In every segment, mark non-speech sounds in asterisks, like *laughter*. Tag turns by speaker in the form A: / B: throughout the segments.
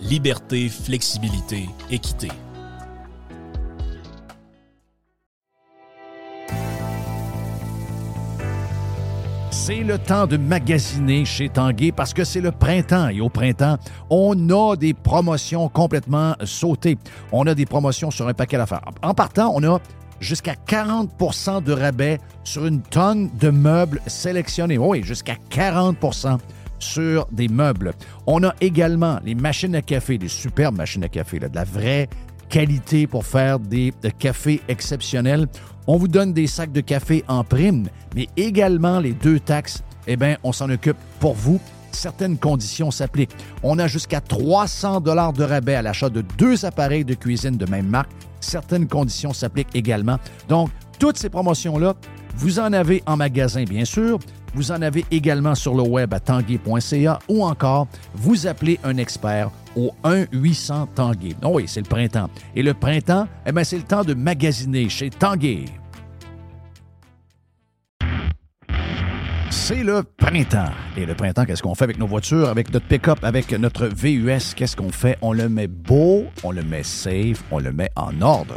A: liberté, flexibilité, équité.
B: C'est le temps de magasiner chez Tanguay parce que c'est le printemps et au printemps, on a des promotions complètement sautées. On a des promotions sur un paquet d'affaires. En partant, on a jusqu'à 40 de rabais sur une tonne de meubles sélectionnés. Oui, jusqu'à 40 sur des meubles. On a également les machines à café, des superbes machines à café, là, de la vraie qualité pour faire des euh, cafés exceptionnels. On vous donne des sacs de café en prime, mais également les deux taxes, eh bien, on s'en occupe pour vous. Certaines conditions s'appliquent. On a jusqu'à 300 dollars de rabais à l'achat de deux appareils de cuisine de même marque. Certaines conditions s'appliquent également. Donc, toutes ces promotions-là, vous en avez en magasin, bien sûr. Vous en avez également sur le web à tanguay.ca ou encore vous appelez un expert au 1-800-TANGUAY. Oh oui, c'est le printemps. Et le printemps, eh bien, c'est le temps de magasiner chez Tanguay. C'est le printemps. Et le printemps, qu'est-ce qu'on fait avec nos voitures, avec notre pick-up, avec notre VUS? Qu'est-ce qu'on fait? On le met beau, on le met safe, on le met en ordre.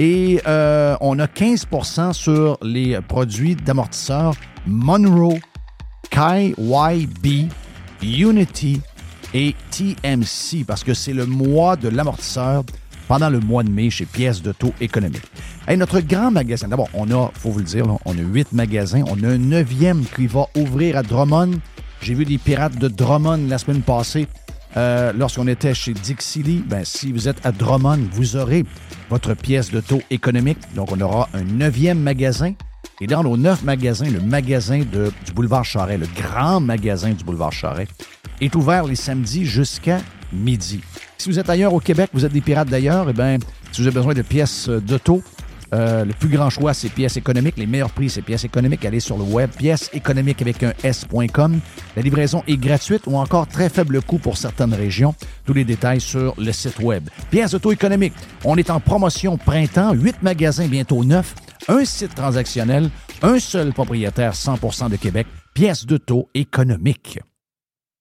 B: Et euh, on a 15 sur les produits d'amortisseurs Monroe, KYB, Unity et TMC parce que c'est le mois de l'amortisseur pendant le mois de mai chez Pièces de taux économique. Et notre grand magasin, d'abord, on a, faut vous le dire, là, on a huit magasins. On a un neuvième qui va ouvrir à Drummond. J'ai vu des pirates de Drummond la semaine passée. Euh, lorsqu'on était chez Dixili, ben, si vous êtes à Drummond, vous aurez votre pièce de taux économique. Donc, on aura un neuvième magasin. Et dans nos neuf magasins, le magasin de- du boulevard Charret, le grand magasin du boulevard Charret, est ouvert les samedis jusqu'à midi. Si vous êtes ailleurs au Québec, vous êtes des pirates d'ailleurs, eh ben, si vous avez besoin de pièces euh, d'auto, euh, le plus grand choix, c'est pièces économiques. Les meilleurs prix, c'est pièces économiques. Allez sur le web, pièces économiques avec un S.com. La livraison est gratuite ou encore très faible coût pour certaines régions. Tous les détails sur le site web. Pièces auto-économiques. On est en promotion printemps, 8 magasins, bientôt 9. Un site transactionnel, un seul propriétaire 100 de Québec. Pièces de taux économiques.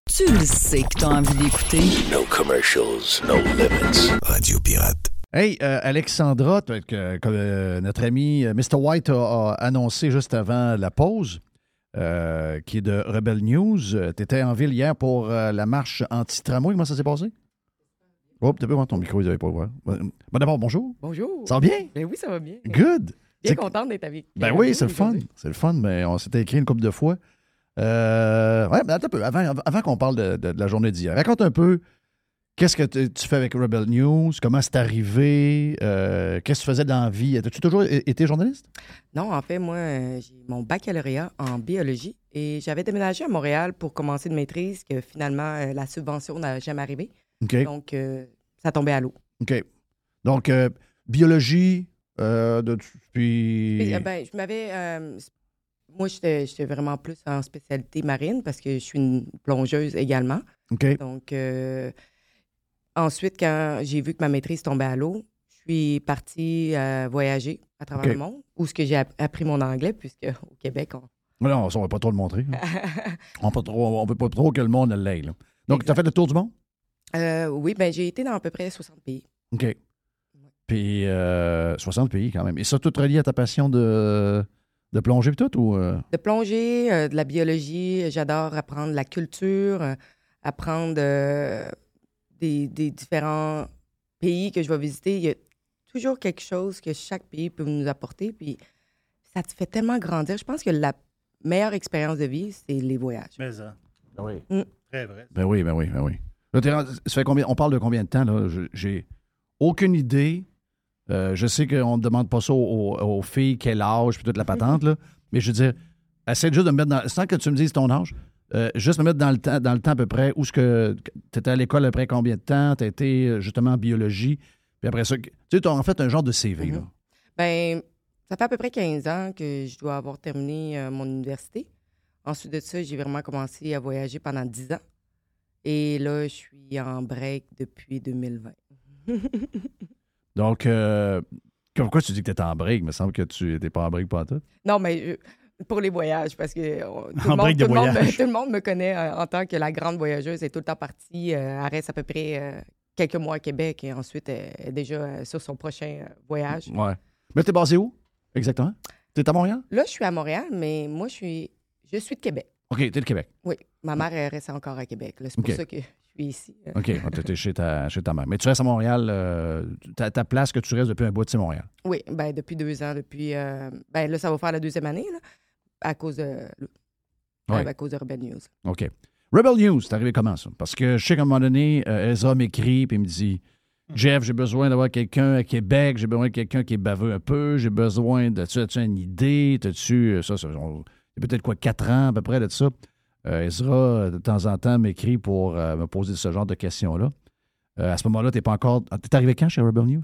C: Tu le sais que t'as envie d'écouter.
D: No commercials, no limits. Radio Pirate.
B: Hey, euh, Alexandra, t- que, que, euh, notre ami euh, Mr. White a, a annoncé juste avant la pause, euh, qui est de Rebel News. tu étais en ville hier pour euh, la marche anti-tramway. Comment ça s'est passé? Oh, t'as peu voir ton micro, ils n'avaient pas voir. Bon, bon, d'abord, bonjour.
E: Bonjour.
B: Ça va bien?
E: Ben oui, ça va bien.
B: Good.
E: Bien
B: C'est-
E: contente d'être avec
B: Ben
E: avec
B: oui,
E: vous
B: c'est le fun.
E: aujourd'hui.
B: C'est le fun, mais on s'était écrit une couple de fois. Euh, ouais, mais attends un peu, avant, avant qu'on parle de, de- de la journée d'hier, raconte un peu qu'est-ce que tu tu fais avec Rebel News, comment c'est arrivé, euh, qu'est-ce que tu faisais dans la vie. As-tu toujours é- été journaliste?
E: Non, en fait, moi, euh, j'ai mon baccalauréat en biologie et j'avais déménagé à Montréal pour commencer une maîtrise que finalement, euh, la subvention n'a jamais arrivé.
B: OK.
E: Donc, euh, ça tombait à l'eau.
B: OK. Donc, euh, biologie, euh, de-
E: Et,
B: puis.
E: euh, ben, je m'avais. euh, moi, j'étais j'étais vraiment plus en spécialité marine parce que je suis une plongeuse également.
B: OK.
E: Donc, euh, ensuite, quand j'ai vu que ma maîtrise tombait à l'eau, je suis partie euh, voyager à travers
B: OK.
E: le monde, où ce que j'ai app- appris mon anglais, puisque au Québec, on... *laughs*
B: Mais Non, ça, on ne va pas trop le montrer. là. on ne peut pas trop que le monde l'aille. là. Donc, tu as fait le tour du monde?
E: Euh, oui, ben j'ai été dans à peu près 60 pays.
B: OK. Puis euh, 60 pays quand même. Et ça, tout relié à ta passion de, de plongée et tout? Ou, euh,
E: De plongée, euh, de la biologie, j'adore apprendre la culture, euh, apprendre euh, des, des différents pays que je vais visiter, il y a toujours quelque chose que chaque pays peut nous apporter. Puis ça te fait tellement grandir. Je pense que la meilleure expérience de vie, c'est les voyages.
F: Mais ça,
B: Ben oui.
F: très vrai.
B: Ben oui, ben oui, ben oui. Là, t'es rendu- ça fait combien, on parle de combien de temps, là? Je- J'ai aucune idée. Euh, je sais qu'on ne demande pas ça aux, aux filles, quel âge, puis toute la patente, là. Mais je veux dire, essaie juste de me mettre dans... Sans que tu me dises ton âge, euh, juste me mettre dans le temps, dans le temps à peu près. Où est-ce que... Tu étais à l'école après combien de temps? Tu été euh, justement en biologie. Puis après ça, tu sais, t'as en fait un genre de CV, là.
E: Ben, ça fait à peu près 15 ans que je dois avoir terminé euh, mon université. Ensuite de ça, j'ai vraiment commencé à voyager pendant 10 ans. Et là, je suis en break depuis 2020.
B: Donc, euh, pourquoi tu dis que tu en brigue? Il me semble que tu n'étais pas en brigue, pas en tout.
E: Non, mais euh, pour les voyages, parce que on- tout, le
F: En
E: monde,
F: break de
E: tout le monde me- *laughs*
F: voyage.
E: tout le monde me connaît euh, en tant que la grande voyageuse. Elle est tout le temps partie. euh, elle reste à peu près euh, quelques mois à Québec et ensuite euh, elle est déjà euh, sur son prochain euh, voyage.
B: Ouais. Mais t'es basé où? Exactement. T'es à Montréal?
E: Là, je suis à Montréal, mais moi, je suis, je suis de Québec.
B: OK, t'es de Québec.
E: Oui, ma mère elle reste encore à Québec. là. C'est pour
B: Ok.
E: ça que je suis ici. euh.
B: OK, ouais, t'es chez ta, chez ta mère. Mais tu restes à Montréal. euh, ta, ta place que tu restes depuis un bout, c'est Montréal.
E: Oui, ben depuis deux ans, depuis euh, ben là, ça va faire la deuxième année là, à cause de
B: Ouais.
E: à cause de Rebel News.
B: OK. Rebel News, t'es arrivé comment ça? Parce que je sais qu'à un moment donné, euh, Ezra m'écrit puis il me dit Jeff, j'ai besoin d'avoir quelqu'un à Québec, j'ai besoin de quelqu'un qui est baveux un peu, j'ai besoin de. Tu as-tu une idée? T'as-tu. euh, Ça, ça, on- il y a peut-être quoi, quatre ans à peu près de ça. Euh, Ezra, de temps en temps, m'écrit pour euh, me poser ce genre de questions-là. Euh, à ce moment-là, t'es pas encore. T'es arrivé quand chez Rebel News?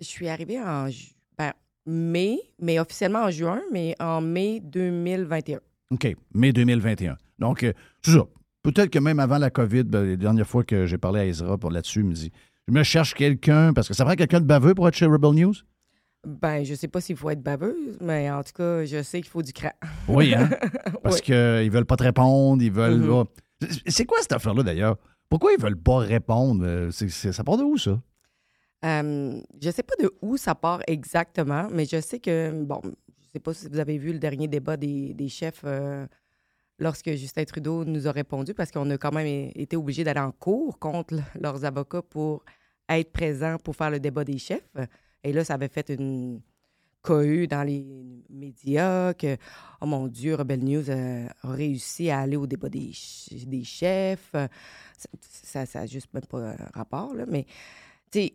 E: Je suis arrivée en ju- ben, mai, mais officiellement en juin, mais en mai 2021.
B: OK, mai 2021. Donc, euh, c'est ça. Peut-être que même avant la COVID, ben, les dernières fois que j'ai parlé à Ezra pour là-dessus, il me dit Je me cherche quelqu'un, parce que ça prend quelqu'un de baveux pour être chez Rebel News.
E: Ben, je sais pas s'il faut être baveuse, mais en tout cas, je sais qu'il faut du cran.
B: Oui,
E: *laughs*
B: hein? Parce
E: Oui.
B: qu'ils veulent pas te répondre, ils veulent.
E: Mhm.
B: Ah. C'est- C'est quoi cette affaire-là d'ailleurs? Pourquoi ils veulent pas répondre? Euh, c'est- c'est- ça part de où, ça?
E: Euh, je sais pas de où ça part exactement, mais je sais que, bon, je sais pas si vous avez vu le dernier débat des, des chefs euh, lorsque Justin Trudeau nous a répondu, parce qu'on a quand même é- été obligé d'aller en cours contre le- leurs avocats pour être présents pour faire le débat des chefs. Et là, ça avait fait une cohue dans les médias que, oh mon Dieu, Rebel News euh, a réussi à aller au débat des, ch- des chefs. Euh, Ça- Ça ça a juste même pas un rapport, là, mais tu sais,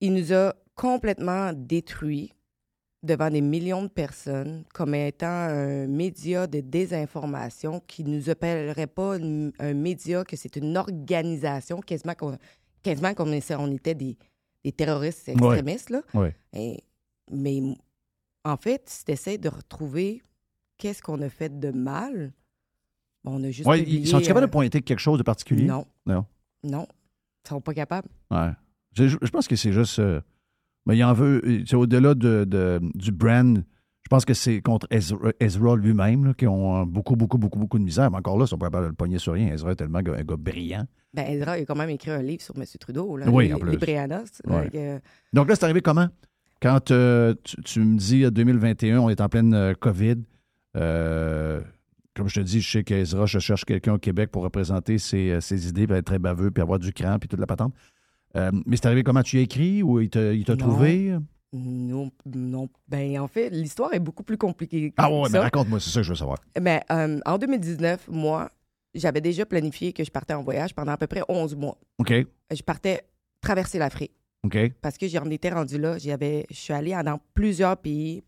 E: il nous a complètement détruits devant des millions de personnes comme étant un média de désinformation qui nous appellerait pas une- un média, que c'est une organisation, quasiment qu'on quasiment qu'on essaie- on était des, des terroristes extrémistes. Là.
B: Ouais.
E: Et- mais m- en fait, si tu essaies de retrouver qu'est-ce qu'on a fait de mal, bon, on a juste
B: Ouais,
E: publié,
B: ils sont capables
E: euh,
B: de pointer quelque chose de particulier?
E: Non.
B: Non.
E: Non. Ils sont pas capables.
B: Ouais. Je, je- je pense que c'est juste. euh, mais il en veut. euh, c'est Au-delà de, de- du brand, je pense que c'est contre Ezra, Ezra lui-même là, qui ont euh, beaucoup, beaucoup, beaucoup, beaucoup de misère. Mais encore là, ils sont pas capables de le pogner sur rien. Ezra est tellement un gars- un gars brillant.
E: Ben, Ezra il a quand même écrit un livre sur M. Trudeau, là,
B: Oui,
E: les-
B: en plus.
E: les Brianos.
B: Ouais.
E: Fait que,
B: Donc là, c'est arrivé comment? Quand euh, tu, tu me dis euh, 2021, on est en pleine euh, COVID. euh, comme je te dis, je sais qu'Ezra, je cherche quelqu'un au Québec pour représenter ses, euh, ses idées, puis être très baveux, puis avoir du cran, puis toute la patente. Euh, mais c'est arrivé comment tu y as écrit ou il t'a il t'a
E: Non.
B: trouvé?
E: non, non. Ben, en fait, l'histoire est beaucoup plus compliquée. que
B: Ah ouais, mais
E: ça.
B: raconte-moi, c'est ça que je veux savoir.
E: Ben, euh, en 2019, moi, j'avais déjà planifié que je partais en voyage pendant à peu près 11 mois.
B: OK,
E: Je partais traverser l'Afrique.
B: OK.
E: parce que j'en étais rendue là. J'avais, je suis allée dans plusieurs pays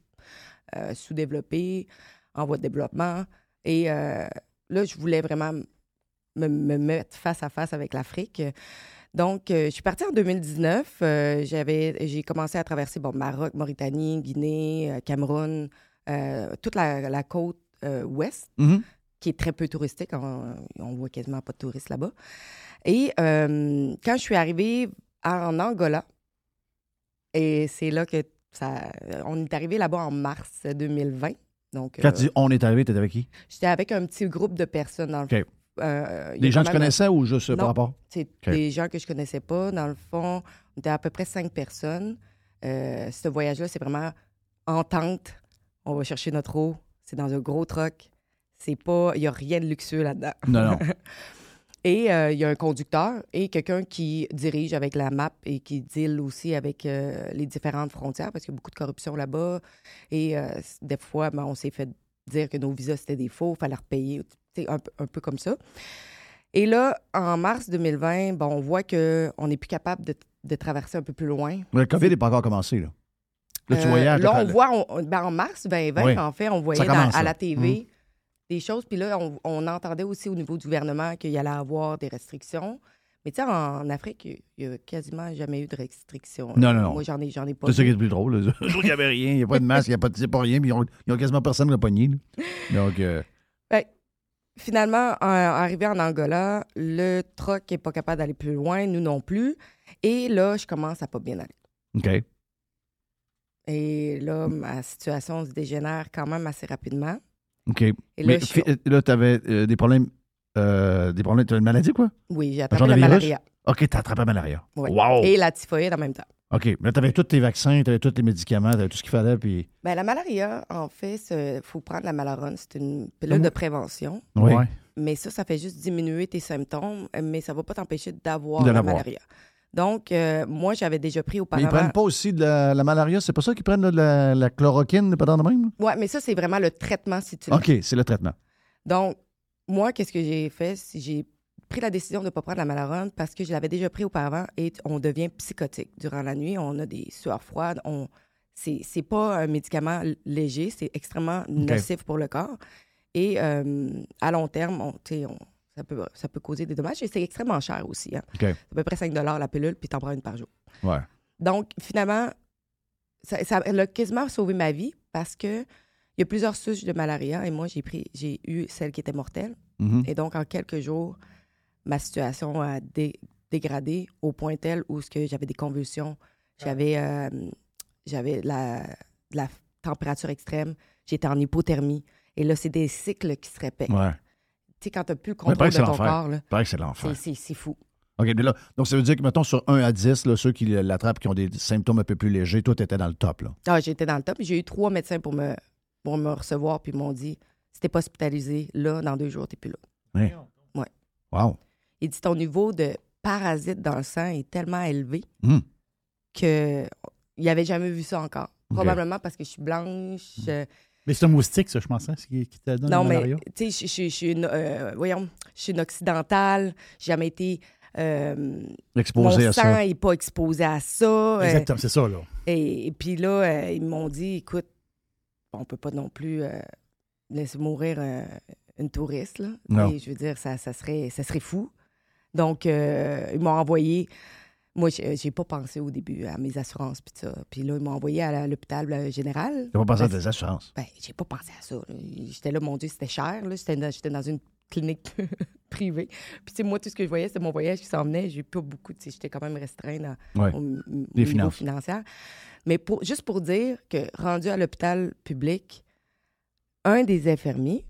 E: euh, sous-développés, en voie de développement. Et euh, là, je voulais vraiment me, me mettre face à face avec l'Afrique. Donc, euh, je suis partie en 2019. Euh, j'avais, j'ai commencé à traverser bon, Maroc, Mauritanie, Guinée, euh, Cameroun, euh, toute la, la côte euh, ouest
B: Mhm.
E: qui est très peu touristique. On, on voit quasiment pas de touristes là-bas. Et euh, quand je suis arrivée en Angola, et c'est là que ça, on est arrivé là-bas en mars 2020. Donc,
B: Quand
E: euh,
B: tu dis on est arrivé, t'étais avec qui?
E: j'étais avec un petit groupe de personnes. Dans le,
B: OK.
E: Euh, il y a
B: Des gens
E: quand
B: que tu
E: même-
B: connaissais ou juste euh, par
E: Non. *laughs*
B: rapport?
E: c'est
B: OK.
E: des gens que je connaissais pas. Dans le fond, on était à peu près cinq personnes. Euh, ce voyage-là, c'est vraiment en tente. On va chercher
B: *laughs*
E: notre eau. C'est dans un gros truck. C'est pas, il y a rien de luxueux là-dedans.
B: Non, non.
E: Et euh, il y a un conducteur et quelqu'un qui dirige avec la map et qui deal aussi avec euh, les différentes frontières parce qu'il y a beaucoup de corruption là-bas. Et euh, c- des fois, ben, on s'est fait dire que nos visas, c'était des faux, il fallait repayer, tu sais, un, peu- un peu comme ça. Et là, en mars 2020, ben, on voit qu'on n'est plus capable de, de traverser un peu plus loin.
B: Mais Le COVID n'est pas encore commencé. Là, là tu
E: Euh,
B: voyages.
E: là,
B: là,
E: on
B: t'as-
E: voit, on- on- ben, en mars 2020,
B: Oui.
E: en fait, on voyait dans-
B: commence,
E: à
B: là. Hmm.
E: la TV des choses. Puis là, on, on entendait aussi au niveau du gouvernement qu'il y allait avoir des restrictions. Mais tu sais, en Afrique, il n'y a quasiment jamais eu de restrictions.
B: Non, non, non.
E: Moi, j'en ai, j'en ai pas.
B: C'est ça qui est le
E: vu.
B: plus drôle. là. *laughs* Il n'y avait rien, il n'y a pas de masque, il n'y a pas de c'est pas rien, puis ils ont, ils ont quasiment personne qui l'a pogné. là. Donc, euh,
E: Finalement, en- arrivé en Angola, le troc n'est pas capable d'aller plus loin, nous non plus. Et là, je commence à pas bien aller.
B: OK.
E: Et là, ma situation se dégénère quand même assez rapidement.
B: OK.
E: Et là,
B: Mais
E: je suis...
B: là, tu avais des problèmes. euh, des problèmes. Tu une maladie, quoi?
E: Oui, j'ai
B: genre
E: attrapé
B: de
E: la
B: virus?
E: malaria
B: OK, tu attrapé la malaria.
E: Ouais.
B: Wow!
E: et la typhoïde en même temps.
B: OK. Mais là, tu avais tous tes vaccins, tu avais tous les médicaments, tu avais tout ce qu'il fallait, puis.
E: Ben, la malaria, en fait, il faut prendre la malarone. C'est une pilule
B: Ah,
E: de prévention.
B: Oui.
E: Mais ça, ça fait juste diminuer tes symptômes, mais ça ne va pas t'empêcher d'avoir
B: De
E: la
B: l'avoir.
E: malaria. Donc, euh, moi, j'avais déjà pris
B: Mais ils
E: auparavant.
B: prennent pas aussi de la, la malaria, c'est pas ça qu'ils prennent là, de la, Euh, la chloroquine, pas dans le même?
E: Ouais, mais ça, c'est vraiment le traitement si tu l'as.
B: OK, c'est le traitement.
E: Donc, moi, qu'est-ce que j'ai fait? C'est- J'ai pris la décision de ne pas prendre la malarone parce que je l'avais déjà pris auparavant et t- on devient psychotique. Durant la nuit, on a des sueurs froides. On... C'est c'est pas un médicament l- léger, c'est extrêmement nocif pour le corps. Et euh, à long terme, on, tu sais, on- ça, peut, ça peut causer des dommages et c'est extrêmement cher aussi. hein.
B: OK.
E: C'est à peu près 5 la pilule, puis t'en prends une par jour.
B: Ouais.
E: Donc, finalement, ça, ça elle a quasiment sauvé ma vie parce que il y a plusieurs souches de malaria et moi, j'ai pris, j'ai eu celle qui était mortelle.
B: Mhm.
E: Et donc, en quelques jours, ma situation a dé- dégradé au point tel où ce que j'avais des convulsions, j'avais euh, j'avais de la, de la température extrême, j'étais en hypothermie. Et là, c'est des cycles qui se répètent.
B: Ouais.
E: Tu sais, quand tu n'as plus le
B: Mais
F: ben,
E: contrôle
B: pas
E: de
B: que c'est
E: ton
B: l'enfer.
E: corps, là,
B: Pareil que c'est
E: c'est-
B: l'enfer.
E: c'est c'est fou.
B: OK, mais là, donc ça veut dire que, mettons, sur 1 à 10, là, ceux qui l'attrapent, qui ont des symptômes un peu plus légers, toi, t'étais dans le top, là.
E: Ah, j'étais dans le top. J'ai eu trois médecins pour me, pour me recevoir, puis ils m'ont dit si t'es pas hospitalisé, là, dans deux jours, t'es plus là.
B: Wow.
E: Il dit ton niveau de parasite dans le sang est tellement élevé
B: Hmm.
E: que il n'avait jamais vu ça encore.
B: Ok.
E: Probablement parce que je suis blanche. euh,
F: Hmm. Mais c'est un moustique, ça, je pense, hein, ce qui, qui te donne
E: non,
F: la
E: mais,
F: malaria.
E: tu sais, je- je je suis une. euh, voyons, je suis une occidentale. J'ai jamais été. euh,
B: Exposé
E: mon
B: à
E: sang
B: ça.
E: n'est pas exposé à ça. euh,
F: Exactement, c'est ça, là.
E: Et, et puis là, euh, ils m'ont dit, écoute, on peut pas non plus euh, laisser mourir euh, une touriste. Là.
B: Non.
E: Et je veux dire, ça, ça, serait, ça serait fou. Donc, euh, ils m'ont envoyé. Moi, j'ai j'ai pas pensé au début à mes assurances puis tout ça. Puis là, ils m'ont envoyé à la- l'hôpital euh, général.
B: T'as pas pensé à des assurances.
E: Ben, j'ai pas pensé à ça. là. J'étais là, mon Dieu, c'était cher. là. J'étais dans, j'étais dans une clinique *laughs* privée. Puis, tu sais, moi, tout ce que je voyais, c'était mon voyage qui s'en venait. J'ai pas beaucoup, tu sais, j'étais quand même restreinte à-
B: Ouais.
E: au, m- au
B: Les
E: niveau
B: finances.
E: financier. Mais pour, juste pour dire que, rendu à l'hôpital public, un des infirmiers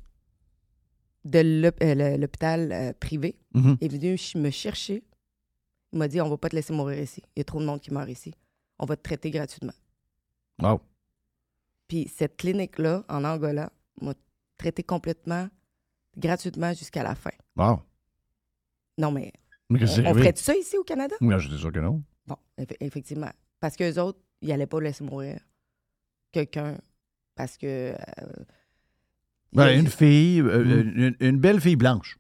E: de l'hôp- euh, le- l'hôpital euh, privé
B: Mhm.
E: est venu ch- me chercher. Il m'a dit, on va pas te laisser mourir ici. Il y a trop de monde qui meurt ici. On va te traiter gratuitement.
B: Wow.
E: Puis cette clinique-là, en Angola, m'a traité complètement gratuitement jusqu'à la fin.
B: Wow.
E: Non, mais
B: Mais
E: on,
B: qu'est-ce qui est
E: on
B: arrivé?
E: ferait ça ici au Canada?
B: Moi, je suis sûr que non.
E: Bon, eff- effectivement. Parce qu'eux autres, ils n'allaient pas laisser mourir quelqu'un parce que. euh,
B: Ben,
E: ils-
B: une fille, euh,
E: Mm-hmm.
B: une, une belle fille blanche.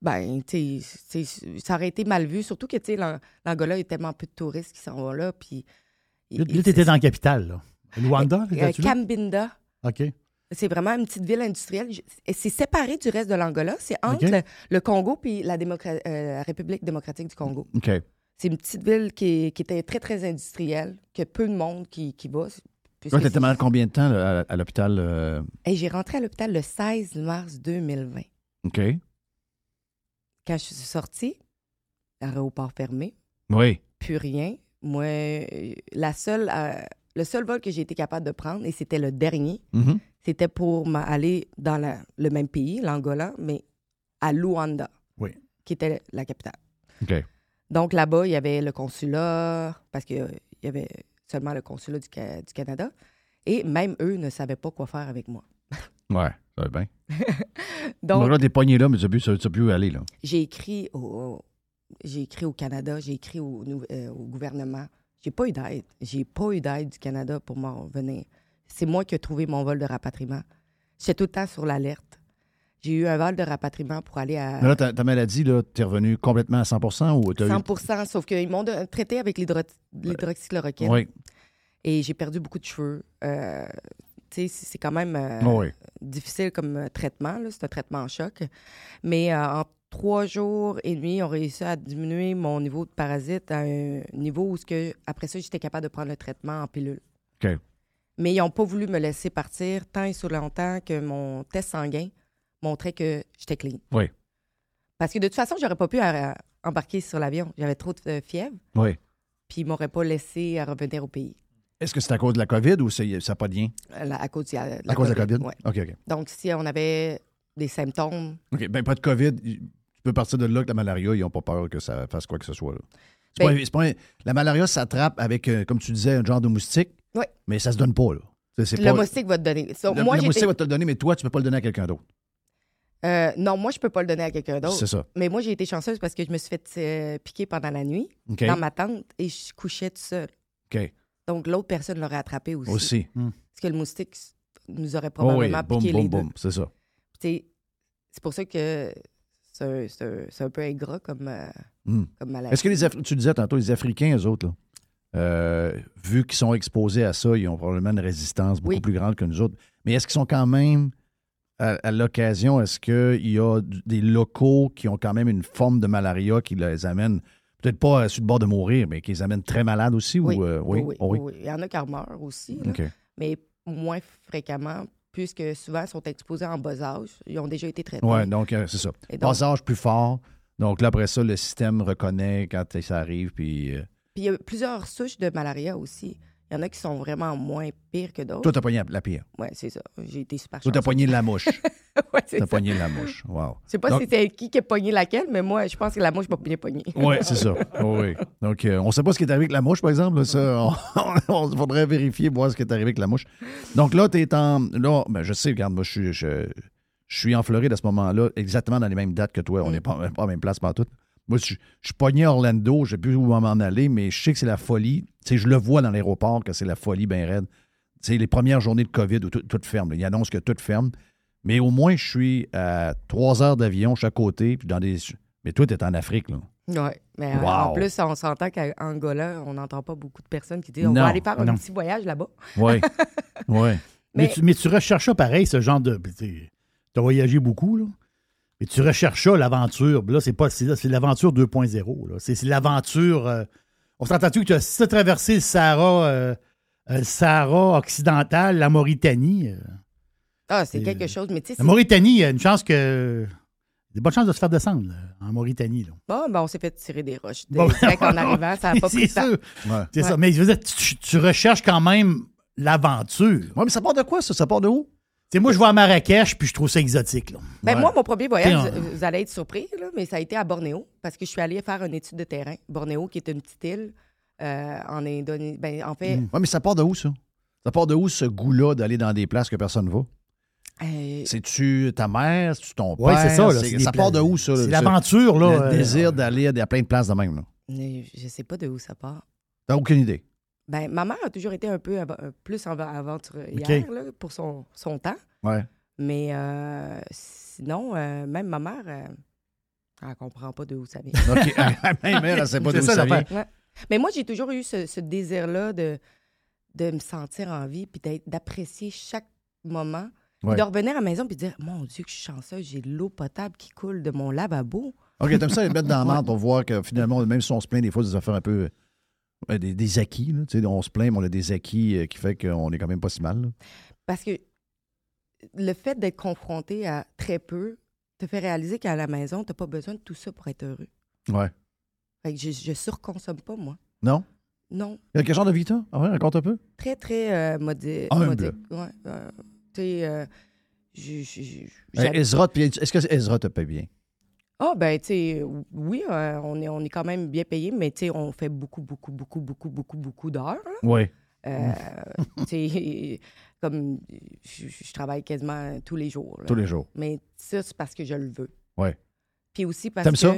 E: ben, tu sais, c'est- ça aurait été mal vu, surtout que, tu sais, l'An- l'Angola, il y a tellement peu de touristes qui s'en vont là. Puis.
F: Là,
E: il-
F: tu étais dans la capitale, là. Luanda,
E: Euh,
F: là, tu là?
E: Kambinda.
F: Ah, OK.
E: C'est vraiment une petite ville industrielle. Je- et C'est séparé du reste de l'Angola. C'est entre
F: Ok.
E: le, le Congo puis la, démocra- euh, la République démocratique du Congo.
B: OK.
E: C'est une petite ville qui, est- qui était très, très industrielle, que peu de monde qui, qui va. puisque
B: Toi, t'étais
E: c'est-
B: malade combien de temps là, à, à l'hôpital? euh,
E: Et j'ai rentré à l'hôpital le 16 mars 2020.
B: OK.
E: Quand je suis sortie, l'aéroport fermé,
B: Oui.
E: plus rien. Moi, euh, la seule, euh, le seul vol que j'ai été capable de prendre, et c'était le dernier,
B: Mhm.
E: c'était pour m'a- aller dans la- le même pays, l'Angola, mais à Luanda,
F: Oui.
E: qui était la capitale.
B: OK.
E: Donc là-bas, il y avait le consulat, parce qu'il y avait seulement le consulat du, Ca- du Canada. Et même eux ne savaient pas quoi faire avec moi.
B: Ouais, ça va bien.
E: Donc,
G: là, t'es pogné là, mais tu n'as plus, tu as plus aller, là.
E: j'ai écrit au, j'ai écrit au Canada, j'ai écrit au, nou- euh, au gouvernement. J'ai pas eu d'aide. J'ai pas eu d'aide du Canada pour m'en venir. C'est moi qui ai trouvé mon vol de rapatriement. J'étais tout le temps sur l'alerte. J'ai eu un vol de rapatriement pour aller à
G: Mais là, ta, ta maladie, là, t'es revenu complètement à 100 ou t'as
E: 100 sauf qu'ils m'ont de- traité avec l'hydro-
G: eu.
E: l'hydroxychloroquine.
G: Oui,
E: Et j'ai perdu beaucoup de cheveux. Euh, tu sais, c'est c'est quand même euh,
G: oui.
E: difficile comme euh, traitement. là. C'est un traitement en choc. Mais euh, en trois jours et demi, on réussi à diminuer mon niveau de parasite à un niveau où, ce que, après ça, j'étais capable de prendre le traitement en pilule.
G: OK.
E: Mais ils n'ont pas voulu me laisser partir tant et sur longtemps que mon test sanguin montrait que j'étais clean.
G: Oui.
E: Parce que de toute façon, j'aurais pas pu euh, embarquer sur l'avion. J'avais trop de euh, fièvre,
G: oui.
E: puis ils m'auraient pas laissé euh, revenir au pays
G: Est-ce que c'est à cause de la COVID ou c'est- ça n'a pas de lien?
E: euh, la- à cause de la,
G: À cause de la COVID?
E: ouais.
G: OK, OK.
E: Donc, si on avait des symptômes,
G: OK, ben pas de COVID. Tu peux partir de là que la malaria, ils n'ont pas peur que ça fasse quoi que ce soit. là. C'est
E: Ben-
G: pas un- c'est pas un- la malaria s'attrape avec, euh, comme tu disais, un genre de moustique,
E: Oui.
G: mais ça se donne pas. Là. C'est- c'est
E: le
G: pas-
E: moustique va te donner. So,
G: le-
E: moi,
G: le
E: j'étais-
G: moustique va te le donner, mais toi, tu peux pas le donner à quelqu'un d'autre.
E: Euh, non, moi, je peux pas le donner à quelqu'un d'autre.
G: C'est ça.
E: Mais moi, j'ai été chanceuse parce que je me suis fait euh, piquer pendant la nuit
G: OK.
E: dans ma tente et je couchais tout seul.
G: OK.
E: Donc, l'autre personne l'aurait attrapé aussi.
G: Aussi.
E: Parce que le moustique s- nous aurait
G: Oh, oui,
E: probablement
G: boum,
E: piqué les
G: boum,
E: deux.
G: boum. C'est ça.
E: Tu sais, C'est pour ça que c'est un- c'est un- c'est un peu ingrat comme, euh,
G: Hmm.
E: comme maladie.
G: Est-ce que les Afri- tu disais tantôt, les Africains, eux autres, là, euh, vu qu'ils sont exposés à ça, ils ont probablement une résistance beaucoup
E: Oui.
G: plus grande que nous autres. Mais est-ce qu'ils sont quand même, à, à l'occasion, est-ce qu'il y a du- des locaux qui ont quand même une forme de malaria qui les amène, peut-être pas euh, sur le bord de mourir, mais qui les amène très malades aussi?
E: Oui,
G: Ou, euh, oui,
E: oui,
G: Oh oui.
E: oui. Il y en a qui en meurent aussi, là,
G: OK.
E: mais moins fréquemment, puisque souvent ils sont exposés en bas âge. Ils ont déjà été traités.
G: Ouais, donc euh, c'est ça.
E: Et donc-
G: Passage plus fort. Donc là, après ça, le système reconnaît quand euh, ça arrive, puis euh,
E: Puis il y a plusieurs souches de malaria aussi. Il y en a qui sont vraiment moins pires que d'autres.
G: toi, t'as pogné la- la pire.
E: Ouais, c'est ça. J'ai été super
G: Toi, t'as
E: chanceuse.
G: pogné la mouche.
E: Ouais, Ah, *laughs* c'est
G: T'as
E: ça.
G: pogné la mouche. Wow.
E: Je sais pas
G: Donc-
E: si c'était qui qui a pogné laquelle, mais moi, je pense que la mouche m'a bien pogné.
G: Oui, c'est ça. Oui, oui. Donc, euh, on ne sait pas ce qui est arrivé avec la mouche, par exemple. là. Ça, *laughs* on, on faudrait vérifier, voir ce qui est arrivé avec la mouche. Donc là, tu es en. Là, ben, je sais, regarde, moi, je, suis- je, je suis en Floride à ce moment-là, exactement dans les mêmes dates que toi. On n'est pas, pas à la même place, pas tout. Moi, je, je suis pogné à Orlando, je ne sais plus où m'en aller, mais je sais que c'est la folie. Tu sais, je le vois dans l'aéroport que c'est la folie bien raide. Tu sais, les premières journées de COVID où tout, tout ferme. là. Ils annoncent que tout ferme. Mais au moins, je suis à trois heures d'avion chaque côté, puis dans des. Mais toi, tu es en Afrique, là.
E: Ouais. Mais euh,
G: Wow.
E: en plus, on s'entend qu'à Angola, on n'entend pas beaucoup de personnes qui disent on
G: Non,
E: va aller faire
F: non.
E: un petit voyage là-bas.
G: Oui. oui.
F: Mais,
E: Mais-
F: tu, mais tu recherches ça pareil, ce genre de. Tu as voyagé beaucoup, là. Mais tu recherches ça, l'aventure. Puis Là, c'est pas. C'est là, c'est l'aventure 2.0. là. C'est c'est l'aventure. euh, on s'entend-tu que tu as, si t'as traversé le Sahara, euh, euh, le Sahara occidental, la Mauritanie. euh,
E: Ah, c'est
F: Et-
E: quelque chose, mais tu sais,
F: la
E: c'est-
F: Mauritanie, il y a une chance que. il y a Des bonnes chances de se faire descendre là, en Mauritanie. Là.
E: bon, ben, on s'est fait tirer des roches.
F: Bon,
E: C'est vrai qu'en arrivant, ça
F: *laughs*
E: n'a Ah, pas
F: c'est
E: pris de temps.
F: sûr.
G: Ouais.
F: C'est
E: Ouais.
F: ça. Mais je veux dire, tu, tu recherches quand même l'aventure.
G: Ouais, mais ça part de quoi, ça? Ça part de où?
F: Tu sais, moi, je vais à Marrakech, puis je trouve ça exotique. Là.
E: Ben,
G: Ouais.
E: Moi, mon premier voyage,
F: T'es en-
E: vous, vous allez être surpris, là, mais ça a été à Bornéo, parce que je suis allée faire une étude de terrain. Bornéo, qui est une petite île euh, en Indonésie. Ben, en fait,
F: Hmm.
G: Ouais, mais ça part de où, ça? Ça part de où, ce goût-là d'aller dans des places que personne ne va?
E: euh,
G: C'est-tu ta mère? C'est-tu ton père?
F: Oui, c'est ça. Là,
G: C'est-
F: des
G: ça part de
F: pla-
G: où, ça?
F: C'est
G: ce-
F: l'aventure,
G: Le
F: là. euh,
G: désir d'aller à plein de places de même, là.
E: euh, je sais pas de où ça part.
G: T'as aucune *laughs* idée.
E: Ben, ma mère a toujours été un peu av- euh, plus av- aventurière
F: Ok.
E: là, pour son, son temps.
G: Ouais.
E: Mais euh, sinon, euh, même ma mère, euh, elle comprend pas de où ça vient.
F: *laughs*
G: OK. Même elle, elle sait *laughs* pas
F: C'est
G: d'où
F: ça,
G: ça vient.
F: l'affaire.
E: Mais moi, j'ai toujours eu ce, ce désir-là de, de me sentir en vie, puis d'être- d'apprécier chaque moment. Puis
G: Ouais.
E: de revenir à la maison, puis de dire Mon Dieu, que je suis chanceuse, j'ai de l'eau potable qui coule de mon lavabo.
G: OK, t'aimes ça les mettre dans la marde pour voir que finalement, même si on se plaint des fois des affaires un peu... euh, Des, des acquis, là. Tu sais, on se plaint, mais on a des acquis euh, qui fait qu'on est quand même pas si mal. là.
E: Parce que le fait d'être confronté à très peu te fait réaliser qu'à la maison, tu n'as pas besoin de tout ça pour être heureux.
G: Ouais.
E: Fait que je, je surconsomme pas, moi.
G: Non?
E: Non.
G: Il y a quel genre de vie, toi? Ah ouais, raconte un peu.
E: Très, très euh, modi-
G: Humble.
E: modique. Ouais, euh, tu sais, euh, je- je- je-
G: Euh,
E: j'ad-
G: Ezra, te paye- est-ce que Ezra te paye bien?
E: Ah, ben, tu sais, oui, euh, on, est, on est quand même bien payé, mais tu sais, on fait beaucoup, beaucoup, beaucoup, beaucoup, beaucoup, beaucoup d'heures. là.
G: Oui.
E: Euh,
G: Mm.
E: *laughs* tu sais, comme je, je travaille quasiment tous les jours. là.
G: tous les jours.
E: Mais ça, c'est parce que je le veux.
G: Ouais.
E: Puis aussi parce
G: T'aimes
E: que.
G: ça?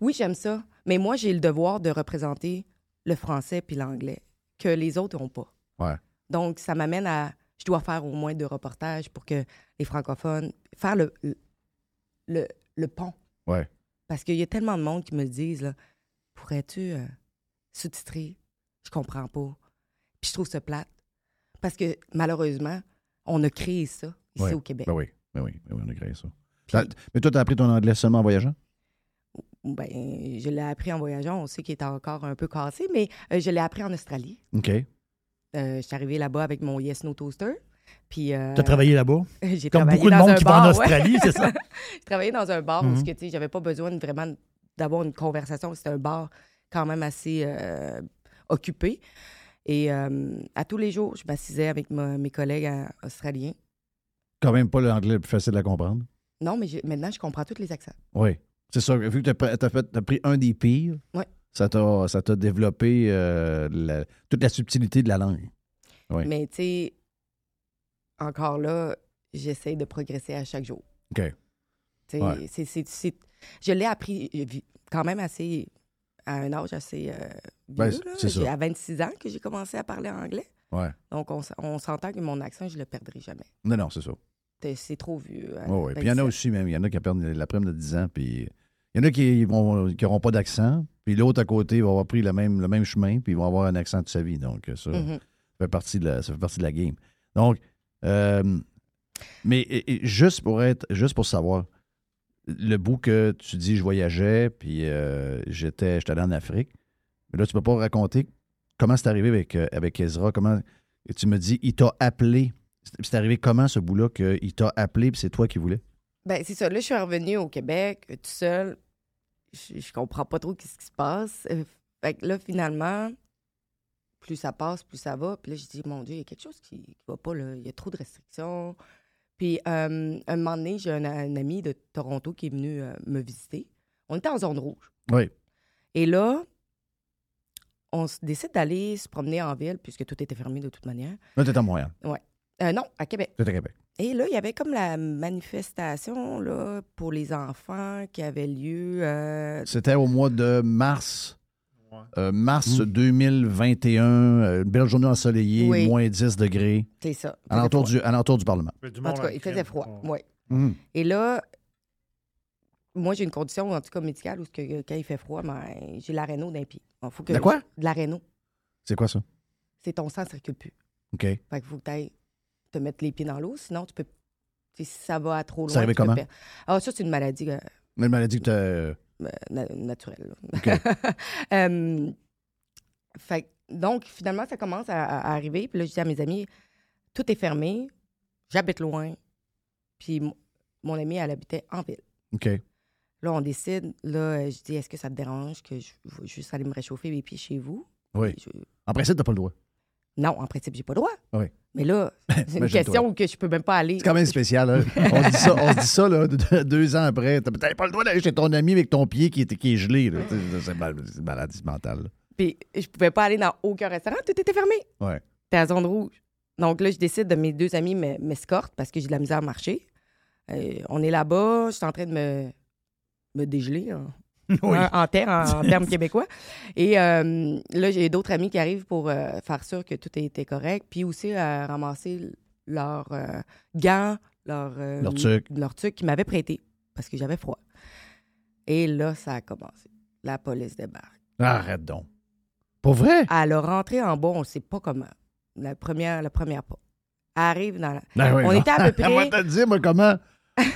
E: Oui, j'aime ça. Mais moi, j'ai le devoir de représenter le français puis l'anglais, que les autres n'ont pas.
G: Ouais.
E: Donc, ça m'amène à. Je dois faire au moins deux reportages pour que les francophones. Faire le, le, le- le pont.
G: Ouais.
E: Parce qu'il y a tellement de monde qui me disent là, pourrais-tu euh, sous-titrer Je comprends pas. Puis je trouve ça plate. Parce que malheureusement, on a créé ça ici
G: Ouais.
E: au Québec.
G: Ben oui, ben oui, ben oui, on a créé ça. Ça- mais toi, t'as appris ton anglais seulement en voyageant?
E: Ben, je l'ai appris en voyageant. On sait qu'il est encore un peu cassé, mais euh, je l'ai appris en Australie.
G: OK.
E: Euh, je suis arrivée là-bas avec mon Yes No Toaster. Puis, euh,
F: Tu as travaillé là-bas?
E: *laughs* j'ai
F: Comme
E: travaillé
F: beaucoup de
E: dans
F: monde
E: un
F: qui
E: bar,
F: va en
E: ouais.
F: Australie, c'est ça?
E: J'ai *laughs* travaillé dans un bar
F: Mhm.
E: où ce que, tu sais, j'avais pas besoin de vraiment d'avoir une conversation. C'était un bar quand même assez euh, occupé. Et euh, à tous les jours, je m'assisais avec ma- mes collègues euh, australiens.
G: Quand même pas l'anglais le plus facile à comprendre.
E: Non, mais j'ai- maintenant, je comprends tous les accents.
G: Oui. C'est ça. Vu que t'as, as pris un des pires,
E: Ouais.
G: ça, t'a, ça t'a développé euh, la- toute la subtilité de la langue. Oui.
E: Mais tu sais, encore là, j'essaie de progresser à chaque jour.
G: OK.
E: Tu sais,
G: Ouais.
E: c'est- c'est- c'est- je l'ai appris euh, vi- quand même assez à un âge assez euh,
G: Ben,
E: vieux,
G: c'est-
E: là.
G: c'est ça.
E: J'ai- à 26 ans que j'ai commencé à parler anglais.
G: Ouais.
E: Donc on, s- on s'entend que mon accent, je le perdrai jamais.
G: Non, non, c'est ça.
E: T'es- C'est trop vieux. hein. à
G: Oui, oui. Puis il y en a
E: 27.
G: aussi, même. Il y en a qui perdent la prime de 10 ans. Puis il y en a qui n'auront qui auront pas d'accent. Puis l'autre à côté va avoir pris le même, le même chemin. Puis ils vont avoir un accent de sa vie. Donc, ça,
E: Mhm.
G: ça fait partie de la, ça fait partie de la game. Donc, euh, mais et- et juste pour être, juste pour savoir, le bout que tu dis, je voyageais, puis euh, j'étais, j'étais allé en Afrique. Mais là, tu peux pas raconter comment c'est arrivé avec, euh, avec Ezra. Comment et tu me dis, il t'a appelé. C'est- C'est arrivé comment ce bout-là qu'il t'a appelé, puis c'est toi qui voulais?
E: Ben, c'est ça. Là, je suis revenue au Québec euh, tout seul. Je, je comprends pas trop ce qui se passe. Euh, fait que là, finalement, plus ça passe, plus ça va. Puis là, je dis, mon Dieu, il y a quelque chose qui, qui va pas, là. Il y a trop de restrictions. Puis, euh, un moment donné, j'ai un, un ami de Toronto qui est venu euh, me visiter. On était en zone rouge.
G: Oui.
E: Et là, on se décide d'aller se promener en ville, puisque tout était fermé de toute manière.
G: Là, t'étais à Montréal.
E: Euh, non, à Québec.
G: T'étais à Québec.
E: Et là, il y avait comme la manifestation là, pour les enfants qui avait lieu. euh,
G: C'était au mois de mars.
F: Ouais.
G: euh, mars
F: Mm.
G: 2021, euh, une belle journée ensoleillée,
E: Oui.
G: moins 10 degrés,
E: C'est ça.
G: à l'entour
E: l'entour
G: du, à l'entour du Parlement.
E: En tout cas, il faisait froid. Ouais.
G: Mm.
E: Et là, moi, j'ai une condition, en tout cas médicale, où ce que, quand il fait froid, ben, j'ai la réno d'un pied. Il faut que
G: De quoi?
E: De la réno.
G: C'est quoi ça?
E: C'est ton sang ne circule plus.
G: OK.
E: Fait qu'il faut que tu ailles te mettre les pieds dans l'eau, sinon tu peux. tu sais, Si ça va à trop loin.
G: Ça arrivait
E: tu peux
G: comment?
E: perdre. Ah, ça, c'est une maladie euh,
G: Une maladie que t'as. euh,
E: euh, na- naturelle. là. *laughs*
G: OK.
E: Euh, fait que- donc, finalement, ça commence à, à arriver. Puis là, je dis à mes amis, tout est fermé, j'habite loin. Puis m- mon amie, elle habitait en ville.
G: OK.
E: Là, on décide, là, euh, je dis, est-ce que ça te dérange que je je vais juste aller me réchauffer les pieds chez vous?
G: Oui.
E: Je-
G: En principe, t'as pas le droit.
E: non, en principe, j'ai pas le droit.
G: Oui.
E: Mais
G: *laughs*
E: là, c'est une
G: Imagine-toi.
E: question que je peux même pas aller.
G: C'est quand même spécial.
E: *laughs*
G: hein. on se dit ça, on se dit ça là, de- de- deux ans après. T'as t'avais pas le droit d'aller chez ton ami avec ton pied qui est, qui est gelé. là. C'est c'est mal- c'est une maladie mentale. là.
E: Puis je pouvais pas aller dans aucun restaurant, tout était fermé.
G: Ouais.
E: T'es à zone rouge. Donc là, je décide de mes deux amis me- m'escortent parce que j'ai de la misère à marcher. Euh, on est là-bas, je suis en train de me, me dégeler en,
F: Oui.
E: en- en terre, en, en termes québécois. Et euh, là, j'ai d'autres amis qui arrivent pour euh, faire sûr que tout était correct, puis aussi euh, ramasser leurs euh, gants, leurs euh,
G: Leur tuque.
E: leurs tuques qu'ils m'avaient prêté parce que j'avais froid. Et là, ça a commencé. La police débarque.
G: Arrête donc. Pour vrai?
E: Elle a rentré en bas, on ne sait pas comment. La première, la première pas. Elle arrive dans la...
G: Ben oui,
E: on
G: non.
E: était
G: *laughs*
E: à peu près-
G: moi, te le dire, moi,
E: *laughs*
G: comment?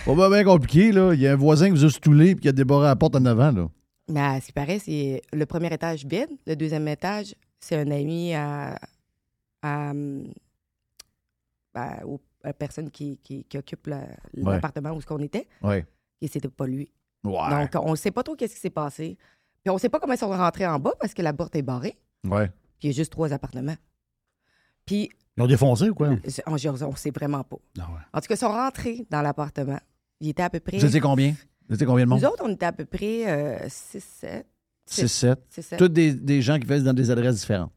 G: Pas bien, bien compliqué, là. Il y a un voisin qui vous a stoulé puis qui a débarré la porte en avant, là.
E: Mais à ce qui paraît, c'est le premier étage vide. Le deuxième étage, c'est un ami à, à, hum, à- au- à la personne qui, qui- qui occupe la- l'appartement où ce qu'on était.
G: Ouais.
E: Et c'était pas lui.
G: Ouais.
E: Donc, on ne sait pas trop qu'est-ce qui s'est passé. Puis on ne sait pas comment ils sont rentrés en bas parce que la porte est barrée.
G: ouais.
E: Puis il y a juste trois appartements. Puis
F: Ils ont défoncé ou quoi?
E: en Géorgie, on ne sait vraiment pas.
F: Non, ouais.
E: En tout cas, ils sont rentrés dans l'appartement. Il était à peu près.
G: Vous étiez combien? Vous étiez combien de
E: Nous
G: monde?
E: autres, on était à peu près euh, 6-7.
G: 6, 7.
E: 6-7.
G: Toutes des, des gens qui faisaient dans des adresses différentes.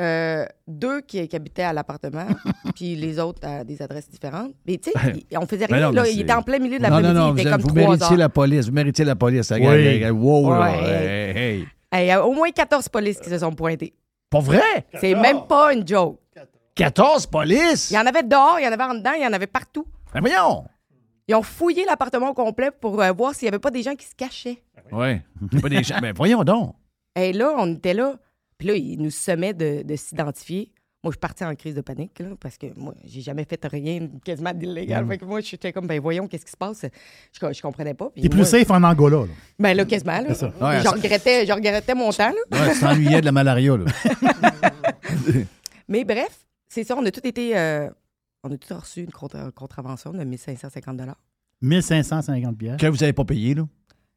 E: Euh, deux qui, qui habitaient à l'appartement, puis les autres à des adresses différentes. Mais tu sais, il- on faisait
B: Ben
E: rien.
B: non,
E: là,
B: mais
E: il
B: c'est-
E: était en plein milieu de
B: Non, non,
E: l'après-midi,
B: non,
E: il
B: vous,
E: était comme
B: vous
E: 3
B: méritiez
E: heures.
B: la police. Vous méritiez la police. la
F: Oui.
B: gang, la gang. Wow, là,
E: Ouais.
B: hey, hey.
E: Hey, Il y a au moins 14 polices qui se sont pointées.
B: Pas vrai?
E: C'est même pas une joke.
B: 14 polices?
E: Il y en avait dehors, il y en avait en dedans, il y en avait partout.
B: Ben voyons!
E: Ils ont fouillé l'appartement au complet pour euh, voir s'il n'y avait pas des gens qui se cachaient.
G: *laughs*
B: Oui. Pas des gens. Ben voyons donc.
E: Et là, on était là. Puis là, ils nous semaient de, de s'identifier. Moi, je partais en crise de panique, là, parce que moi, j'ai jamais fait rien quasiment
B: Mm.
E: d'illégal. Fait que moi, j'étais comme, ben voyons, qu'est-ce qui se passe? Je, co- je comprenais pas. Puis
F: T'es plus
E: moi-
F: safe en Angola, là.
E: Ben là, quasiment, là.
B: Ouais,
E: je,
B: ça-
E: regrettais, je regrettais mon temps, là.
B: Ouais, tu t'ennuyais de la malaria, là.
E: Mais bref, c'est ça, on a tous été... euh, on a tous reçu une contra- contravention de 1550
F: 1550 pièces.
B: Que vous n'avez pas payé, là.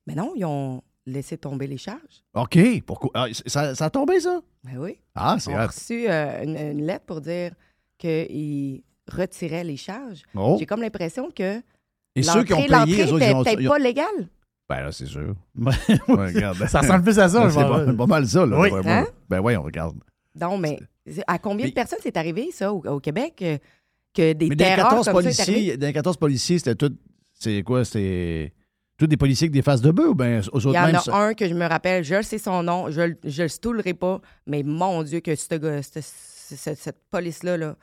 E: Mais non, ils ont laissé tomber les charges.
B: OK. Pourquoi? Ah, ça, ça a tombé, ça?
E: Ben oui.
B: Ah, c'est
E: On a
B: grave.
E: reçu euh, une, une lettre pour dire qu'ils retiraient les charges.
B: Oh.
E: J'ai comme l'impression que
B: Et ceux qui ont
E: l'entrée
B: payé,
E: l'entrée
B: eux autres, ils ont.
E: était
B: ils
E: peut-être
B: ont-
E: pas légale.
B: Ben là, c'est sûr.
F: Ouais.
B: *laughs* Ouais, regarde. *laughs*
F: ça ressemble plus à ça,
B: Ouais,
F: je
B: C'est
F: vois.
B: pas, pas mal ça, là.
F: Oui.
B: Ouais, ouais.
E: Hein?
B: Ben oui, on regarde.
E: Non, mais à combien
B: Mais-
E: de personnes c'est arrivé, ça, au, au Québec, euh, que des
B: Mais des
E: terreurs
B: 14
E: comme ça est arrivé?
B: policiers, des 14 policiers, c'était tout. C'est quoi? C'est. Tous des policiers avec des faces de bœuf ou bien aux autres
E: Il y en
B: même,
E: a
B: ça-
E: un que je me rappelle, je sais son nom, je le- je le stoulerai pas, mais mon Dieu, que ce gars- ce- ce- ce- cette police-là, là,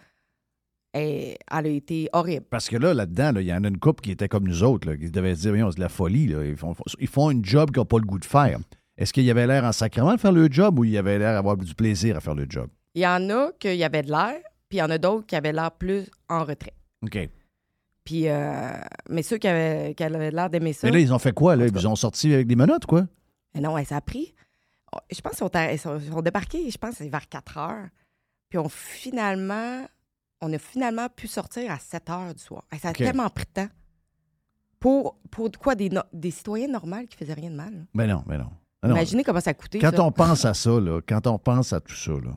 E: elle, elle a été horrible.
B: Parce que là, là-dedans, là, il y en a une couple qui était comme nous autres, là, qui devait se dire, voyons, c'est de la folie. là. Ils, font, ils font une job qu'ils n'ont pas le goût de faire. Est-ce qu'il y avait l'air en sacrement de faire le job ou il y avait l'air d'avoir du plaisir à faire le job?
E: Il y en a qui avaient de l'air, puis il y en a d'autres qui avaient l'air plus en retrait.
B: OK.
E: Puis, euh, mais ceux qui avaient, qui avaient l'air d'aimer ça,
B: Mais là, ils ont fait quoi? Là? Ils vous ont sorti avec des menottes, quoi?
E: mais non, elle s'est pris. Oh, Je pense qu'ils sont, arri- ils sont- ils sont débarqués, je pense, c'est vers 4 heures. Puis on finalement, on a finalement pu sortir à 7 heures du soir. Hey, Ça a
B: OK.
E: tellement pris de temps. Pour, pour de quoi des, no- des citoyens normaux qui faisaient rien de mal.
B: Ben non, ben non. Ben non.
E: Imaginez comment ça a coûté.
B: Quand
E: ça.
B: on pense à ça, là, quand on pense à tout ça, là.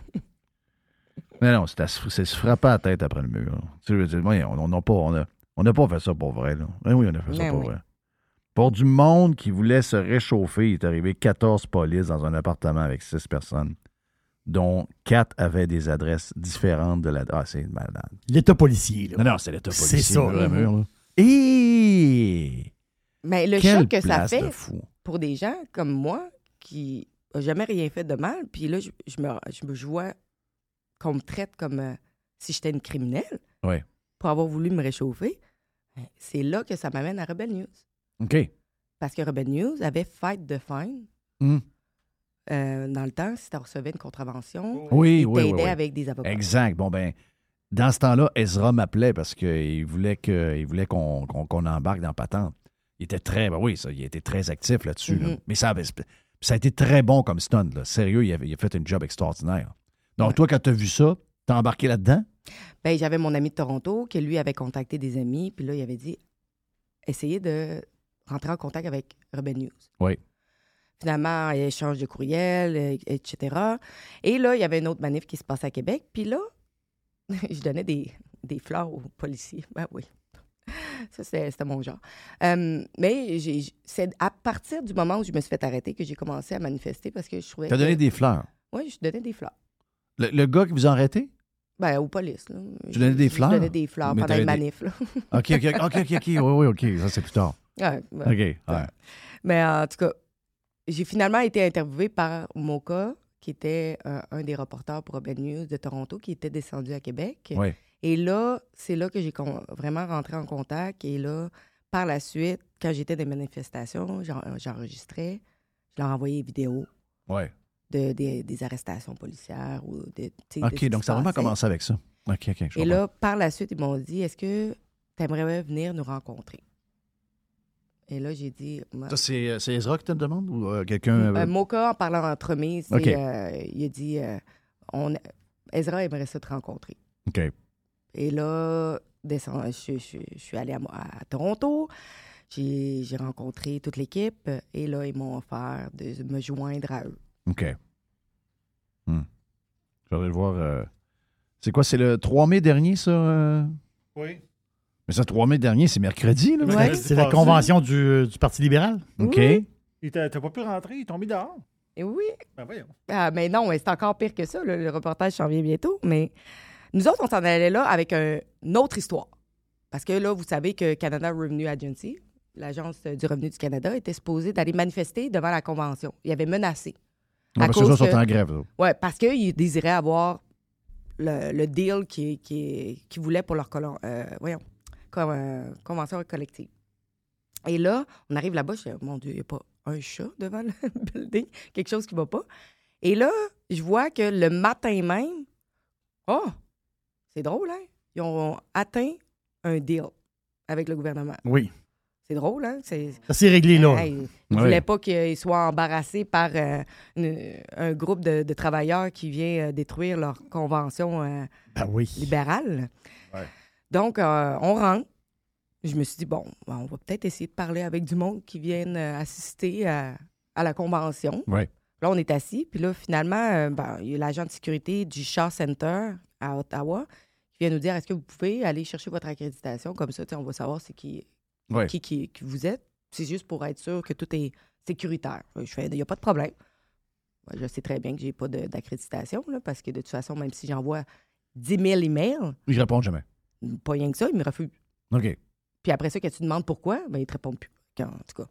E: *laughs*
B: Mais non, c'est à se- c'est se frapper à la tête après le mur. là. Tu sais, je veux dire, voyons, on n'a pas, on a- on n'a pas fait ça pour vrai. Là. Eh oui, on a fait ça
E: Ben
B: pour
E: oui.
B: vrai. Pour du monde qui voulait se réchauffer, il est arrivé 14 polices dans un appartement avec 6 personnes, dont 4 avaient des adresses différentes de la. Ah, c'est malade.
F: L'État policier, là.
B: Non, non, c'est l'état
F: C'est
B: policier.
F: ça.
B: mur à mur, là. Et
E: Mais le
B: quelle
E: choc que ça
B: place
E: fait
B: de fou.
E: pour des gens comme moi qui n'ont jamais rien fait de mal, puis là, je, je me, je me je vois qu'on me traite comme euh, si j'étais une criminelle
B: Ouais.
E: pour avoir voulu me réchauffer, ben, c'est là que ça m'amène à Rebel News.
B: OK.
E: Parce que Rebel News avait fight de fine.
B: Hmm.
E: Euh, dans le temps, si tu recevais une contravention,
B: Oui, oui,
E: ils
B: oui.
E: t'aidaient
B: oui.
E: avec des avocats.
B: Exact. Bon, ben, dans ce temps-là, Ezra m'appelait parce qu'il voulait que- il voulait qu'on qu'on- qu'on embarque dans Patente. Il était très, ben oui, ça, il était très actif là-dessus. là.
E: Mhm.
B: Mais ça, avait- ça a été très bon comme stunt. là. Sérieux, il, avait- il a fait une job extraordinaire. Donc,
E: Ouais.
B: toi, quand t'as vu ça, t'as embarqué là-dedans?
E: Ben, j'avais mon ami de Toronto qui, lui, avait contacté des amis. Puis là, il avait dit essayez de rentrer en contact avec Rebel News.
B: Oui.
E: Finalement, échange de courriel, euh, etc. Et là, il y avait une autre manif qui se passait à Québec. Puis là, *laughs* je donnais des, des fleurs aux policiers. Ben oui. Ça, c'était c'était mon genre. Euh, mais j'ai- j'ai- c'est à partir du moment où je me suis fait arrêter que j'ai commencé à manifester parce que je trouvais.
B: T'as donné des fleurs.
E: Oui, je donnais des fleurs.
B: Le, le gars qui vous a arrêté?
E: Ben, aux polices. Là.
B: Tu donnais des
E: Je
B: fleurs?
E: donnais des fleurs
B: Mais
E: pendant les
B: t'avais des-
E: manifs. là.
B: OK, OK, OK, OK, OK, oui, oui, OK, ça c'est plus tard.
E: Ouais, ouais.
B: OK, ouais.
E: Mais en tout cas, j'ai finalement été interviewée par Moka, qui était euh, un des reporters pour Robin News de Toronto, qui était descendu à Québec.
B: Ouais.
E: Et là, c'est là que j'ai con- vraiment rentré en contact. Et là, par la suite, quand j'étais des manifestations, j'en- euh, j'enregistrais, je leur envoyais des vidéos
B: ouais.
E: de, des- des arrestations policières. Ou de, tu sais, de ce
B: OK,
E: qui
B: donc
E: se
B: ça a vraiment
E: passait.
B: commencé avec ça. OK, OK, je
E: Et
B: comprends.
E: là, par la suite, ils m'ont dit, est-ce que tu aimerais venir nous rencontrer? Et là, j'ai dit, Moi,
B: Ça, c'est euh, c'est Ezra qui te le demande ou euh, quelqu'un?
E: Euh,
B: euh,
E: Moka, en parlant entre mes,
B: OK.
E: il a dit euh, on, Ezra aimerait ça te rencontrer.
B: OK.
E: Et là, descend, je, je- je suis allée à, Mo- à Toronto. J'ai j'ai rencontré toute l'équipe et là, ils m'ont offert de me joindre à eux.
B: OK. Hmm. Je vais aller le voir. euh, C'est quoi? C'est le 3 mai dernier, ça? euh?
H: Oui.
B: Mais ça, 3 mai dernier, c'est mercredi, là?
E: Ouais.
F: C'est la convention du, du Parti libéral?
B: OK.
H: Il t'a- T'as pas pu rentrer, il est tombé dehors.
E: Et oui.
F: Ben voyons.
E: Ah, mais non, c'est encore pire que ça. là. Le reportage s'en vient bientôt. Mais nous autres, on s'en allait là avec un- une autre histoire. Parce que là, vous savez que Canada Revenue Agency, l'agence euh, du revenu du Canada, était supposée d'aller manifester devant la Convention. Il avait menacé.
B: Non,
E: À
B: parce que eux
E: cause
B: autres
E: que-
B: sont en grève. eux autres.
E: Ouais, parce qu'ils désiraient avoir le, le deal qu'ils qui, qui voulaient pour leur colon- euh, voyons, comme, euh, convention collective. Et là, on arrive là-bas, je dis, mon Dieu, il n'y a pas un chat devant le *laughs* building, quelque chose qui va pas. Et là, je vois que le matin même, oh, c'est drôle, hein? Ils ont atteint un deal avec le gouvernement.
F: Oui.
E: C'est drôle, hein? C'est,
F: Ça s'est réglé là.
E: Hey, je
B: Ouais.
E: voulais pas qu'ils soient embarrassés par euh, une- un groupe de, de travailleurs qui vient euh, détruire leur convention euh,
F: Ben oui.
E: libérale. Donc, euh, on rentre. Je me suis dit, bon, ben, on va peut-être essayer de parler avec du monde qui vienne euh, assister à, à la convention.
B: Ouais.
E: Là, on est assis. Puis là, finalement, euh, ben, il y a l'agent de sécurité du Shaw Center à Ottawa qui vient nous dire, est-ce que vous pouvez aller chercher votre accréditation? Comme ça, tu sais, on va savoir c'est qui,
B: Ouais.
E: qui, qui- qui vous êtes. C'est juste pour être sûr que tout est sécuritaire. Euh, Je fais, il n'y a pas de problème. Ouais, Je sais très bien que j'ai pas de- d'accréditation, là, parce que de toute façon, même si j'envoie 10 000 emails,
B: Ils répondent jamais.
E: pas rien que ça, ils me refusent.
B: OK.
E: Puis après ça, quand tu demandes pourquoi, ben, ils te répondent plus. Quand- en tout cas,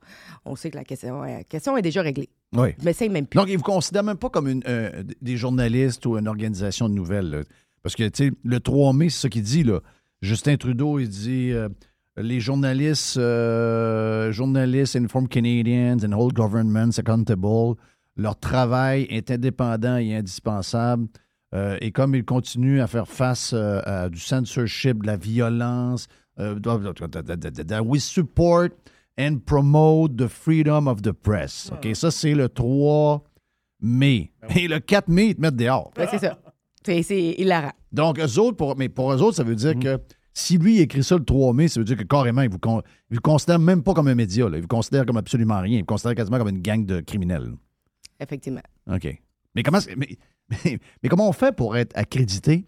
E: on sait que la question, la question est déjà réglée.
B: Oui.
E: Je m'essaye même plus.
B: Donc, ils vous considèrent même pas comme une, euh, des journalistes ou une organisation de nouvelles. là. Parce que, tu sais, le 3 mai, c'est ce qu'il dit, là. Justin Trudeau, il dit euh, les journalistes, euh, journalistes inform Canadians and hold governments accountable. Leur travail est indépendant et indispensable. Euh, et comme ils continuent à faire face euh, à du censorship, de la violence, euh, da- da- da- da- da- da- da- we support and promote the freedom of the press. OK, ça, c'est le 3 mai. Et le 4 mai, ils te mettent dehors.
E: Ouais, c'est ça. C'est c'est hilarant.
B: Donc, eux autres, pour, mais pour eux autres, ça veut dire que si lui écrit ça le 3 mai, ça veut dire que carrément, il vous, con- il vous considère même pas comme un média. Là. Il vous considère comme absolument rien. Il vous considère quasiment comme une gang de criminels.
E: Effectivement.
B: OK. Mais comment, c'est- mais, mais- mais comment on fait pour être accrédité?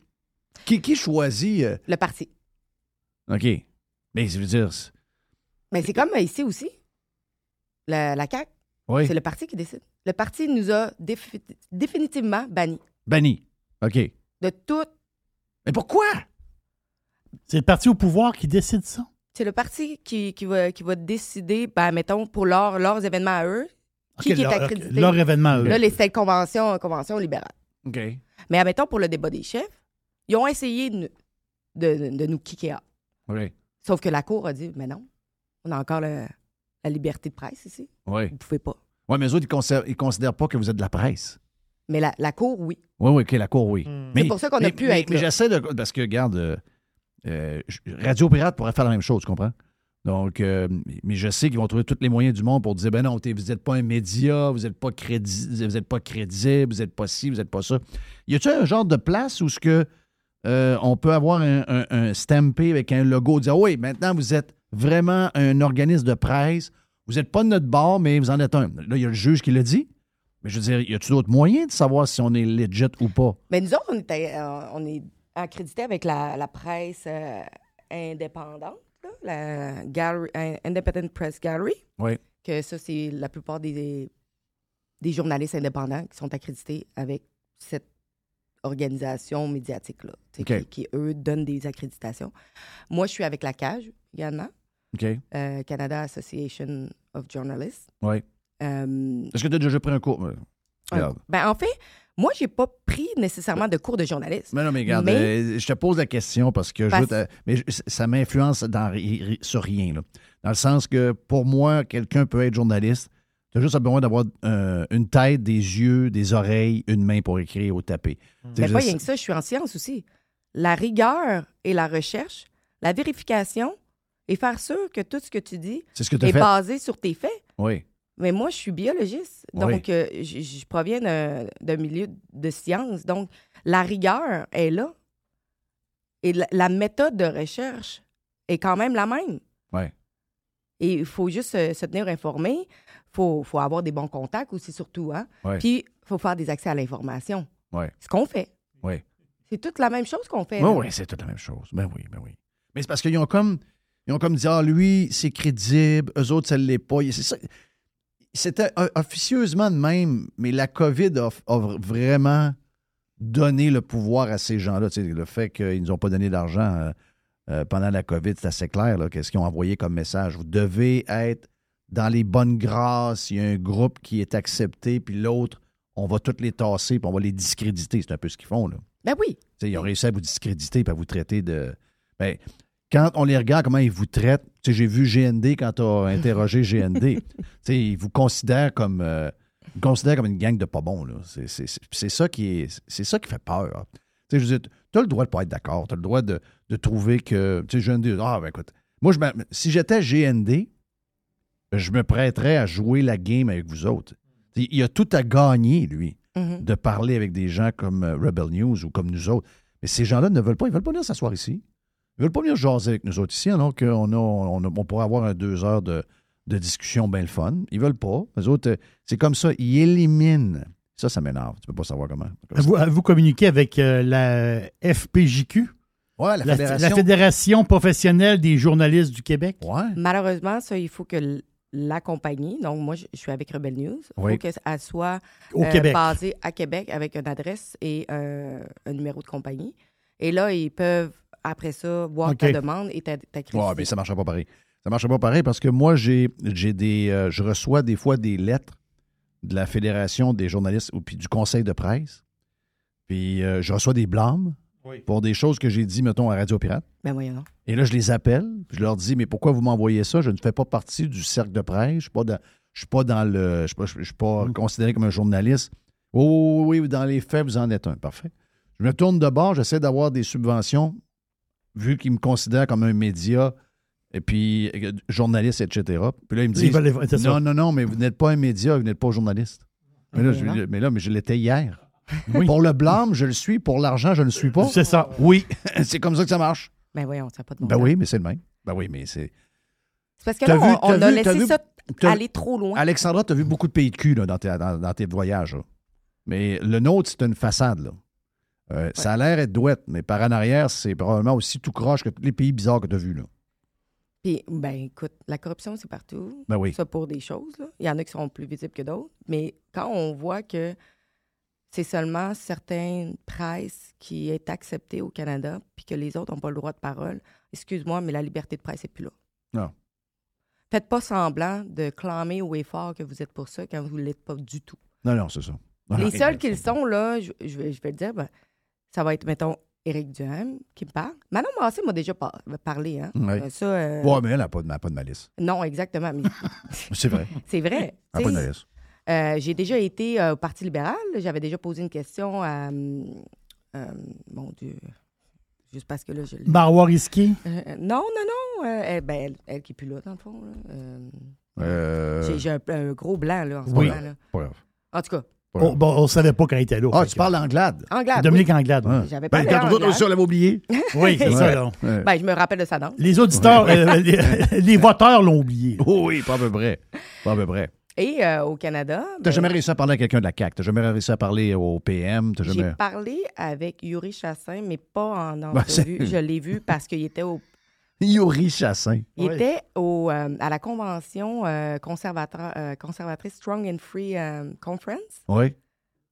B: Qui, qui choisit? euh,
E: Le parti.
B: OK. Mais je veux dire... c'est-
E: Mais c'est comme ici aussi. La, la CAQ,
B: Oui,
E: c'est le parti qui décide. Le parti nous a défi- définitivement bannis
B: banni. OK.
E: de tout.
B: Mais pourquoi?
F: C'est le parti au pouvoir qui décide ça.
E: C'est le parti qui, qui, va, qui va décider, ben, mettons, pour leur- leurs événements à eux, qui,
F: Ok,
E: qui est
F: leur, ok,
E: accrédité.
F: leur événement, eux.
E: Là, les c'était convention, convention libérale.
B: OK.
E: Mais admettons, pour le débat des chefs, ils ont essayé de, nous- de- de nous kicker out.
B: Oui.
E: Sauf que la Cour a dit, mais non, on a encore le- la liberté de presse ici.
B: Oui.
E: Vous pouvez pas.
B: Oui, mais eux autres, ils ne considèrent, ils considèrent pas que vous êtes de la presse.
E: Mais la, la Cour, oui.
B: Oui, oui, OK, la cour, oui. Mais-
E: Hmm. C'est pour ça qu'on a
B: mais-
E: pu
B: mais-
E: être
B: Mais
E: là.
B: j'essaie de. Parce que, regarde, euh, euh, je- Radio Pirate pourrait faire la même chose, tu comprends? Donc, euh, mais je sais qu'ils vont trouver tous les moyens du monde pour dire ben non, t'es- vous n'êtes pas un média, vous n'êtes pas, crédi- vous êtes pas crédible, vous n'êtes pas ci, vous n'êtes pas ça. Y a-t-il un genre de place où ce que euh, on peut avoir un, un, un stampé avec un logo, dire oui, maintenant vous êtes vraiment un organisme de presse, vous n'êtes pas de notre bord, mais vous en êtes un. Là, il y a le juge qui le dit. Mais je veux dire, y a-t-il d'autres moyens de savoir si on est legit ou pas?
E: Mais nous autres, on, était, euh, on est accrédités avec la, la presse euh, indépendante, là, la gallery- euh, Independent Press Gallery,
B: Oui.
E: que ça, c'est la plupart des, des journalistes indépendants qui sont accrédités avec cette organisation médiatique-là, tu sais,
B: OK.
E: qui, qui, eux, donnent des accréditations. Moi, je suis avec la CAGE également,
B: OK.
E: euh, Canada Association of Journalists.
B: Oui.
E: Euh,
B: Est-ce que tu as déjà pris un cours? Euh, Regarde.
E: ben, en fait, moi, j'ai pas pris nécessairement de cours de journalisme.
B: Mais non, mais regarde,
E: Mais-
B: euh, je te pose la question parce que je
E: Parce-
B: veux t'a- mais je- ça m'influence dans ri- ri- sur rien. là. Dans le sens que pour moi, quelqu'un peut être journaliste. Tu as juste besoin d'avoir euh, une tête, des yeux, des oreilles, une main pour écrire ou taper. Tu sais,
E: Hmm. Mais
B: je-
E: pas rien que ça, je suis en sciences aussi. La rigueur et la recherche, la vérification et faire sûr que tout ce que tu dis
B: C'est ce que tu
E: est
B: as fait.
E: basé sur tes faits.
B: Oui.
E: Mais moi, je suis biologiste,
B: Oui.
E: donc euh, j- je proviens d'un d'un milieu de sciences. Donc, la rigueur est là. Et la, la méthode de recherche est quand même la même.
B: Ouais.
E: Et il faut juste euh, se tenir informé. Il faut, faut avoir des bons contacts aussi, surtout. Hein?
B: Ouais.
E: Puis, il faut faire des accès à l'information.
B: Ouais.
E: Ce qu'on fait.
B: Ouais.
E: C'est toute la même chose qu'on fait.
B: Oui,
E: là.
B: oui, c'est toute la même chose. Ben oui, ben oui. Mais c'est parce qu'ils ont comme ils ont comme dit Ah, lui, c'est crédible, eux autres, ça ne l'est pas. C'est ça. C'était euh, officieusement de même, mais la COVID a, a vraiment donné le pouvoir à ces gens-là. Tu sais, le fait qu'ils ne nous ont pas donné d'argent euh, euh, pendant la COVID, c'est assez clair. là, Qu'est-ce qu'ils ont envoyé comme message? Vous devez être dans les bonnes grâces. Il y a un groupe qui est accepté, puis l'autre, on va toutes les tasser, puis on va les discréditer. C'est un peu ce qu'ils font. Là.
E: Ben oui.
B: Tu sais, ils ont réussi à vous discréditer et à vous traiter de. Ben, quand on les regarde, comment ils vous traitent, tu sais, j'ai vu GND quand tu as interrogé GND. Tu sais, ils vous considèrent comme. euh, ils vous considèrent comme une gang de pas bons. là. C'est- c'est- C'est c'est ça, qui est- c'est ça qui fait peur. Tu sais, je veux dire, tu as le droit de pas être d'accord. Tu as le droit de, de trouver que. Tu sais, GND, ah, ben écoute. Moi, je m'en- si j'étais GND, je me prêterais à jouer la game avec vous autres. Tu sais, Il a tout à gagner, lui
E: Mhm.
B: de parler avec des gens comme euh, Rebel News ou comme nous autres. Mais ces gens-là ne veulent pas, ils veulent pas venir s'asseoir ici. Ils veulent pas venir jaser avec nous autres ici, alors qu'on a, on, a- on pourrait avoir un deux heures de, de discussion bien le fun. Ils veulent pas. Les autres, euh, c'est comme ça, ils éliminent. Ça, ça m'énerve. Tu peux pas savoir comment.
F: Vous, vous communiquez avec euh, la FPJQ,
B: Ouais, la,
F: la,
B: fédération.
F: la Fédération professionnelle des journalistes du Québec.
B: Ouais.
E: Malheureusement, ça, il faut que l- la compagnie, donc moi, je je suis avec Rebel News, il
B: Oui.
E: faut qu'elle soit
F: Au
E: euh,
F: Québec.
E: basée à Québec avec une adresse et euh, un numéro de compagnie. Et là, ils peuvent, après ça, voir
F: OK.
E: ta demande et ta, ta critique.
B: Ouais, mais ça marchera pas pareil. Ça marchera pas pareil parce que moi, j'ai, j'ai des, euh, je reçois des fois des lettres de la Fédération des journalistes ou puis du Conseil de presse. Puis euh, je reçois des blâmes pour des choses que j'ai dit, mettons, à Radio Pirate.
E: Ben voyons donc.
B: Et là, je les appelle, puis je leur dis, mais pourquoi vous m'envoyez ça? Je ne fais pas partie du cercle de presse, je ne suis pas dans, je suis pas dans le. Je suis pas, je suis pas
F: Mm.
B: considéré comme un journaliste. Oh, oui, oui, dans les faits, vous en êtes un. Parfait. Je me tourne de bord, j'essaie d'avoir des subventions, vu qu'ils me considèrent comme un média, et puis euh, journaliste, etc. Puis là, ils me
F: Ils
B: disent,
F: veulent les- c'est ça.
B: non, non, non, mais vous n'êtes pas un média, vous n'êtes pas journaliste. Mais là, je,
E: Voilà.
B: mais là, mais je l'étais hier.
F: hein? Oui.
B: Pour le blâme, je le suis. Pour l'argent, je ne le suis pas.
F: C'est ça. Oui.
B: C'est comme ça que ça marche.
E: Ben voyons, ça n'a pas de bon
B: Ben
E: sens.
B: oui, mais c'est le même. Ben oui, mais c'est.
E: C'est parce que
B: T'as
E: là,
B: vu-
E: on, on
B: t'as
E: a
B: vu- t'as
E: laissé
B: vu-
E: ça
B: t'as-
E: aller trop loin.
B: Alexandra, t'as vu beaucoup de pays de cul là, dans, tes, dans- dans tes voyages. là. Mais le nôtre, c'est une façade. Là. Euh, Ça a l'air être douette, mais par en arrière, c'est probablement aussi tout croche que tous les pays bizarres que t'as vus. là.
E: Puis, ben écoute, la corruption, c'est partout.
B: Ben oui.
E: Ça pour des choses. là. Il y en a qui sont plus visibles que d'autres. Mais quand on voit que c'est seulement certaines presses qui est acceptée au Canada, puis que les autres n'ont pas le droit de parole, excuse-moi, mais la liberté de presse n'est plus là.
B: Non.
E: Faites pas semblant de clamer haut et fort que vous êtes pour ça quand vous ne l'êtes pas du tout.
B: Non, non, c'est ça. Non, non,
E: Les seuls
B: et-
E: qui le sont, là, je, je vais, je vais le dire, ben, ça va être, mettons, Éric Duhem qui me parle. Manon Massé m'a déjà par- parlé. Hein.
B: Ouais.
E: Euh, Ça, euh,
B: Ouais, mais elle n'a pas, de- elle a pas de malice.
E: Non, exactement. mais
B: C'est vrai. *laughs*
E: c'est vrai.
B: Elle n'a
E: Tu
B: Ah, pas
E: sais,
B: de malice.
E: euh, j'ai déjà été euh, au Parti libéral. J'avais déjà posé une question à. hum, hum, mon Dieu. Juste parce que là, je l'ai-
B: Bah.
F: Marois Risky.
E: Euh, non, non, non. euh, elle, ben, elle, elle qui est plus là, dans le fond. là. Euh,
B: Euh,
E: j'ai- J'ai un, un gros blanc, là, en ce
B: Oui.
E: moment. là.
B: pas grave.
E: En tout cas,
B: Ouais.
F: Oh, bon, on ne savait pas quand il était là.
B: Ah,
F: Fait
B: tu
F: que-
B: parles anglade.
E: Anglade.
F: Dominique Anglade.
B: Ah, Ouais.
E: J'avais pas
B: Ben,
E: parlé
B: quand vous autres
E: anglade.
B: aussi, on l'avait oublié.
F: Oui, c'est
B: Ouais.
F: ça. là.
B: Ouais.
E: Ben, je me rappelle de sa danse.
F: Les auditeurs, euh, les, les voteurs l'ont oublié.
B: Oh oui, pas à peu près. Pas à peu près.
E: Et euh, au Canada,
B: T'as
E: ben,
B: jamais réussi à parler à quelqu'un de la CAQ. T'as jamais réussi à parler au PM. T'as
E: j'ai
B: jamais. *laughs*
E: parlé avec Yuri Chassin, mais pas en
B: Ben, c'est-
E: entrevue. je l'ai vu parce qu'il était au
B: Yuri Chassin.
E: Il
F: Oui.
E: était au, euh, à la convention euh, conservateur- euh, conservatrice Strong and Free euh, Conference.
B: Oui.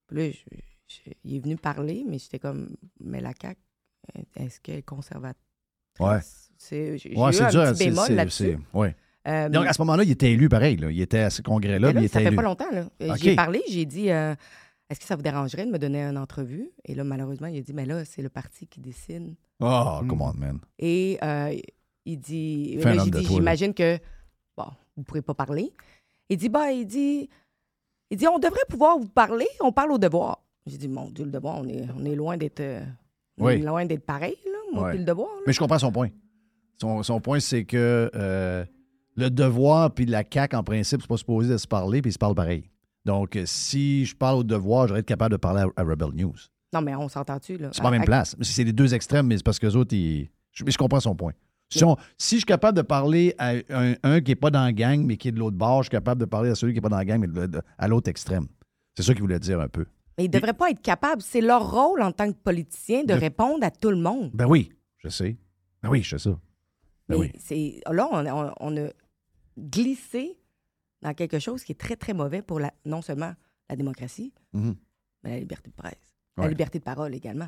E: Puis là, je- je- il est venu parler, mais j'étais comme, mais la CAQ, euh, est-ce qu'elle est conservatrice?
B: Ouais.
E: C'est, j'ai j'ai
B: Ouais,
E: eu
B: c'est
E: un
B: dur.
E: petit
B: c'est-
E: bémol
B: c'est-
E: là-dessus.
B: c'est- ouais.
E: Euh,
B: Donc, à ce moment-là, il était élu pareil. Là. Il était à ce congrès-là,
E: mais
B: mais
E: là,
B: il
E: ça
B: était
E: fait
B: élu.
E: pas longtemps. là. Euh,
B: OK.
E: J'ai parlé, j'ai dit, euh, est-ce que ça vous dérangerait de me donner une entrevue? Et là, malheureusement, il a dit, mais là, c'est le parti qui décide. Mm.
B: Oh, come on, man.
E: Et euh, il dit,
B: Fais un
E: là,
B: homme
E: j'ai
B: de
E: dit,
B: toi, là.
E: j'imagine que, bon, vous ne pourrez pas parler. Il dit, bah, il dit, il dit, on devrait pouvoir vous parler, on parle au devoir. J'ai dit, mon Dieu, le devoir, on est, on est loin d'être, euh, on
B: Oui.
E: est loin d'être pareil, là, moi,
B: Ouais.
E: puis le devoir. là.
B: Mais je comprends son point. Son, son point, c'est que euh, le devoir puis la CAQ, en principe, c'est pas supposé de se parler, puis ils se parlent pareil. Donc, euh, si je parle au devoir, j'aurais être capable de parler à, à Rebel News.
E: Non, mais on s'entend-tu, là? Ah,
B: C'est pas la même
E: À-
B: place. Mais C'est les deux extrêmes, mais c'est parce que les autres, ils... je, mais je comprends son point. Si, on- si je suis capable de parler à un, un qui n'est pas dans la gang, mais qui est de l'autre bord, je suis capable de parler à celui qui n'est pas dans la gang, mais de- de- à l'autre extrême. C'est ça qu'il voulait dire un peu.
E: Mais ils ne devraient pas être capables. C'est leur rôle en tant que politicien de
B: De-
E: répondre à tout le monde.
B: Ben oui, je sais. Ben oui, je sais ça. Ben
E: Mais
B: oui.
E: c'est- là, on, on- on a glissé dans quelque chose qui est très, très mauvais pour la, non seulement la démocratie,
B: Mhm.
E: mais la liberté de presse.
B: Ouais.
E: La liberté de parole également.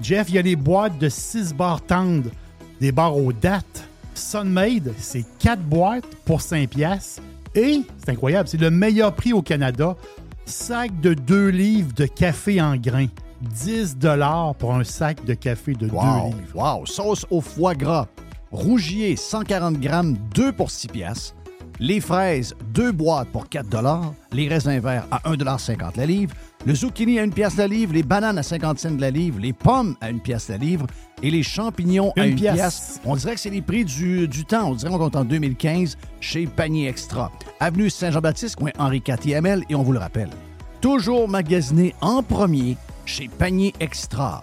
F: Jeff, il y a les boîtes de 6 bars tendres, des bars aux dates. Sunmade, c'est 4 boîtes pour 5 piastres. Et, c'est incroyable, c'est le meilleur prix au Canada. Sac de 2 livres de café en grains. 10 dollars pour un sac de café de 2
B: Wow,
F: livres.
B: wow. Sauce au foie gras. Rougier, 140 grammes, 2 pour 6 piastres. Les fraises, 2 boîtes pour 4 dollars. Les raisins verts à 1,50 la livre. Le zucchini à 1 pièce la livre. Les bananes à 50 cents la livre. Les pommes à 1 pièce la livre. Et les champignons à
F: Une
B: 1 pièce.
F: pièce.
B: On dirait que c'est les prix du, du temps. On dirait qu'on compte en 2015 chez Panier Extra. Avenue Saint-Jean-Baptiste, coin Henri IVML. Et on vous le rappelle, toujours magasiné en premier chez Panier Extra.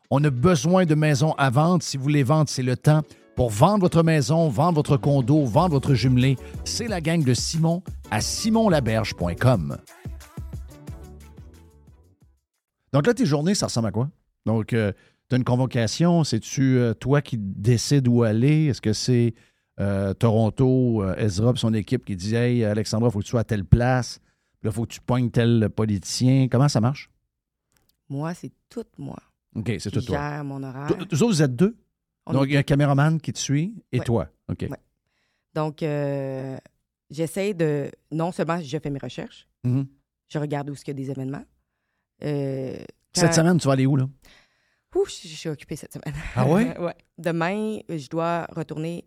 B: On a besoin de maisons à vendre. Si vous voulez vendre, c'est le temps. Pour vendre votre maison, vendre votre condo, vendre votre jumelé, c'est la gang de Simon à simonlaberge.com. Donc là, tes journées, ça ressemble à quoi? Donc, euh, tu as une convocation, c'est-tu euh, toi qui décides où aller? Est-ce que c'est euh, Toronto, euh, Ezra et son équipe qui dit Hey, Alexandra, il faut que tu sois à telle place, là, il faut que tu pognes tel politicien. Comment ça marche?
E: Moi, c'est tout moi
B: OK, c'est
E: qui
B: tout toi.
E: gère mon horaire.
B: Toi- Vous autres, vous êtes deux?
E: On
B: Donc,
E: est-
B: il y a un caméraman qui te suit et
E: Ouais.
B: toi. OK.
E: Ouais. Donc, euh, j'essaie de. Non seulement je fais mes recherches,
B: Mhm.
E: je regarde où est-ce qu'il y a des événements. Euh, quand-
B: Cette semaine, tu vas aller où, là?
E: Ouh, je, je suis occupée cette semaine.
B: Ah
E: *laughs*
B: ouais?
E: Demain, je dois retourner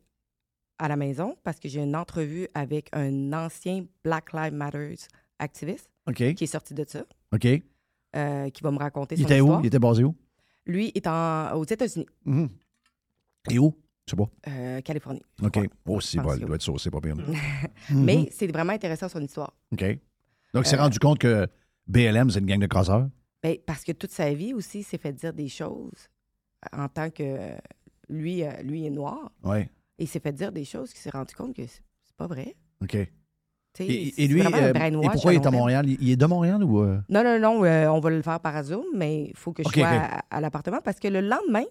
E: à la maison parce que j'ai une entrevue avec un ancien Black Lives Matter activiste
B: OK.
E: qui est sorti de ça,
B: OK.
E: euh, qui va me raconter
B: Il
E: son
B: était où?
E: histoire.
B: Il était basé où?
E: Lui est en- aux États-Unis,
B: Mhm. Et où? Je sais pas.
E: euh, Californie.
B: OK. Oh, c'est
E: Je pense
B: bon,
E: que
B: il
E: oui.
B: doit être saucé, pas pire.
E: *laughs*
B: Mhm.
E: Mais c'est vraiment intéressant son histoire.
B: OK. Donc, c'est
E: Euh,
B: rendu compte que BLM, c'est une gang de crosseurs.
E: Ben, parce que toute sa vie aussi s'est fait dire des choses en tant que euh, lui, euh, lui est noir.
B: Oui.
E: Et il s'est fait dire des choses qu'il s'est rendu compte que c'est c'est pas vrai.
B: OK. Et,
E: Tu sais,
B: et-
E: c'est
B: et lui,
E: vraiment un
B: euh,
E: brainwash
B: et pourquoi
E: à
B: il est à
E: long terme.
B: Montréal? Il il est de Montréal ou. euh?
E: Non, non, non, euh, on va le faire par Zoom, mais il faut que je
B: Ok,
E: sois
B: ok.
E: à, à l'appartement parce que le lendemain,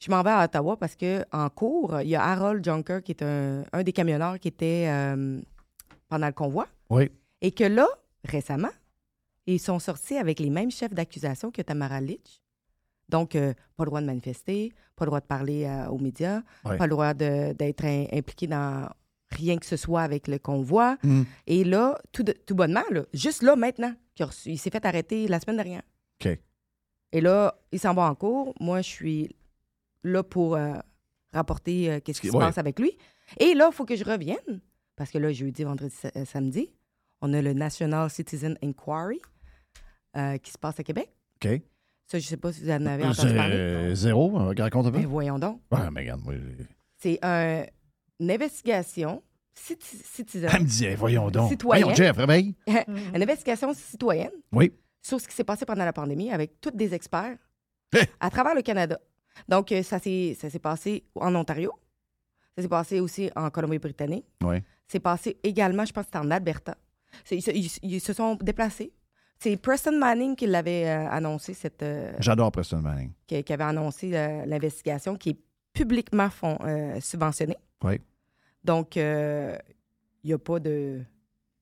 E: je m'en vais à Ottawa parce que en cours, il y a Harold Junker qui est un, un des camionneurs qui était euh, pendant le convoi.
B: Oui.
E: Et que là, récemment, ils sont sortis avec les mêmes chefs d'accusation que Tamara Litch. Donc, euh, pas le droit de manifester, pas le droit de parler euh, aux médias,
B: Ouais.
E: pas le droit de- d'être in- impliqué dans rien que ce soit avec le convoi.
B: Mm.
E: Et là, tout, de- tout bonnement, là, juste là, maintenant, qu'il a reçu- il s'est fait arrêter la semaine dernière.
B: OK.
E: Et là, il s'en va en cours. Moi, je suis là pour euh, rapporter euh, qu'est-ce qui se
B: Ouais.
E: passe avec lui. Et là, il faut que je revienne, parce que là, jeudi, vendredi, sa- euh, samedi, on a le National Citizen Inquiry euh, qui se passe à Québec.
B: OK.
E: Ça, je sais pas si vous en avez entendu
B: Euh,
E: parler.
B: Zéro, euh, raconte un peu.
E: Mais voyons donc.
B: Ouais, Ah, mais regarde, moi,
E: C'est un- une investigation citi- citizen,
B: elle me disait, voyons donc.
E: Citoyen.
B: Voyons, Jeff, réveille.
E: une investigation citoyenne
B: Oui.
E: sur ce qui s'est passé pendant la pandémie avec tous des experts
B: Hein?
E: à travers le Canada. Donc, euh, ça s'est ça s'est passé en Ontario. Ça s'est passé aussi en Colombie-Britannique.
B: Oui.
E: C'est passé également, je pense, que c'était en Alberta. C'est- Ils, se- ils- ils se sont déplacés. C'est Preston Manning qui l'avait euh, annoncé, cette, euh,
B: J'adore Preston Manning.
E: qui, qui avait annoncé euh, l'investigation qui est publiquement fond- euh, subventionnée.
B: Oui.
E: Donc, euh, il n'y a pas de,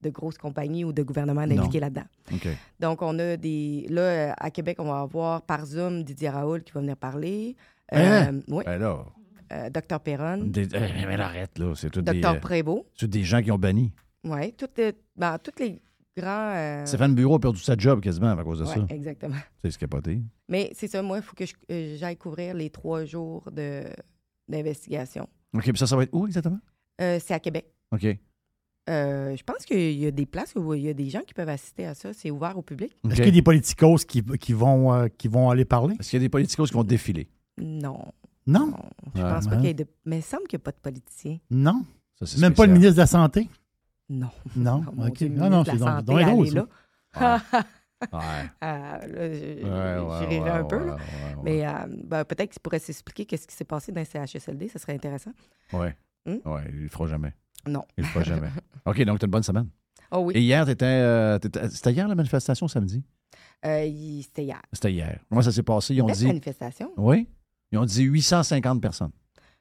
E: de grosses compagnies ou de gouvernement impliqué là-dedans.
B: OK.
E: Donc, on a des. Là, euh, à Québec, on va avoir par Zoom Didier Raoul qui va venir parler. euh,
B: Hein?
E: Oui.
B: Ben là,
E: euh, Docteur Perron.
B: des- euh, mais là, arrête, là. C'est tous des,
E: Docteur Euh.
B: euh,
E: Prévost.
B: c'est des gens qui ont banni.
E: Oui. Toutes les, ben, toutes les grands. euh,
B: Stéphane Bureau a perdu sa job quasiment à cause de
E: ouais,
B: ça.
E: exactement.
B: C'est ce capoté.
E: Mais c'est ça, moi, il faut que je- euh, j'aille couvrir les trois jours de- d'investigation.
B: OK, puis ça, ça va être où exactement?
E: Euh, c'est à Québec.
B: OK.
E: Euh, je pense qu'il y a des places où il y a des gens qui peuvent assister à ça. C'est ouvert au public?
B: OK.
F: Est-ce qu'il y a des politicos qui, qui vont, euh, qui vont aller parler?
B: Est-ce qu'il y a des politicos qui vont défiler?
E: Non.
F: Non,
E: non. Je
B: Ah,
E: pense pas
F: non.
E: qu'il y ait de. Mais il semble qu'il n'y a pas de politiciens.
F: non.
B: Ça, c'est
F: Même pas le
B: spécial.
F: ministre de la Santé?
E: Non.
F: Non,
E: Oh, mon
F: OK.
E: Dieu,
F: non, non,
E: ministre
F: c'est
E: de la
F: donc,
E: Santé,
F: donc drôle,
E: allez
F: ça.
E: là.
B: Ah,
E: *laughs*
B: Ouais.
E: Ah, là, je,
B: Ouais,
E: je-
B: ouais,
E: je rirais
B: ouais,
E: un peu.
B: ouais,
E: là.
B: ouais, ouais.
E: Mais euh, ben, peut-être qu'il pourrait s'expliquer qu'est-ce qui s'est passé dans les CHSLD. Ça serait intéressant.
B: Ouais.
E: Hmm?
B: Ouais, il le fera jamais.
E: Non.
B: Il le fera
E: *laughs*
B: jamais. OK, donc t'as une bonne semaine.
E: Oh oui,
B: Et hier, t'étais. euh, t'étais- C'était hier la manifestation samedi?
E: euh, il- c'était hier.
B: C'était hier. Comment ça s'est passé? Ils ont
E: Cette
B: dit.
E: manifestation,
B: Oui? Ils ont dit 850 personnes.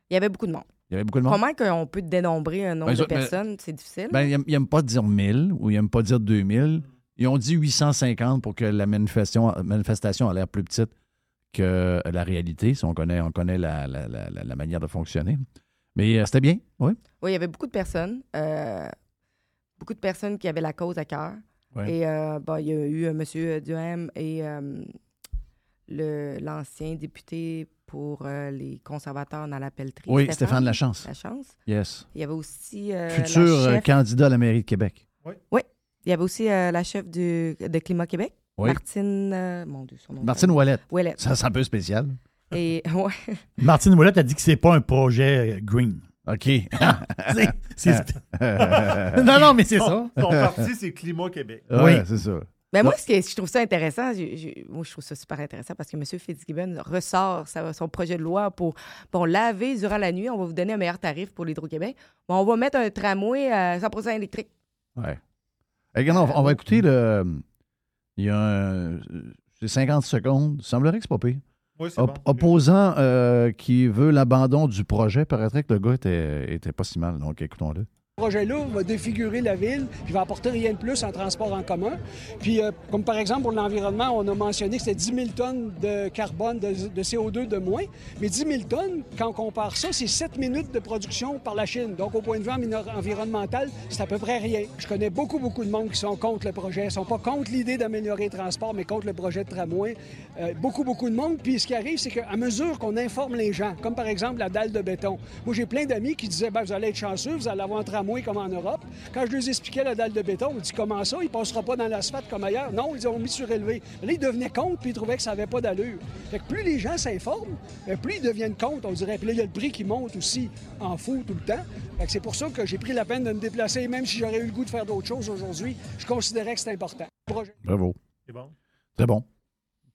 E: il y avait beaucoup de monde.
B: Il y avait beaucoup de monde.
E: Comment qu'on peut dénombrer un nombre
B: Ben, ils
E: de
B: ont- ben,
E: personnes, c'est difficile.
B: Ben, ils aiment- ils n'aiment pas dire 1000 ou ils n'aiment pas dire 2000. Ils ont dit 850 pour que la manifestation, manifestation a l'air plus petite que la réalité, si on connaît, on connaît la, la- la- la- la manière de fonctionner. Mais euh, c'était bien, oui.
E: Oui, il y avait beaucoup de personnes. euh, beaucoup de personnes qui avaient la cause à cœur.
B: Ouais.
E: Et euh, ben, il y a eu euh, M. Duhem et euh, le- l'ancien député pour euh, les conservateurs dans la pelleterie.
B: Oui, Stéphane Lachance.
E: La chance.
B: Yes.
E: Il y avait aussi euh,
B: Futur
E: la
B: euh,
E: chef-
B: candidat à la mairie de Québec.
E: Il y avait aussi euh, la chef du, de Climat Québec,
B: Oui.
E: Martine. euh, mon Dieu, son nom.
B: Martine Ouellette.
E: Ouellet.
B: Ça, c'est un peu spécial.
E: Et *laughs* ouais,
F: Martine Ouellette a dit que c'est pas un projet euh, green.
E: *laughs*
B: OK.
F: C'est- c'est- Ah. *laughs* non, non, mais c'est ça.
I: Son parti, c'est Climat Québec.
B: Ouais, c'est ça.
E: mais Ben, moi, ce que je trouve ça intéressant, je, je- moi, je trouve ça super intéressant parce que M. Fitzgibbon ressort sa- son projet de loi pour bon laver durant la nuit. On va vous donner un meilleur tarif pour l'Hydro-Québec. Bon, on va mettre un tramway à 100 électrique.
B: Ouais. Eh, Regarde, on, va- on va écouter le. euh, Il y a un- euh, c'est 50 secondes. Il semblerait que c'est pas pire.
I: Oui, c'est
B: Op-
I: bon.
B: Opposant euh, qui veut l'abandon du projet, paraîtrait que le gars était, était pas si mal. Donc, écoutons-le.
J: projet-là va défigurer la ville, puis va apporter rien de plus en transport en commun. Puis, euh, comme par exemple pour l'environnement, on a mentionné que c'était 10 000 tonnes de carbone, de, de CO2 de moins. Mais 10 000 tonnes, quand on compare ça, c'est 7 minutes de production par la Chine. Donc, au point de vue envi- environnemental, c'est à peu près rien. Je connais beaucoup, beaucoup de monde qui sont contre le projet. Ils sont pas contre l'idée d'améliorer les transports, mais contre le projet de tramway. Euh, beaucoup, beaucoup de monde. Puis, ce qui arrive, c'est qu'à mesure qu'on informe les gens, comme par exemple la dalle de béton, moi, j'ai plein d'amis qui disaient, ben, vous allez être chanceux, vous allez avoir un tramway comme en Europe. Quand je leur expliquais la dalle de béton, ils disaient, comment ça, il passera pas dans l'asphalte comme ailleurs? Non, ils ont mis surélevé. Là, ils devenaient compte, puis ils trouvaient que ça n'avait pas d'allure. Fait que plus les gens s'informent, ben, plus ils deviennent compte, on dirait. Puis là, il y a le prix qui monte aussi en fou tout le temps. Fait que c'est pour ça que j'ai pris la peine de me déplacer, Et même si j'aurais eu le goût de faire d'autres choses aujourd'hui, je considérais que c'était important. Projet-
B: Bravo.
I: C'est bon.
B: Très bon.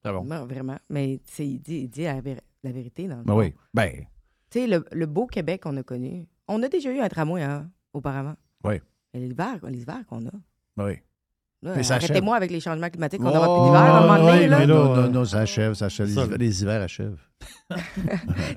B: Très bon.
E: Non, vraiment. Mais tu sais, il dit, il dit la, vér- la vérité. Dans le
B: Ben
E: fond.
B: oui. Ben,
E: Tu sais, le, le beau Québec qu'on a connu, on a déjà eu un tramway hein, auparavant.
B: Oui.
E: Mais l'hiver, les hivers qu'on a.
B: ben oui.
E: Là,
B: Mais ça
E: Arrêtez-moi avec les changements climatiques. On
B: Oh,
E: aura plus d'hiver à un moment donné.
F: ouais,
E: là.
F: mais là,
B: non,
F: euh,
B: non, non, ça achève, ça achève. Les,
F: ça-
B: hivers- les hivers achèvent.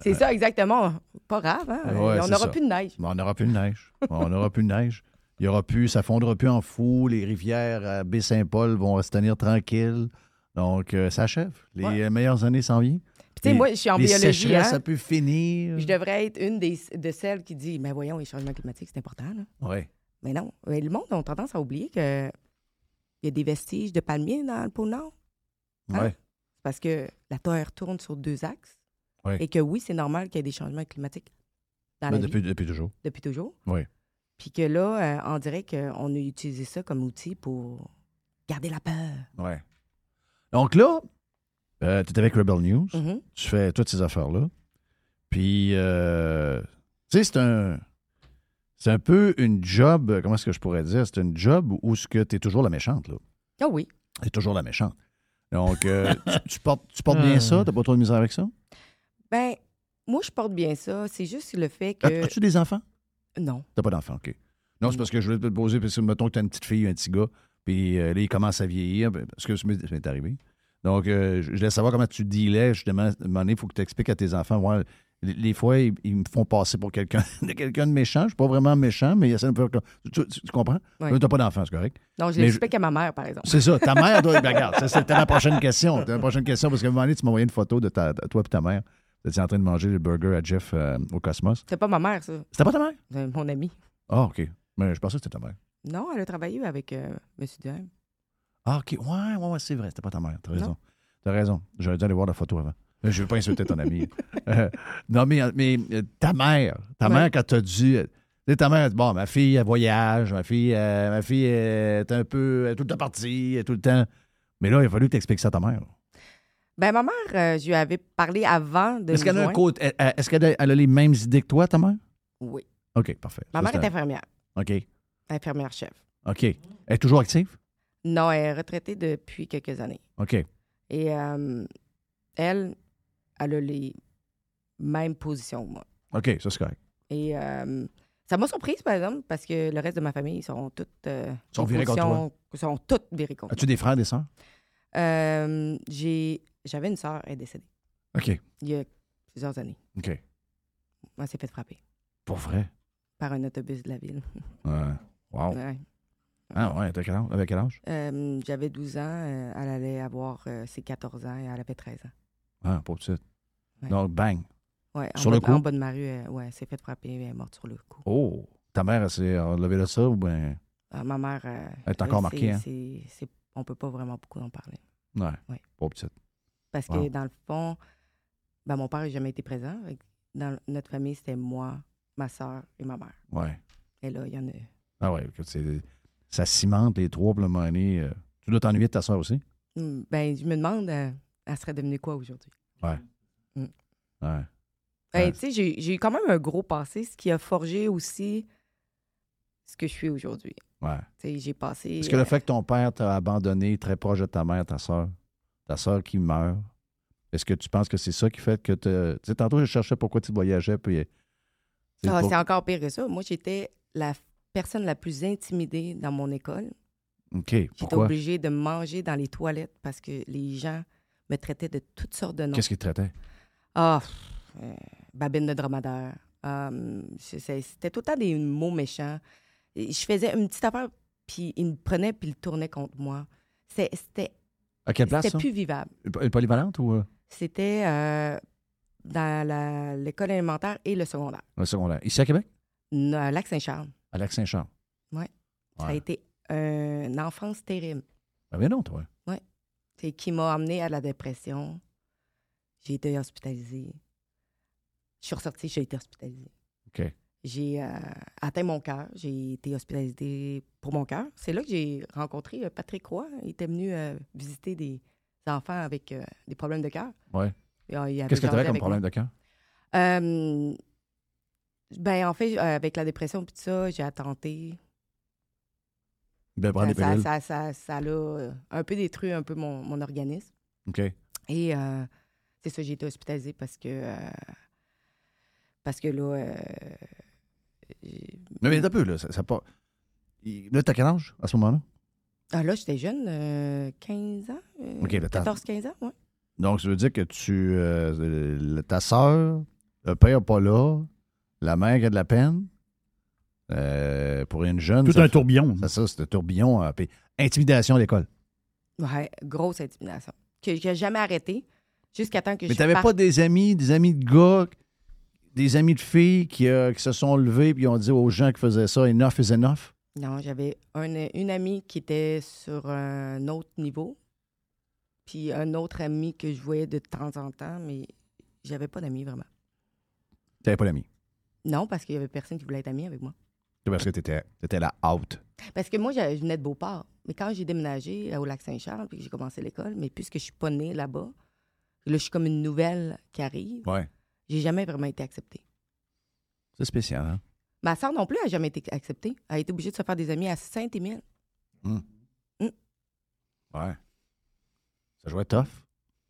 E: C'est ça, exactement. Pas grave. Hein?
B: euh, Ouais,
E: on
B: c'est
E: n'aura
B: ça.
E: plus de neige.
B: Bon, on n'aura plus de neige. Bon, on n'aura plus de neige. Il y aura plus, ça fondra plus en fou. Les rivières à Baie-Saint-Paul vont se tenir tranquilles. Donc, euh, ça achève. Les
E: Ouais.
B: euh, meilleures années s'en viennent.
E: Puis, tu sais,
B: Les-
E: moi, je suis en
B: les
E: biologie.
B: sécheresses,
E: hein.
B: ça peut finir.
E: Je devrais être une des, de celles qui dit Mais voyons, les changements climatiques, c'est important. là.
B: Ouais.
E: Mais non. Mais le monde a tendance à oublier que il y a des vestiges de palmiers dans le pôle Nord. Hein?
B: Ouais.
E: Parce que la Terre tourne sur deux axes.
B: Ouais.
E: Et que oui, c'est normal qu'il y ait des changements climatiques dans
B: Ben,
E: la
B: depuis,
E: vie,
B: depuis toujours.
E: depuis toujours.
B: Oui.
E: Puis que là, euh, on dirait qu'on a utilisé ça comme outil pour garder la peur.
B: Ouais. Donc là, euh, tu es avec Rebel News.
E: Mhm.
B: Tu fais toutes ces affaires-là. Puis, euh, tu sais, c'est un. C'est un peu une job, comment est-ce que je pourrais dire? C'est une job où tu es toujours la méchante, là.
E: Ah oui.
B: T'es toujours la méchante. Donc, euh, tu, tu portes, tu portes bien ça? T'as pas trop de misère avec ça?
E: Ben, moi, je porte bien ça. C'est juste le fait
B: As-
E: que.
B: As-tu des enfants?
E: Non.
B: T'as pas d'enfants, OK. Non, c'est parce que je voulais te le poser, parce que mettons que t'as une petite fille, un petit gars, puis euh, là, il commence à vieillir, ben, parce que ça m'est ça m'est arrivé. Donc, euh, je je voulais savoir comment tu dealais, justement, à un moment donné, il faut que tu expliques à tes enfants, ouais, les, les fois, ils, ils me font passer pour quelqu'un *laughs* de quelqu'un de méchant, je suis pas vraiment méchant, mais il essaie de me faire... comme- Tu, tu- tu comprends?
E: Ouais.
B: Là, t'as pas d'enfants, c'est correct?
E: Non, je
B: Mais
E: l'explique à ma mère, par exemple.
B: C'est ça, ta mère doit. Ben, regarde, ça, c'était ma prochaine question. C'était ma prochaine question, parce qu'à un moment donné, tu m'as envoyé une photo de ta, de toi et ta mère. Vous étiez en train de manger le burger à Jeff euh, au Cosmos.
E: C'est pas ma mère, ça.
B: C'était pas ta mère?
E: C'est Ben, mon amie.
B: Ah, OK. Mais je pensais que c'était ta mère.
E: Non, elle a travaillé avec euh, M. Duhem.
B: Ah, OK. Ouais, ouais, ouais, c'est vrai. C'était pas ta mère. T'as raison.
E: Non.
B: T'as raison. J'aurais dû aller voir la photo avant. Euh, Je veux pas insulter ton
E: *laughs*
B: ami. Euh, non, mais, mais euh, ta mère, ta
E: Ouais.
B: mère, quand t'as dit. euh, tu sais, Ta mère, bon, ma fille, elle voyage, ma fille, euh, ma fille euh, est un peu, elle est tout le temps partie, elle est tout le temps. Mais là, il a fallu que tu expliques ça à ta mère.
E: Ben, ma mère, euh, je lui avais parlé avant de.
B: Est-ce
E: nous
B: qu'elle a un
E: joindre.
B: côté. elle- elle- Est-ce qu'elle a, elle a les mêmes idées que toi, ta mère?
E: Oui.
B: OK, parfait.
E: Ma
B: Ça,
E: mère
B: c'est
E: est
B: un-
E: infirmière.
B: OK.
E: Infirmière chef.
B: OK. Elle est toujours active?
E: Non, elle est retraitée depuis quelques années.
B: OK.
E: Et euh, elle, elle a les mêmes positions que moi.
B: OK, ça c'est correct.
E: Et euh, ça m'a surprise, par exemple, parce que le reste de ma famille, ils sont toutes. euh,
B: Sont
E: les
B: virés contre
E: positions- sont toutes virées contre
B: As-tu des frères, des sœurs?
E: moi. Euh, j'ai- J'avais une sœur, elle est décédée
B: OK.
E: il y a plusieurs années.
B: OK.
E: Elle s'est fait frapper
B: Pour vrai?
E: par un autobus de
B: *laughs*
E: la ville.
B: Ouais. Wow.
E: Ouais.
B: Ah ouais, t'as quel âge? Avec quel âge?
E: Euh, J'avais 12 ans, euh, elle allait avoir euh, ses 14 ans et elle avait 13 ans.
B: Ah, pas tout de suite.
E: Ouais.
B: Donc, bang.
E: Ouais, en
B: Sur le
E: bas-
B: coup?
E: En bas de ma rue, euh, ouais, elle s'est fait frapper et elle est morte sur le coup.
B: Oh! Ta mère, elle s'est enlevée de ça ou bien.
E: Ah, ma mère. euh,
B: Elle est encore
E: c'est-
B: marquée, hein?
E: c'est- c'est- on peut pas vraiment beaucoup en parler.
B: Ouais.
E: Ouais.
B: Pas petite.
E: Parce
B: Wow.
E: que dans le fond, ben, mon père n'a jamais été présent. Fait que Dans l- notre famille, c'était moi, ma soeur et ma mère.
B: Ouais.
E: Et là, il y en a.
B: Ah ouais, écoute, c'est- ça cimente les trois, puis à un moment donné, euh, Tu dois t'ennuyer de ta sœur aussi?
E: Hmm, Ben, je me demande, euh, elle serait devenue quoi aujourd'hui? Mm.
B: Ouais.
E: Ben,
B: Ouais.
E: tu sais, j'ai- j'ai eu quand même un gros passé, ce qui a forgé aussi ce que je suis aujourd'hui.
B: Ouais.
E: Tu sais, j'ai passé.
B: Est-ce que le
E: euh,
B: fait que ton père t'a abandonné très proche de ta mère, ta soeur, ta soeur qui meurt, est-ce que tu penses que c'est ça qui fait que te- tu sais, tantôt, je cherchais pourquoi tu voyageais, puis. c'est
E: Ah,
B: pour-
E: c'est encore pire que ça. Moi, j'étais la personne la plus intimidée dans mon école.
B: OK.
E: J'étais
B: Pourquoi?
E: obligée de manger dans les toilettes parce que les gens me traitaient de toutes sortes de noms.
B: Qu'est-ce qu'il te traitait?
E: Ah, pff, euh, babine de dromadaire. Hum, c'est- c'est- C'était tout le temps des mots méchants. Et Je faisais une petite affaire, puis il me prenait, puis il tournait contre moi. C'est- C'était
B: À quelle place,
E: c'était
B: ça?
E: plus vivable.
B: Une polyvalente ou euh,
E: C'était euh, dans la- l'école élémentaire et le secondaire.
B: un secondaire? Ici à Québec?
E: N- À Lac-Saint-Charles.
B: À Lac-Saint-Charles.
E: Ça a
B: Ouais.
E: été une enfance terrible.
B: Ah, bien non, toi.
E: C'est qui m'a amené à la dépression. J'ai été hospitalisée. Je suis ressortie, j'ai été hospitalisée.
B: OK.
E: J'ai euh, atteint mon cœur. J'ai été hospitalisée pour mon cœur. C'est là que j'ai rencontré euh, Patrick Roy. Il était venu euh, visiter des enfants avec euh, des problèmes de cœur.
B: Ouais.
E: Et, euh, il avait
B: Qu'est-ce que tu
E: jasé
B: avais comme
E: avec moi.
B: problème de cœur?
E: Euh, ben, en fait, euh, avec la dépression puis tout ça, j'ai attenté.
B: De prendre
E: Ça,
B: des
E: ça,
B: pilules.
E: ça, ça- ça l'a euh, un peu détruit un peu mon- mon organisme.
B: OK.
E: Et euh, c'est ça, j'ai été hospitalisée parce que. euh, parce que là. euh, j'ai-
B: Mais, mais un peu, là. Ça, ça part- Il- Là, t'as quel âge à ce moment-là?
E: ah, là, j'étais jeune, euh, 15 ans. euh,
B: OK, le temps.
E: 14-15 ans, oui.
B: Donc, ça veut dire que tu. euh, le- ta soeur, le père pas là, la mère qui a de la peine. euh, pour une jeune.
F: Tout
B: ça
F: un
B: fait-
F: tourbillon.
B: C'est ça, c'est un tourbillon. hein, puis intimidation à l'école.
E: Ouais, grosse intimidation. Que j'ai jamais arrêté jusqu'à temps que
B: Mais
E: je.
B: t'avais
E: parte-
B: pas des amis, des amis de gars, des amis de filles qui, euh, qui se sont levés puis ont dit aux gens qui faisaient ça, enough is enough.
E: Non, j'avais un- une amie qui était sur un autre niveau, puis un autre ami que je voyais de temps en temps, mais j'avais pas d'amis vraiment.
B: T'avais pas d'amis.
E: Non, parce qu'il y avait personne qui voulait être ami avec moi.
B: C'est Parce que t'étais, t'étais la out.
E: Parce que moi, je je venais de Beauport. Mais quand j'ai déménagé euh, au Lac-Saint-Charles, puis que j'ai commencé l'école, mais puisque je suis pas née là-bas, là, je suis comme une nouvelle qui arrive.
B: Ouais.
E: J'ai jamais vraiment été acceptée.
B: C'est spécial, hein?
E: Ma sœur non plus a jamais été acceptée. Elle a été obligée de se faire des amis à Saint-Émile.
B: Ouais. Ça jouait tough.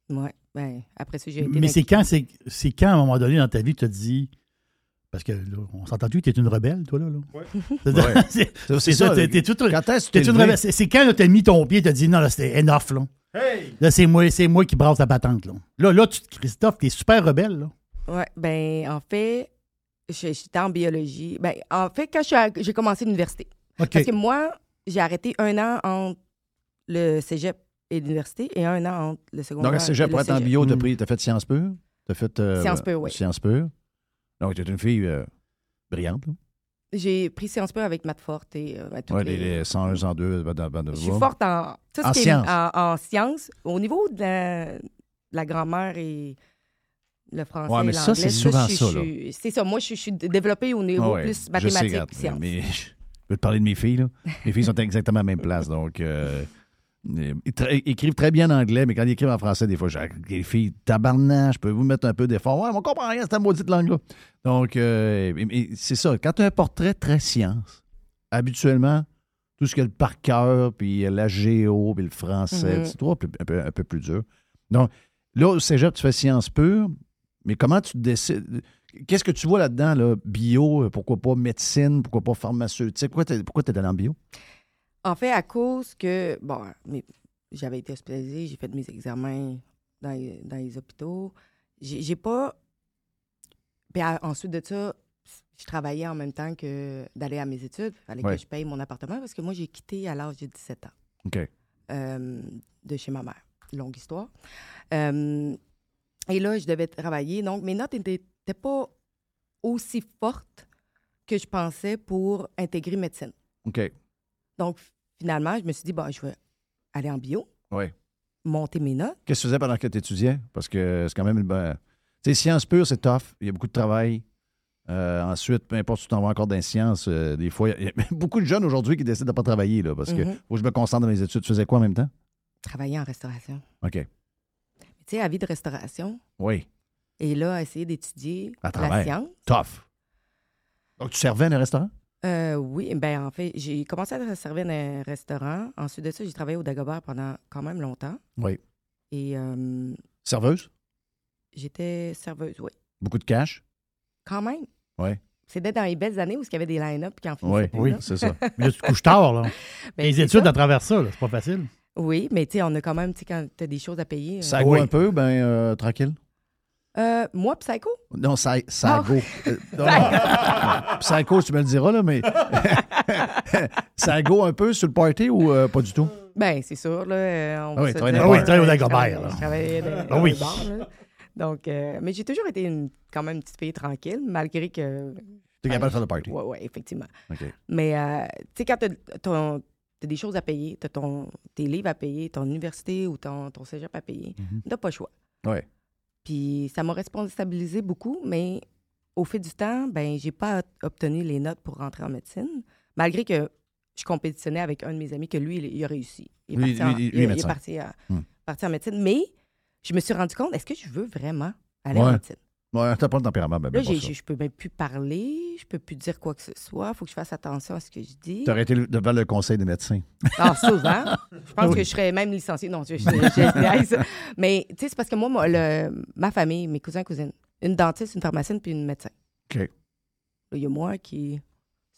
E: Ouais. Ben, après ça, j'ai été.
F: Mais c'est
E: naquit-
F: quand, c'est, c'est quand, à un moment donné, dans ta vie, tu te dis. Parce que là, on s'entend-tu que t'es une rebelle, toi, là? là?
I: Ouais.
F: C'est-à-dire-
B: Ouais.
F: *laughs* c'est,
B: C'est,
F: c'est ça, t'es, t'es toute-
B: Quand est-ce que
F: t'es
B: tu
F: toute rebelle. C'est, c'est quand là, t'as mis ton pied et t'as dit non, là, c'était enough, là.
I: Hey!
F: Là, c'est moi, c'est moi qui brasse la patente, là. Là, là tu, Christophe, t'es super rebelle, là.
E: Ouais, ben, en fait, je- j'étais en biologie. Ben, en fait, quand je suis à- j'ai commencé l'université.
F: OK.
E: Parce que moi, j'ai arrêté un an entre le cégep et l'université et un an entre le secondaire.
B: Donc, à
E: et
B: cégep,
E: le
B: pour être en
E: cégep.
B: bio, Ah, t'as,
F: Mm.
B: pris, t'as fait sciences pures? T'as fait... euh,
E: Sciences pures, oui.
B: Sciences pures. Donc, t'es une fille euh, brillante, là.
E: J'ai pris sciences peu avec maths forte et euh, ben, toutes
B: Ouais,
E: les-
B: les, les 101, 102... ben, ben, ben,
E: Je suis
B: ben,
E: forte en, tout ce
B: En
E: qui est-
B: sciences.
E: en, en sciences. Au niveau de la, de la grand-mère et le français
B: Ouais, mais
E: et
B: ça,
E: l'anglais,
B: c'est souvent
E: je-
B: ça,
E: je-
B: là.
E: je- C'est ça. Moi, je, je suis développée au niveau
B: Ah ouais,
E: plus
B: je sais,
E: mathématiques
B: regarde,
E: et sciences.
B: Mais *laughs* je peux te parler de mes filles, là. Mes filles sont exactement à la même place, donc... euh, ils tra- ils écrivent très bien en anglais, mais quand ils écrivent en français, des fois, j'ai les filles, tabarnage, peux-vous mettre un peu d'effort? Ouais, mais on comprend rien, c'est maudite langue-là. Donc, euh, et- et c'est ça. Quand tu as un portrait très science, habituellement, tout ce que le par cœur, puis la géo, puis le français,
E: Mhm.
B: c'est toujours un peu, un peu- un peu plus dur. Donc, là, au cégep, tu fais sciences pures, mais comment tu décides? Qu'est-ce que tu vois là-dedans, là? bio, euh, pourquoi pas médecine, pourquoi pas pharmaceutique? Pourquoi t'es pourquoi t'es allé en bio?
E: En fait, à cause que, bon, mais j'avais été hospitalisée, j'ai fait mes examens dans les, dans les hôpitaux. J'ai j'ai pas. Puis à- ensuite de ça, je travaillais en même temps que d'aller à mes études. Il fallait
B: Ouais.
E: que je paye mon appartement parce que moi, j'ai quitté à l'âge de 17 ans
B: OK.
E: euh, de chez ma mère. Longue histoire. Euh, et là, je devais travailler. Donc, mes notes n'étaient n'étaient pas aussi fortes que je pensais pour intégrer médecine.
B: OK.
E: Donc, finalement, je me suis dit, bon, je vais aller en bio,
B: Ouais.
E: monter mes notes.
B: Qu'est-ce que tu faisais pendant que tu étudiais? Parce que c'est quand même une bonne. Tu sais, sciences pures, c'est tough. Il y a beaucoup de travail. Euh, ensuite, peu importe si tu t'en vas encore dans les sciences, euh, des fois, il y a *laughs* beaucoup de jeunes aujourd'hui qui décident de ne pas travailler, là, parce que
E: Mhm.
B: faut que je me concentre dans mes études. Tu faisais quoi en même temps?
E: Travailler en restauration.
B: OK.
E: Tu sais, à vie de restauration.
B: Oui.
E: Et là, essayer d'étudier
B: À
E: la
B: travers.
E: science.
B: Tough. Donc, tu servais dans un restaurant?
E: Euh, oui, ben en fait, j'ai commencé à servir dans un restaurant. Ensuite de ça, j'ai travaillé au Dagobert pendant quand même longtemps.
B: Oui.
E: Et euh,
B: Serveuse?
E: j'étais serveuse, oui.
B: Beaucoup de cash?
E: Quand même.
B: Ouais.
E: C'était dans les belles années où il y avait des line-up qui en
B: Oui,
E: finissaient plus,
B: oui,
E: là.
B: c'est *laughs* ça.
F: Mais là, tu te couches tard, là.
E: *laughs* Ben,
F: les
E: c'est
F: études
E: ça.
F: à travers ça, là, c'est pas facile.
E: Oui, mais tu sais, on a quand même, tu sais, quand t'as des choses à payer. euh.
B: Ça go
F: Oui.
B: un peu, ben euh, tranquille.
E: Euh, moi, Psycho,
B: Non, ça, *laughs* ça
E: Ah.
B: go. Euh, non, non. Psycho, tu me le diras, là, mais. *laughs* ça go un peu sur le party ou euh, pas du tout?
E: Ben, c'est sûr, là. euh, On
B: Ah oui,
E: se
B: travaille
E: dit-
B: dans- Ah oui,
F: travaille au
E: je
F: Dagobert,
E: travaille-
F: là.
E: Je travaillais dans-
F: Ah oui.
E: dans le bar, là. Donc, euh, mais j'ai toujours été une, quand même une petite fille tranquille, malgré que.
B: T'es capable de faire le party.
E: Ouais, ouais, effectivement.
B: OK.
E: Mais, euh, tu sais, quand t'as ton- t'as des choses à payer, t'as ton- tes livres à payer, ton université ou ton, ton cégep à payer,
B: Mhm.
E: t'as pas le choix.
B: Ouais.
E: Puis ça m'a responsabilisé beaucoup, mais au fil du temps, ben j'ai pas obtenu les notes pour rentrer en médecine, malgré que je compétitionnais avec un de mes amis que lui, il, il a réussi. Il est
B: Lui,
E: parti en-
B: lui, lui,
E: il- il est
B: médecin.
E: parti en-
B: Hmm.
E: parti en médecine, mais je me suis rendu compte, est-ce que je veux vraiment aller en
B: Ouais.
E: médecine?
B: Ouais, t'as pas le tempérament, ben,
E: Là,
B: ben,
E: j'ai-
B: pour
E: j'ai-
B: ça.
E: je peux même plus parler, je peux plus dire quoi que ce soit, faut que je fasse attention à ce que je dis.
B: T'aurais été devant le conseil des médecins.
E: Ah, souvent. Je pense
B: Oui.
E: que je serais même licenciée. Non, je, je- je- je- ça. Mais, tu sais, c'est parce que moi, moi, le- ma famille, mes cousins, cousines, une dentiste, une pharmacienne, puis une médecin.
B: OK.
E: Là, Il y a moi qui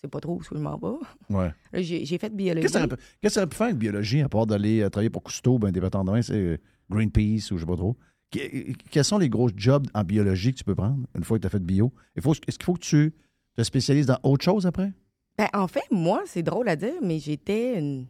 E: sais pas trop où je m'en vais.
B: Ouais.
E: Là, j'ai j'ai fait de biologie.
B: Qu'est-ce que t'aurais pu- qu'est-ce que t'aurais pu faire avec biologie à part d'aller euh, travailler pour Cousteau, ben, des bâtons de main, c'est euh, Greenpeace ou je sais pas trop? Que- Quels sont les gros jobs en biologie que tu peux prendre une fois que tu as fait de bio? Il faut- Est-ce qu'il faut que tu te spécialises dans autre chose après?
E: Ben, en fait, moi, c'est drôle à dire, mais j'étais une.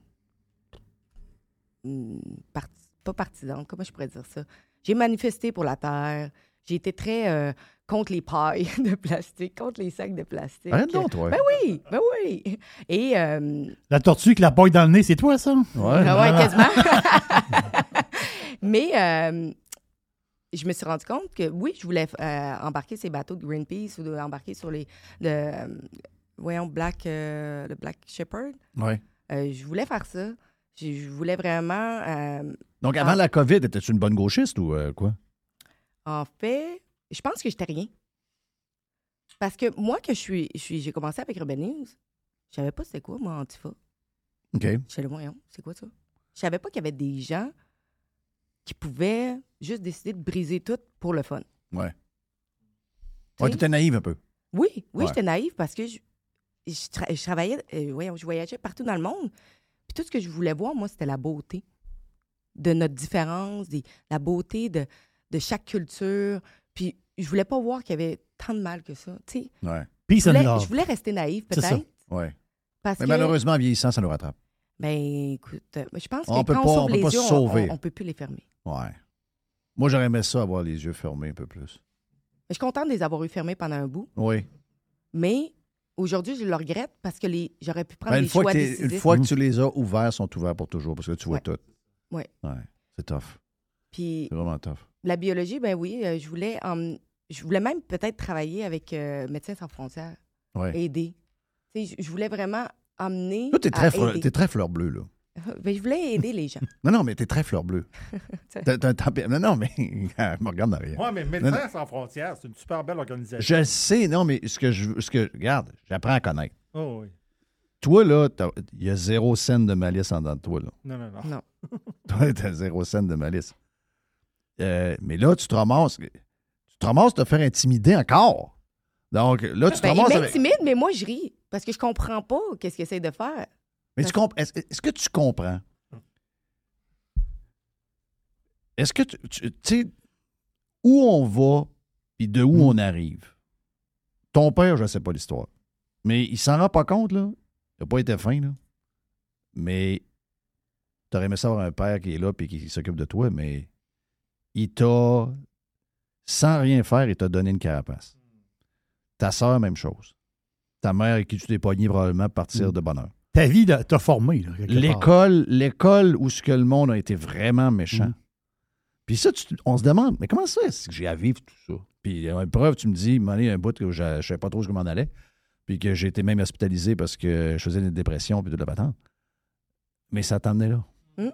E: une parti- Pas partisane, comment je pourrais dire ça? J'ai manifesté pour la terre. J'ai été très euh, contre les pailles *laughs* de plastique, contre les sacs de plastique.
B: Arrête donc, toi.
E: Ben oui, ben oui. Et euh,
F: La tortue qui la pointe dans le nez, c'est toi, ça?
B: Ouais.
E: *laughs* Ah ouais, quasiment. Mais euh, je me suis rendu compte que oui, je voulais euh, embarquer ces bateaux de Greenpeace ou de- embarquer sur les. de, euh, voyons, Black, euh, le Black Shepherd.
B: Ouais.
E: Euh, je voulais faire ça. Je, je voulais vraiment. euh,
B: Donc, avant
E: Ah.
B: la COVID, étais-tu une bonne gauchiste ou euh, quoi?
E: en fait, je pense que j'étais rien. Parce que moi, que je suis. je suis- J'ai commencé avec Rebel News, je savais pas c'était quoi, moi, Antifa.
B: OK.
E: Chez le moyen, c'est quoi ça? Je savais pas qu'il y avait des gens qui pouvaient juste décider de briser tout pour le fun.
B: Ouais.
E: Tu
B: Ouais,
E: sais?
B: t'étais naïve un peu.
E: Oui, oui,
B: Ouais.
E: j'étais naïve parce que je, je, tra- je travaillais, euh, voyons, je voyageais partout dans le monde. Puis tout ce que je voulais voir, moi, c'était la beauté de notre différence, des- la beauté de, de chaque culture. Puis je voulais pas voir qu'il y avait tant de mal que ça. Tu sais,
B: Ouais.
F: Peace
E: je, voulais,
F: and love.
E: je voulais rester naïve,
F: C'est ça.
E: peut-être.
B: Ouais.
E: Parce
B: Mais
E: que,
B: malheureusement, en vieillissant, ça nous rattrape.
E: ben, écoute, euh, je pense
B: On
E: que
B: peut
E: quand
B: pas-
E: on
B: on
E: s'ouvre
B: peut
E: les
B: pas
E: yeux,
B: se
E: on-
B: sauver.
E: on, on peut plus les fermer.
B: Ouais. Moi, j'aurais aimé ça, avoir les yeux fermés un peu plus.
E: Mais Je suis contente de les avoir eu fermés pendant un bout,
B: Oui.
E: mais aujourd'hui, je le regrette parce que les, j'aurais pu prendre
B: Ben, une,
E: les
B: fois que
E: choix
B: t'es- une
E: décisifs. Mm.
B: fois que tu les as ouverts, ils sont ouverts pour toujours, parce que là, tu vois
E: Ouais.
B: tout.
E: Ouais.
B: Ouais. C'est tough.
E: Puis
B: C'est vraiment tough.
E: La biologie, ben oui, euh, je voulais emmener- je voulais même peut-être travailler avec euh, Médecins sans frontières,
B: Ouais.
E: aider. Tu sais, je- je voulais vraiment amener.
B: Toi, t'es
E: à
B: très, fleur-
E: aider.
B: t'es très fleur bleue, là.
E: *laughs* Ben, je voulais aider
B: *laughs*
E: les gens.
B: Ah, Non, non, mais t'es très fleur *laughs* bleue.
E: T'sais.
B: T'as- t'as un tempé- Non, non, mais *laughs* elle me regarde derrière.
I: Moi, mais
B: Non,
I: Médecins sans frontières, c'est une super belle organisation.
B: Je sais, non, mais ce que je. Ce que, regarde, j'apprends à connaître.
I: Oh, oui.
B: Toi, là, t'as- il y a zéro scène de malice en dedans de toi, là. *laughs*
I: Non, non, non.
E: Non.
B: Toi, t'as zéro scène de malice. Euh, mais là, tu te ramasses. Tu te ramasses de te faire intimider encore. Donc, là, tu te
E: Ben, ils
B: ramasses avec-
E: m'intimident, mais moi, je ris parce que je comprends pas qu'est-ce qu'ils essayent de faire.
B: Mais tu comp- est-ce, est-ce que tu comprends? Est-ce que tu, tu tu sais où on va et de où on arrive? Ton père, je ne sais pas l'histoire. Mais il s'en rend pas compte, là. Il n'a pas été fin, là. Mais t'aurais aimé savoir un père qui est là et qui s'occupe de toi, mais il t'a, sans rien faire, il t'a donné une carapace. Ta sœur, même chose. Ta mère avec qui tu t'es pogné probablement à partir
F: Mm.
B: de bonheur.
F: Ta vie là, t'a formé. là, quelque part.
B: L'école, l'école où ce que le monde a été vraiment méchant.
F: Mm.
B: Puis ça, tu- on se demande, mais comment ça est-ce que j'ai à vivre tout ça? Puis euh, une preuve, tu me dis, m'en est un bout que je ne savais pas trop comment m'en allait, puis que j'ai été même hospitalisé parce que je faisais une dépression puis de la patente. Mais ça t'emmenait là.
E: Mm.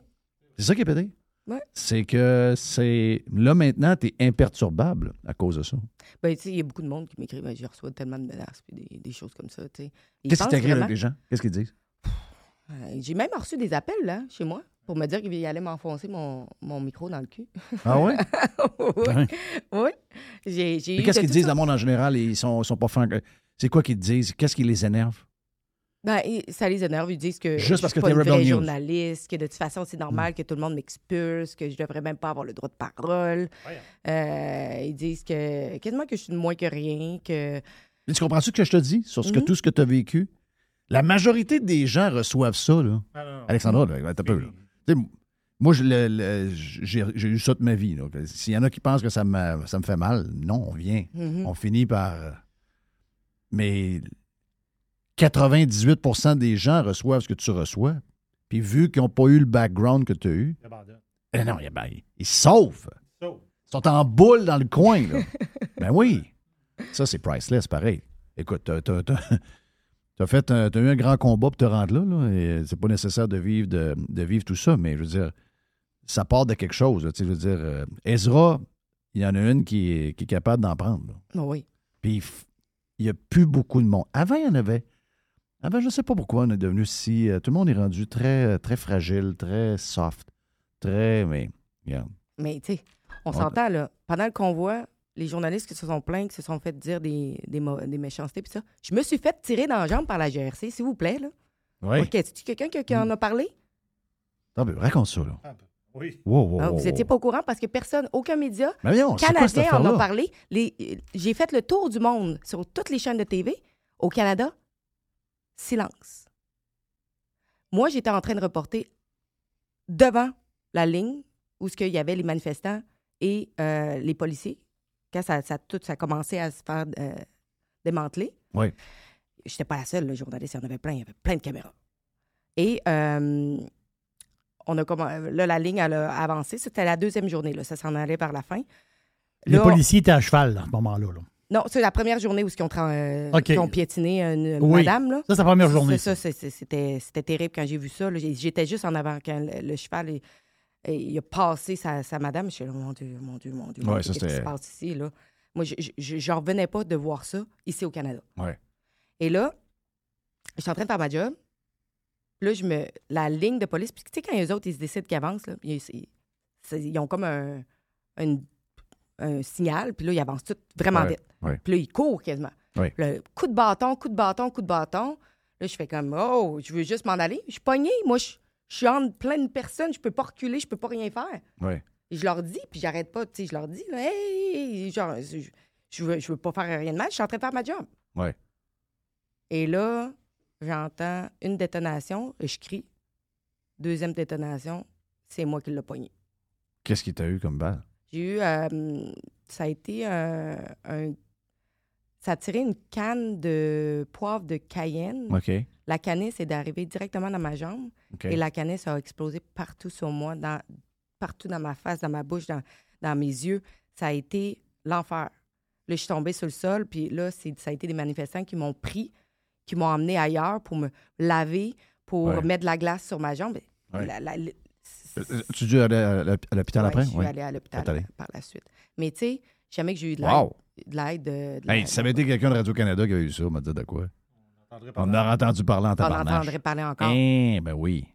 B: C'est ça qui est pété.
E: Ouais.
B: C'est que c'est. Là, maintenant, tu es imperturbable à cause de ça.
E: Ben, tu sais, il y a beaucoup de monde qui m'écrit, ben, je reçois tellement de menaces puis des, des choses comme ça. tu sais. Ils
B: Qu'est-ce qui
E: pensent
B: t'agrée avec
E: vraiment-
B: les gens? Qu'est-ce qu'ils
E: *laughs*
B: disent?
E: Euh, J'ai même reçu des appels là, chez moi pour me dire qu'ils allaient m'enfoncer mon, mon micro dans le cul. *laughs*
B: Ah ouais?
E: oui, oui. J'ai, j'ai
B: Puis
E: eu
B: Ah qu'est-ce
E: de
B: qu'ils
E: tout
B: disent
E: ça.
B: dans le monde en général? Ils sont, sont pas francs. C'est quoi qu'ils disent? Qu'est-ce qui les énerve?
E: Ben, et ça les énerve. Ils disent que
B: Juste
E: je
B: parce que
E: suis pas
B: t'es
E: une
B: Rebel
E: vraie
B: News. Mm.
E: journaliste, que de toute façon, c'est normal que tout le monde m'expulse, que je devrais même pas avoir le droit de parole. Euh, ils disent que quasiment que je suis de moins que rien, que...
B: Mais tu comprends-tu ce que je te dis sur ce que,
E: Mhm.
B: tout ce que tu as vécu? La majorité des gens reçoivent ça, là.
I: Ah, non, non.
B: Alexandra, là, attends un peu, là. Tu sais, moi, je le- le- j'ai j'ai eu ça de ma vie. là. S'il y en a qui pensent que ça me, ça me fait mal, non, on vient.
E: Mhm.
B: On finit par. euh, Mais 98 des gens reçoivent ce que tu reçois. Puis vu qu'ils n'ont pas eu le background que tu as eu,
I: J'abandonne.
B: eh non, eh ben, ils, ils sauvent.
I: So,
B: Ils sont en boule dans le coin, là. *laughs* ben oui. Ça, c'est priceless, pareil. Écoute, t'as, t'as- *laughs* t'as- t'as fait un- t'as eu un grand combat pour te rendre là, là, et c'est pas nécessaire de vivre, de, de vivre tout ça, mais je veux dire, ça part de quelque chose. là, tu sais, je veux dire, euh, Ezra, il y en a une qui est, qui est capable d'en prendre. là.
E: Non, Ben oui.
B: Puis il f- il n'y a plus beaucoup de monde. Avant, il y en avait. Avant, je ne sais pas pourquoi on est devenu si. euh, tout le monde est rendu très, très fragile, très soft, très. Mais, regarde.
E: Mais, tu sais, on
B: Ouais.
E: s'entend, là. Pendant le convoi, les journalistes qui se sont plaints, qui se sont fait dire des, des, mo- des méchancetés, puis ça, je me suis fait tirer dans la jambe par la GRC, s'il vous plaît, là.
B: Oui. Mm.
E: OK, est-ce que quelqu'un qui, qui en a parlé?
B: Attends, mais raconte ça, là.
I: oui.
B: Wow, wow,
E: Ah,
B: wow,
E: vous n'étiez
B: wow.
E: pas au courant parce que personne, aucun média,
B: Mais voyons, c'est quoi cette
E: Canadiens en
B: affaire-là?
E: ont parlé. Les- euh, J'ai fait le tour du monde sur toutes les chaînes de TV. Au Canada, silence. Moi, j'étais en train de reporter devant la ligne où ce qu'il y avait les manifestants et euh, les policiers quand ça, ça- tout ça commençait à se faire euh, démanteler.
B: Oui.
E: J'étais pas la seule, le journaliste, il y en avait plein, il y avait plein de caméras. Et euh, on a comm- là, la ligne elle a avancé. C'était la deuxième journée, là, ça s'en allait vers la fin.
F: Les
E: Là,
F: policiers étaient à cheval là, à ce moment-là. là.
E: Non, c'est la première journée où ils ont, tra- euh,
F: OK.
E: qu'ils ont piétiné une
F: Oui.
E: madame. Là.
F: Ça, c'est la première
E: C'est-
F: journée,
E: Ça, ça, c'est- c'était c'était terrible quand j'ai vu ça. là. J'ai- J'étais juste en avant quand le, le cheval est- et il a passé sa, sa madame. Je suis là, mon Dieu, mon Dieu, mon Dieu. mon
B: Ouais, ça,
E: Dieu, Qu'est-ce qui
B: c'était-
E: se passe ici? Là? Moi, je- je- je j'en revenais pas de voir ça ici au Canada.
B: Ouais.
E: Et là, je suis en train de faire ma job. Là, je me. La ligne de police, puis tu sais, quand les autres, ils se décident qu'ils avancent, là, ils, ils- c'est- ils ont comme un, une- un signal, puis là, ils avancent tout vraiment
B: Ouais,
E: vite.
B: ouais.
E: Puis là, ils courent quasiment.
B: Ouais.
E: Le coup de bâton, coup de bâton, coup de bâton. Là, je fais comme, oh, je veux juste m'en aller. Je suis pognée. Moi, je, je suis en plein de personnes. Je peux pas reculer. Je peux pas rien faire.
B: Ouais.
E: Et je leur dis, puis j'arrête pas. Tu sais, je leur dis, hey, genre, je, je veux, je veux pas faire rien de mal. Je suis en train de faire ma job.
B: Ouais.
E: Et là, j'entends une détonation. et Je crie. Deuxième détonation, c'est moi qui l'ai pogné.
B: Qu'est-ce qu'il t'a eu comme balle?
E: J'ai eu. euh, ça a été un, un- Ça a tiré une canne de poivre de Cayenne.
B: OK.
E: La canisse est d'arriver directement dans ma jambe
B: OK.
E: Mm. et la canisse a explosé partout sur moi, dans, partout dans ma face, dans ma bouche, dans, dans mes yeux. Ça a été l'enfer. Là, je suis tombée sur le sol, puis là, c'est- ça a été des manifestants qui m'ont pris, qui m'ont emmené ailleurs pour me laver, pour
B: Ouais.
E: mettre de la glace sur ma jambe.
B: Ouais.
E: La- la- la-
B: Euh, Tu dis aller à l'hôp- à l'hôpital
E: Ouais,
B: après?
E: Je suis
B: Ouais.
E: allée à l'hôpital
B: T'es allée.
E: par la suite. Mais tu sais, jamais que j'ai eu de l'aide.
B: Wow!
E: De l'aide. euh, de
B: Hey,
E: la-
B: si ça avait été quelqu'un de Radio-Canada qui avait eu ça, on m'a dit de quoi? On aurait entendu parler en
E: On
B: tabarnak.
E: entendrait parler encore.
B: Eh, ben oui.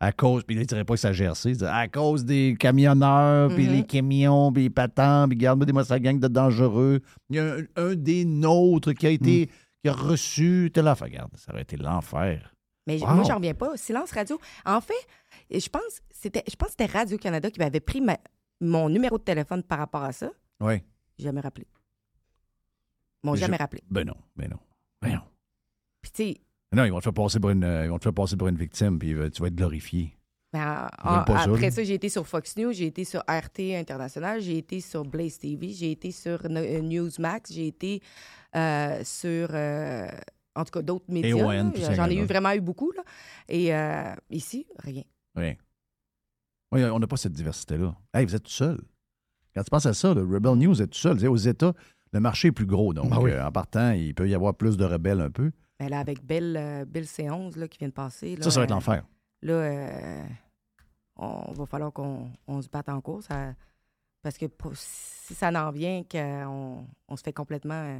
B: À cause, puis là, il dirait pas que ça GRC. il dirait, à cause des camionneurs, puis
E: Mhm.
B: les camions, puis les patents, puis garde-moi des sa gang de dangereux. Il y a un, un des nôtres qui a été, qui a reçu telle affaire. Regarde, ça aurait été l'enfer.
E: Mais j-
B: Wow!
E: moi, j'en reviens pas. Silence radio. En fait, je pense c'était je pense que c'était Radio Canada qui m'avait pris ma- mon numéro de téléphone par rapport à ça.
B: Oui.
E: J'ai Jamais rappelé. Ils m'ont
B: Mais je-
E: jamais rappelé.
B: Ben non, ben non. Ben non.
E: Puis tu sais,
B: Non, ils vont te faire passer pour une, euh, ils vont te faire passer pour une victime, puis euh, tu vas être glorifié.
E: ben, en-
B: J'aime pas ça, là.
E: après ça, j'ai été sur Fox News, j'ai été sur RT International, j'ai été sur Blaze TV, j'ai été sur No- euh, Newsmax, j'ai été euh, sur euh, en tout cas d'autres médias.
B: AON,
E: là.
B: tout ça,
E: J'en ai
B: là.
E: eu vraiment eu beaucoup là. Et euh, ici, rien.
B: Oui. Oui, on n'a pas cette diversité-là. Hey, vous êtes tout seul. Quand tu penses à ça, le Rebel News est tout seul. Tu sais, Aux États, le marché est plus gros. Donc,
F: Ah oui.
B: euh, en partant, il peut y avoir plus de rebelles un peu.
E: Ben là, avec Bill, euh, Bill C11 là, qui vient de passer. Là,
B: ça, ça va être
E: euh,
B: l'enfer.
E: Là, euh, on va falloir qu'on on se batte en course. à- parce que pour- si ça n'en vient qu'on on se fait complètement euh,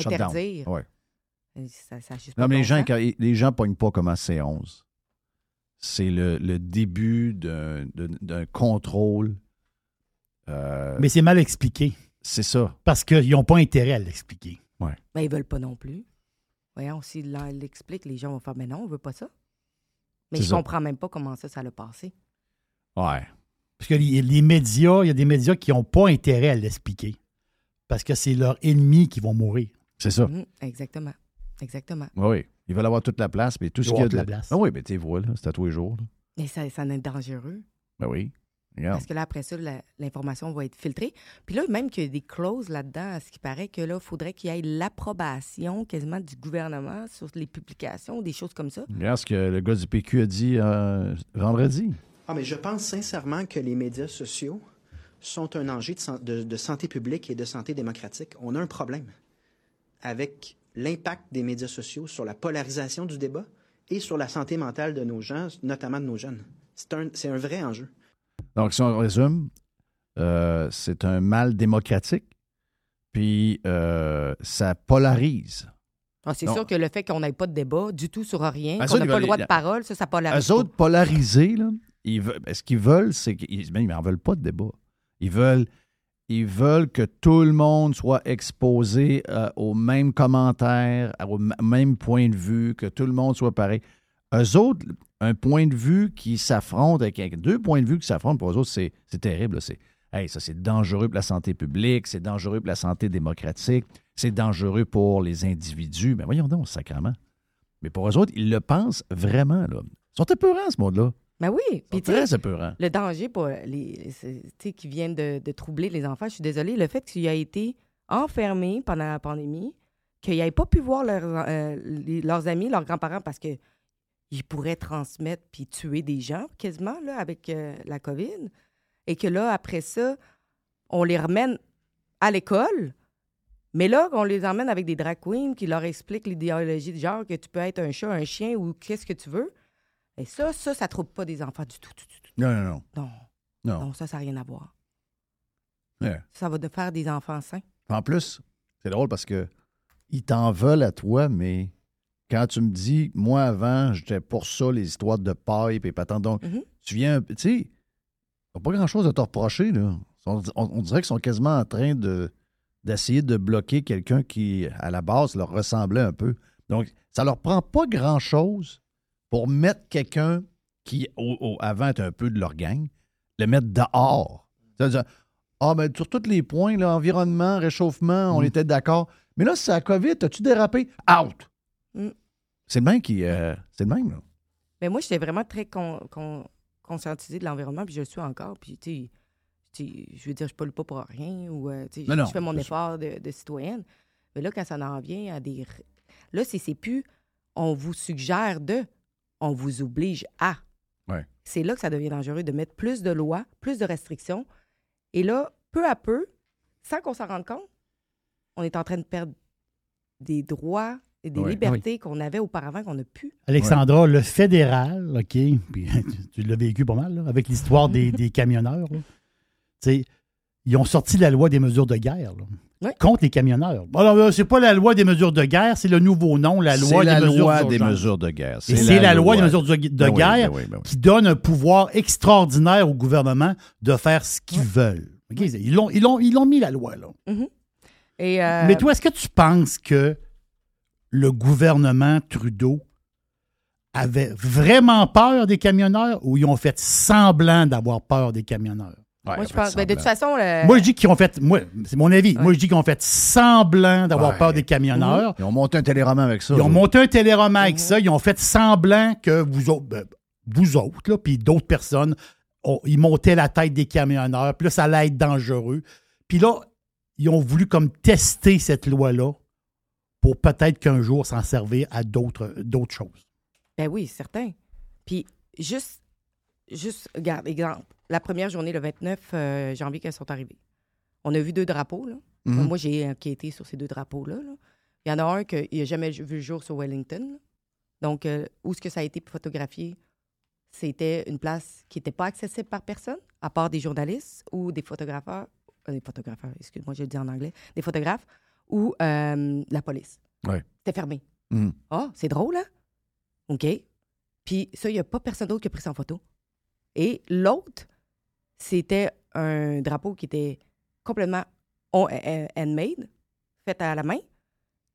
B: Shutdown.
E: interdire, euh,
B: Ouais.
E: ça, ça a juste
B: Oh. Non,
E: pas
B: mais
E: de
B: les
E: bon
B: gens,
E: sens.
B: quand- les gens pognent pas comment c'est 11. C'est le, le début d'un d'un- d'un contrôle. Euh,
F: Mais c'est mal expliqué
B: c'est ça.
F: parce qu'ils n'ont pas intérêt à l'expliquer.
E: Ben, ils veulent pas non plus. Voyons, si l'on l'explique, les gens vont faire Mais non, on veut pas ça. Mais
B: C'est
E: je
B: ça.
E: comprends même pas comment ça, ça l'a passé.
B: Ouais.
F: Parce que les, les médias, il y a des médias qui n'ont pas intérêt à l'expliquer parce que c'est leurs ennemis qui vont mourir.
B: C'est ça.
E: Mhm, exactement. Exactement.
B: Oui, oui. Ils veulent avoir toute la place, mais tout
F: Ils
B: ce
F: vont
B: qu'il y a
F: avoir
B: de.
F: toute la place.
B: Ah oui, mais tu vois, là, c'est à tous les jours. là.
E: Mais ça, ça en est dangereux.
B: Ben oui. Regarde.
E: Parce que là, après ça, la- l'information va être filtrée. Puis là, même qu'il y a des clauses là-dedans, à ce qui paraît que là, faudrait qu'il y ait l'approbation quasiment du gouvernement sur les publications, des choses comme ça.
B: Regarde ce que le gars du PQ a dit euh, vendredi.
K: Ah, mais je pense sincèrement que les médias sociaux sont un enjeu de, san- de- de santé publique et de santé démocratique. On a un problème avec l'impact des médias sociaux sur la polarisation du débat et sur la santé mentale de nos gens, notamment de nos jeunes. C'est un, c'est un vrai enjeu.
B: Donc, si on résume, euh, c'est un mal démocratique, puis euh, ça polarise.
E: Ah, c'est
B: Non.
E: sûr que le fait qu'on n'ait pas de débat du tout sur rien,
B: Ah, ça,
E: qu'on n'a
B: ils
E: pas
B: veulent-
E: le droit de parole, ça, ça polarise.
B: Eux
E: pas.
B: autres, polarisés, là, ils veulent- ben, ce qu'ils veulent, c'est qu'ils ben, ils n'en veulent pas de débat. Ils veulent, ils veulent que tout le monde soit exposé euh, aux mêmes commentaires, au m- même point de vue, que tout le monde soit pareil. Eux autres, un point de vue qui s'affronte avec, avec deux points de vue qui s'affrontent, pour eux autres, c'est c'est terrible. là. C'est hey, ça, c'est dangereux pour la santé publique, c'est dangereux pour la santé démocratique, c'est dangereux pour les individus. Mais voyons donc, sacrément. Mais pour eux autres, ils le pensent vraiment. Là. Ils sont épeurants, ce monde-là.
E: Mais Ben oui.
B: Ils
E: Puis,
B: sont
E: tu sais,
B: très épeurants.
E: le danger pour les, c'est- tu sais, qui viennent de, de troubler les enfants, je suis désolée, le fait qu'il a été enfermé pendant la pandémie, qu'ils n'aient pas pu voir leurs, euh, les- leurs amis, leurs grands-parents, parce que ils pourraient transmettre puis tuer des gens quasiment là, avec euh, la COVID, et que là, après ça, on les remène à l'école. Mais là, on les emmène avec des drag queens qui leur expliquent l'idéologie de genre que tu peux être un chat, un chien ou qu'est-ce que tu veux. Et ça, ça, ça trouve pas des enfants du tout. du tout, du tout.
B: Non, non, non.
E: Non.
B: Non.
E: Non, ça, ça n'a rien à voir.
B: Ouais.
E: Ça va de faire des enfants sains.
B: En plus, c'est drôle parce que ils t'en veulent à toi, mais quand tu me dis, moi avant, j'étais pour ça, les histoires de pipe et patente, donc tu viens, un- tu sais, ils n'ont pas grand-chose à te reprocher, là. On, on- on dirait qu'ils sont quasiment en train de d'essayer de bloquer quelqu'un qui, à la base, leur ressemblait un peu. Donc, ça leur prend pas grand-chose pour mettre quelqu'un qui, au- au- avant, était un peu de leur gang, le mettre dehors. C'est-à-dire, ah, ben, sur tous les points, là, environnement, réchauffement, on était d'accord. Mais là, c'est la COVID, as-tu dérapé? Out!
E: Mm.
B: C'est le même qui. euh, c'est le même, là.
E: Mais moi, j'étais vraiment très con- con- conscientisée de l'environnement, puis je le suis encore. Puis, tu sais, tu sais, je veux dire, je ne pollue pas pour rien, ou euh, tu sais,
B: Non, non,
E: je fais mon
B: bien
E: effort de, de citoyenne. Mais là, quand ça en vient à des. r- Là, c'est c'est plus on vous suggère de, on vous oblige à.
B: Ouais.
E: C'est là que ça devient dangereux de mettre plus de lois, plus de restrictions. Et là, peu à peu, sans qu'on s'en rende compte, on est en train de perdre des droits et des
B: Ouais.
E: libertés qu'on avait auparavant, qu'on n'a plus.
F: Alexandra, le fédéral, OK, puis *laughs* tu, tu l'as vécu pas mal, là, avec l'histoire des, des camionneurs. là. Tu sais, ils ont sorti la loi des mesures de guerre là,
E: Ouais.
F: contre les camionneurs. Bon, Alors, là, c'est pas la loi des mesures de guerre, c'est le nouveau nom, la loi
B: C'est
F: des
B: la
F: mesures
B: loi des
F: d'urgence.
B: mesures de guerre.
F: Et c'est la, loi des mesures de, de
B: Ben oui, ben
F: guerre
B: oui, ben oui.
F: qui donne un pouvoir extraordinaire au gouvernement de faire ce qu'ils veulent. OK, Ils l'ont ils l'ont- ils l'ont mis, la loi. là.
E: Et, euh,
F: Mais toi, est-ce que tu penses que le gouvernement Trudeau avait vraiment peur des camionneurs ou ils ont fait semblant d'avoir peur des camionneurs?
B: Ouais,
E: Moi, je
B: fait
E: pense. ben, de toute
B: semblant.
E: façon, le-
F: Moi, je dis qu'ils ont fait. Moi, c'est mon avis. Moi, je dis qu'ils ont fait semblant d'avoir
B: Ouais.
F: peur des camionneurs.
B: Ils ont monté un téléroman avec ça.
F: Ils ont
B: là.
F: monté un téléroman avec ça. Ils ont fait semblant que vous autres, ben, vous autres, là, puis d'autres personnes, on- ils montaient la tête des camionneurs. Puis là, ça allait être dangereux. Puis là, ils ont voulu comme tester cette loi-là pour peut-être qu'un jour s'en servir à d'autres d'autres choses.
E: ben oui, certain. Puis juste, juste, regarde, exemple, la première journée, le 29 euh, janvier, qu'elles sont arrivées. On a vu deux drapeaux, là.
B: Mhm.
E: Moi, j'ai enquêté sur ces deux drapeaux-là. là. Il y en a un qu'il n'a jamais vu le jour sur Wellington. là. Donc, euh, où est-ce que ça a été photographié? C'était une place qui n'était pas accessible par personne, à part des journalistes ou des photographeurs, euh, des photographeurs, excuse-moi, je le dis en anglais, des photographes ou euh, la police.
B: Ouais.
E: C'était fermé.
B: Mhm.
E: Ah, c'est drôle, hein? OK. Puis ça, il n'y a pas personne d'autre qui a pris son photo. Et l'autre, c'était un drapeau qui était complètement on- euh, handmade, fait à la main,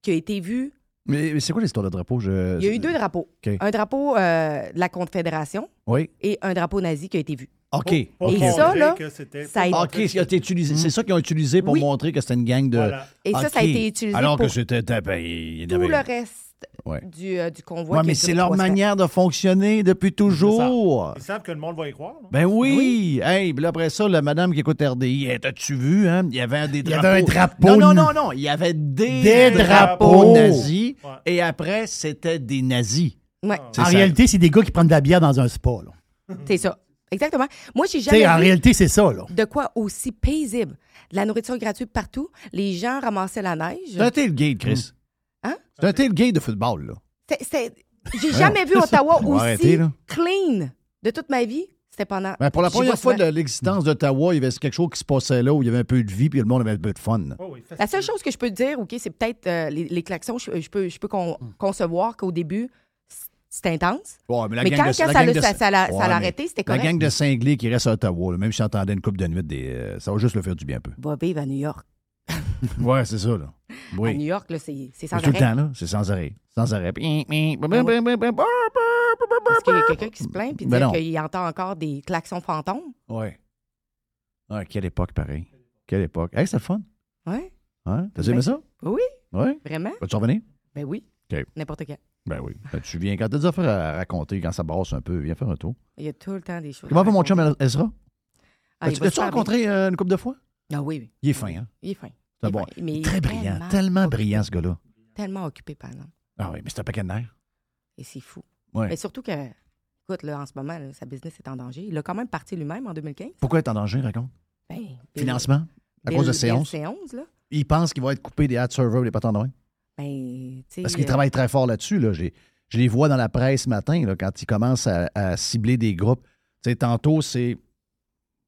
E: qui a été vu.
B: Mais, mais c'est quoi l'histoire de drapeau? Je...
E: Il y a eu deux drapeaux.
B: OK.
E: Un drapeau euh, de la Confédération
B: Oui.
E: et un drapeau nazi qui a été vu.
B: OK.
F: Oh,
B: Ah,
I: Pour
E: Et
I: montrer
E: ça, là,
I: que c'était-
E: ça a été-
B: OK, c'est c'est utilisé-
F: Mhm.
B: c'est ça qu'ils ont utilisé pour
E: Oui.
B: montrer que c'était une gang de.
I: Voilà.
E: Et ça, ça a
B: OK.
E: été utilisé
B: Alors
E: pour
B: que c'était. ben, il y en
E: tout
B: avait-
E: le reste
B: Ouais.
E: du, euh, du convoi.
B: Ouais,
E: qui a
B: mais
E: duré
B: c'est leur
E: trois semaines.
B: manière de fonctionner depuis toujours.
I: Ils savent que le monde va y croire. non?
B: Ben oui! Hey, puis là, après ça, la madame qui écoute RDI, hey, t'as-tu vu, hein? Il y avait des
F: Il y
B: drapeaux.
F: avait un drapeau
B: Non, non,
F: nu.
B: non, non. Il y avait des,
F: Des drapeaux.
B: nazis.
I: Ouais.
B: Et après, c'était des nazis.
E: Ouais,
B: C'est
F: En
B: ça.
F: réalité, c'est des gars qui prennent de la bière dans un spa. là.
E: c'est ça. Exactement. Moi, j'ai
F: Tu sais,
E: jamais
F: en
E: vu
F: réalité, c'est ça. Là.
E: de quoi aussi paisible. De la nourriture gratuite partout. Les gens ramassaient la neige.
B: C'est un tailgate, Chris.
E: Hein?
B: C'est un tailgate de football, là.
E: C'est- c'est- J'ai jamais vu Ottawa
B: *laughs* On va
E: aussi
B: arrêter, là.
E: clean de toute ma vie. C'était pendant.
B: Ben, pour la
E: j'y vais
B: première fois de
E: souvent.
B: l'existence d'Ottawa, il y avait quelque chose qui se passait là où il y avait un peu de vie puis le monde avait un peu de fun.
I: Oh, oui, *laughs* fais-
E: La seule chose que je peux dire, OK, c'est peut-être euh, les, les klaxons. Je, je peux, je peux con-
B: Hmm.
E: concevoir qu'au début, c- c'était intense.
B: Ouais, la
E: mais
B: gang
E: quand,
B: de-
E: quand
B: la
E: ça
B: gang
E: l'a
B: de-
E: ça, ça l'a- ça
B: Ouais,
E: l'a
B: mais
E: arrêté, c'était
B: La
E: correct.
B: gang de cinglés qui reste à Ottawa, là, même si j'entendais une coupe de nuit, des, euh, ça va juste le faire du bien un peu.
E: Va vivre à New York.
B: Ouais, c'est ça, là.
E: À New
B: Oui.
E: York, là, c'est c'est sans
B: C'est tout le
E: arrêt.
B: temps, là. C'est sans arrêt. Sans arrêt.
E: Parce qu'il y a quelqu'un qui se plaint puis
B: Ben
E: dire
B: non.
E: qu'il entend encore des klaxons fantômes.
B: Ouais. Ah, quelle époque, pareil. Quelle époque. Hey, c'était le fun.
E: Ouais.
B: Hein? T'as
E: Ben-
B: aimé ça?
E: Oui,
B: Ouais.
E: vraiment?
B: Vas-tu revenir?
E: Ben oui.
B: OK.
E: N'importe quand.
B: Ben oui. Ben, tu viens quand t'as des affaires à raconter, quand ça brasse un peu, viens faire un tour.
E: Il y a tout le temps des choses.
B: Comment
E: à
B: va mon
E: raconter.
B: chum Ezra?
E: Ah, il
B: As-tu
E: va
B: as-tu
E: super bien.
B: rencontré euh, une couple de fois?
E: Ah oui, oui.
B: Il est fin, hein?
E: Il est fin.
B: C'est
E: Il est
B: bon.
E: fin, mais
B: Il est
E: il
B: très
E: est
B: brillant,
E: tellement
B: tellement brillant, ce gars-là.
E: Tellement occupé, par exemple.
B: Ah oui, mais c'est un paquet de nerfs.
E: Et c'est fou.
B: Ouais.
E: Mais surtout que, écoute, là, en ce moment, là, sa business est en danger. Il a quand même parti lui-même en 2015.
B: Pourquoi être en danger, raconte?
E: Ben,
B: Financement? À cause de séances.
E: séances. séances là.
B: Ils pensent qu'ils vont être coupés des ad servers, des patins de même.
E: Ben, tu sais,
B: Parce qu'ils
E: euh,
B: travaillent très fort là-dessus. Là. J'ai- Je les vois dans la presse ce matin, là, quand ils commencent à, à cibler des groupes. Tu sais, tantôt, c'est.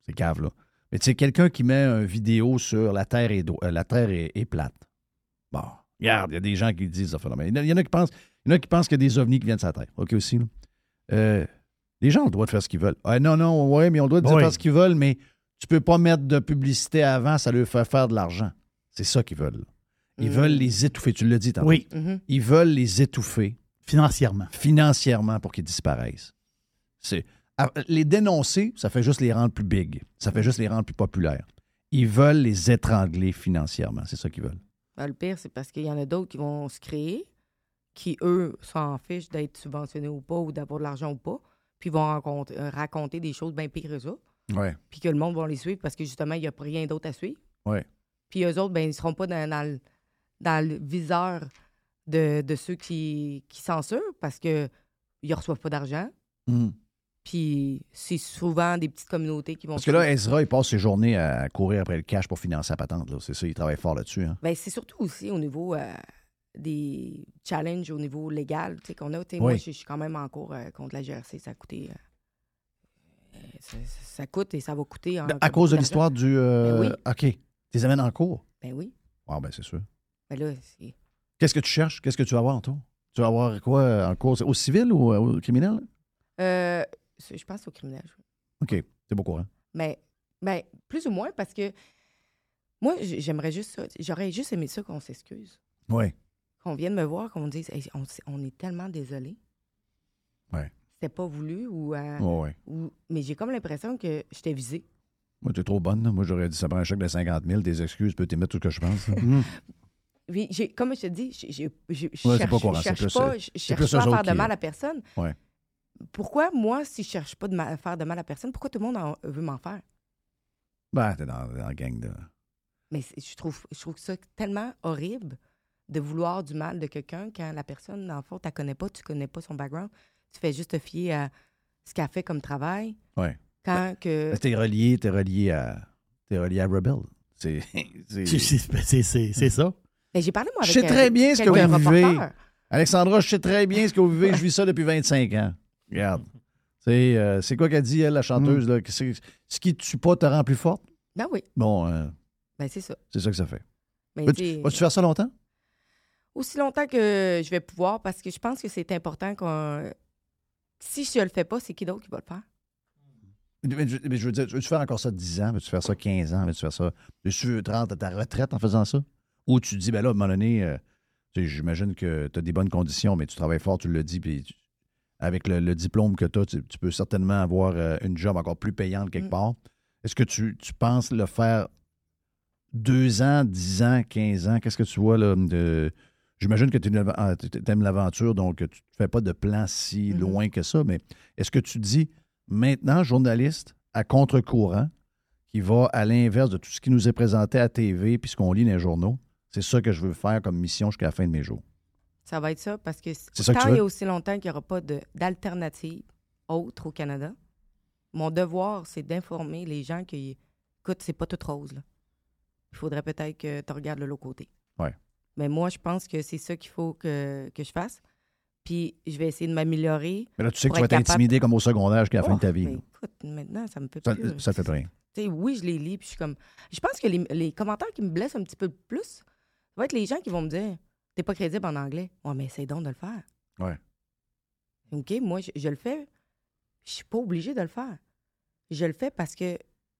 B: C'est cave, là. Mais tu sais, quelqu'un qui met une vidéo sur la Terre est, do- euh, la terre est, est plate. Bon, regarde, il y a des gens qui disent ça. phénomène. Il y en a- il y en a qui pensent il y en a qui pensent qu'il y a des ovnis qui viennent sur la Terre. OK aussi. là. Euh, les gens ont le droit de faire ce qu'ils veulent. Ah, non, non, ouais, mais on doit
F: Oui.
B: faire ce qu'ils veulent, mais tu peux pas mettre de publicité avant, ça leur fait faire de l'argent. C'est ça qu'ils veulent. Ils
F: Mm.
B: veulent les étouffer. Tu l'as dit tantôt.
F: Ah Oui.
E: Mhm.
B: Ils veulent les étouffer
F: *laughs* Financièrement.
B: financièrement pour qu'ils disparaissent. C'est à- les dénoncer, ça fait juste les rendre plus big, ça fait juste les rendre plus populaires. Ils veulent les étrangler financièrement, c'est ça qu'ils veulent.
E: ben, le pire, c'est parce qu'il y en a d'autres qui vont se créer, qui, eux, s'en fichent d'être subventionnés ou pas, ou d'avoir de l'argent ou pas, puis vont raconter, euh, raconter des choses bien pires que ça,
B: Ouais,
E: puis que le monde va les suivre parce que, justement, il n'y a pas rien d'autre à suivre.
B: ouais.
E: Puis eux autres, ben, ils ne seront pas dans, dans le, dans le viseur de, de ceux qui, qui censurent parce qu'ils ne reçoivent pas d'argent.
B: Hmm.
E: Puis c'est souvent des petites communautés qui vont...
B: Parce que là, Ezra, il passe ses journées à courir après le cash pour financer la patente. là. C'est ça, il travaille fort là-dessus. hein.
E: Ben, c'est surtout aussi au niveau euh, des challenges au niveau légal tu sais, qu'on a. Tu sais,
B: Oui.
E: Moi, je je suis quand même en cours euh, contre la GRC. Ça a coûté. euh, euh, ça, ça- ça coûte et Ah, ça va coûter. en-
B: Ben, À
E: beaucoup
B: cause de
E: d'argent.
B: l'histoire du. euh,
E: Ben
B: OK. Tu les amènes en cours.
E: Ben oui.
B: Ah, ben c'est sûr.
E: Ben là, c'est-
B: Qu'est-ce que tu cherches? Qu'est-ce que tu vas avoir en tour? Tu vas avoir quoi euh, en cours? C'est Au civil ou euh, au criminel?
E: Euh, c'est- je pense au criminel. je-
B: OK. T'es pas au courant.
E: Mais, ben, plus ou moins parce que moi, j- j'aimerais juste ça. J'aurais juste aimé ça qu'on s'excuse.
B: Oui.
E: Qu'on vienne me voir, qu'on me dise Hey, on, s- on est tellement désolé.
B: Ouais.
E: C'était pas voulu ou. euh,
B: Ouais, ouais.
E: ou- mais j'ai comme l'impression que j'étais visée.
B: Moi, t'es trop bonne. là. Moi, j'aurais dit ça prend un chèque de 50 000. Des excuses, peux t'émettre tout ce que je pense. là. Mm.
E: Puis j'ai- comme je te dis, j'ai- j'ai- je je
B: Ouais, c'est
E: cherche,
B: pas courant,
E: je
B: c'est
E: cherche
B: plus, euh,
E: pas, je
B: c'est
E: cherche
B: plus
E: pas à
B: eux
E: faire
B: autres
E: de
B: qui-
E: mal à personne.
B: Ouais.
E: Pourquoi, moi, si je cherche pas de ma- à faire de mal à personne, pourquoi tout le monde en- veut m'en faire?
B: Ben, t'es dans, dans la gang de.
E: Mais c'est- je trouve, je trouve ça tellement horrible de vouloir du mal de quelqu'un quand la personne, dans le fond, tu la connais pas, tu connais pas son background. Tu fais juste te fier à ce qu'elle fait comme travail.
B: Ouais.
E: Quand que...
B: Ben, T'es relié, t'es relié à. T'es relié à Rebel. C'est. *laughs* c'est-
F: C'est- C'est ben, c'est- c'est- c'est ça.
E: Mais ben, j'ai parlé, moi,
B: Je
E: avec
B: sais
E: un-
B: très bien ce que
E: quelqu'un, un
B: vous vivez.
E: reporter.
B: Alexandra, je sais très bien ce que vous vivez. Je vis ça depuis 25 ans. Regarde. C'est, euh, c'est quoi qu'elle dit, elle, la chanteuse? là, que c'est- ce qui ne tue pas te rend plus forte?
E: Ben oui,
B: Bon, euh,
E: ben c'est ça.
B: c'est ça que ça fait.
E: Mais
B: Vas-tu,
E: tu sais-
B: vas-tu faire ça longtemps?
E: aussi longtemps que je vais pouvoir parce que je pense que c'est important qu'on. Si je le fais pas, c'est qui d'autre qui va le faire?
B: Mais je, mais je veux dire, veux-tu faire encore ça 10 ans? Veux-tu faire ça 15 ans? Veux-tu faire ça? Tu veux te rendre à ta retraite en faisant ça? Ou tu te dis, ben là, à un moment donné, euh, tu sais, j'imagine que tu as des bonnes conditions, mais tu travailles fort, tu le dis, puis tu- avec le, le diplôme que tu as, tu, tu peux certainement avoir euh, une job encore plus payante quelque
E: Mm.
B: part. Est-ce que tu, tu penses le faire 2 ans, 10 ans, 15 ans? Qu'est-ce que tu vois là? de- J'imagine que tu aimes ah, l'aventure, donc tu ne fais pas de plan si
E: Mhm.
B: loin que ça, mais est-ce que tu dis maintenant, journaliste à contre-courant, qui va à l'inverse de tout ce qui nous est présenté à TV puis ce qu'on lit dans les journaux, c'est ça que je veux faire comme mission jusqu'à la fin de mes jours?
E: Ça va être ça parce que
B: C'est ça que
E: tant
B: tu veux?
E: et aussi longtemps qu'il n'y aura pas de- d'alternative autre au Canada, mon devoir, c'est d'informer les gens que, écoute, c'est pas toute rose. là. Il faudrait peut-être que tu regardes le l'autre côté.
B: Ouais.
E: Mais moi, je pense que c'est ça qu'il faut que, que je fasse. Puis je vais essayer de m'améliorer.
B: Mais là, tu sais que
E: Pour
B: tu vas
E: être capable-
B: t'intimider comme au secondaire jusqu'à la fin de ta
E: Oh,
B: vie.
E: ben,
B: là.
E: écoute, maintenant, ça me fait
B: Ça,
E: plus-
B: ça te fait rien.
E: Tu sais, oui, je les lis, puis je suis comme. Je pense que les, les commentaires qui me blessent un petit peu plus, ça va être les gens qui vont me dire T'es pas crédible en anglais. Ouais, mais essaye donc de le faire.
B: Ouais.
E: OK, moi, je, je le fais. Je suis pas obligée de le faire. Je le fais parce que.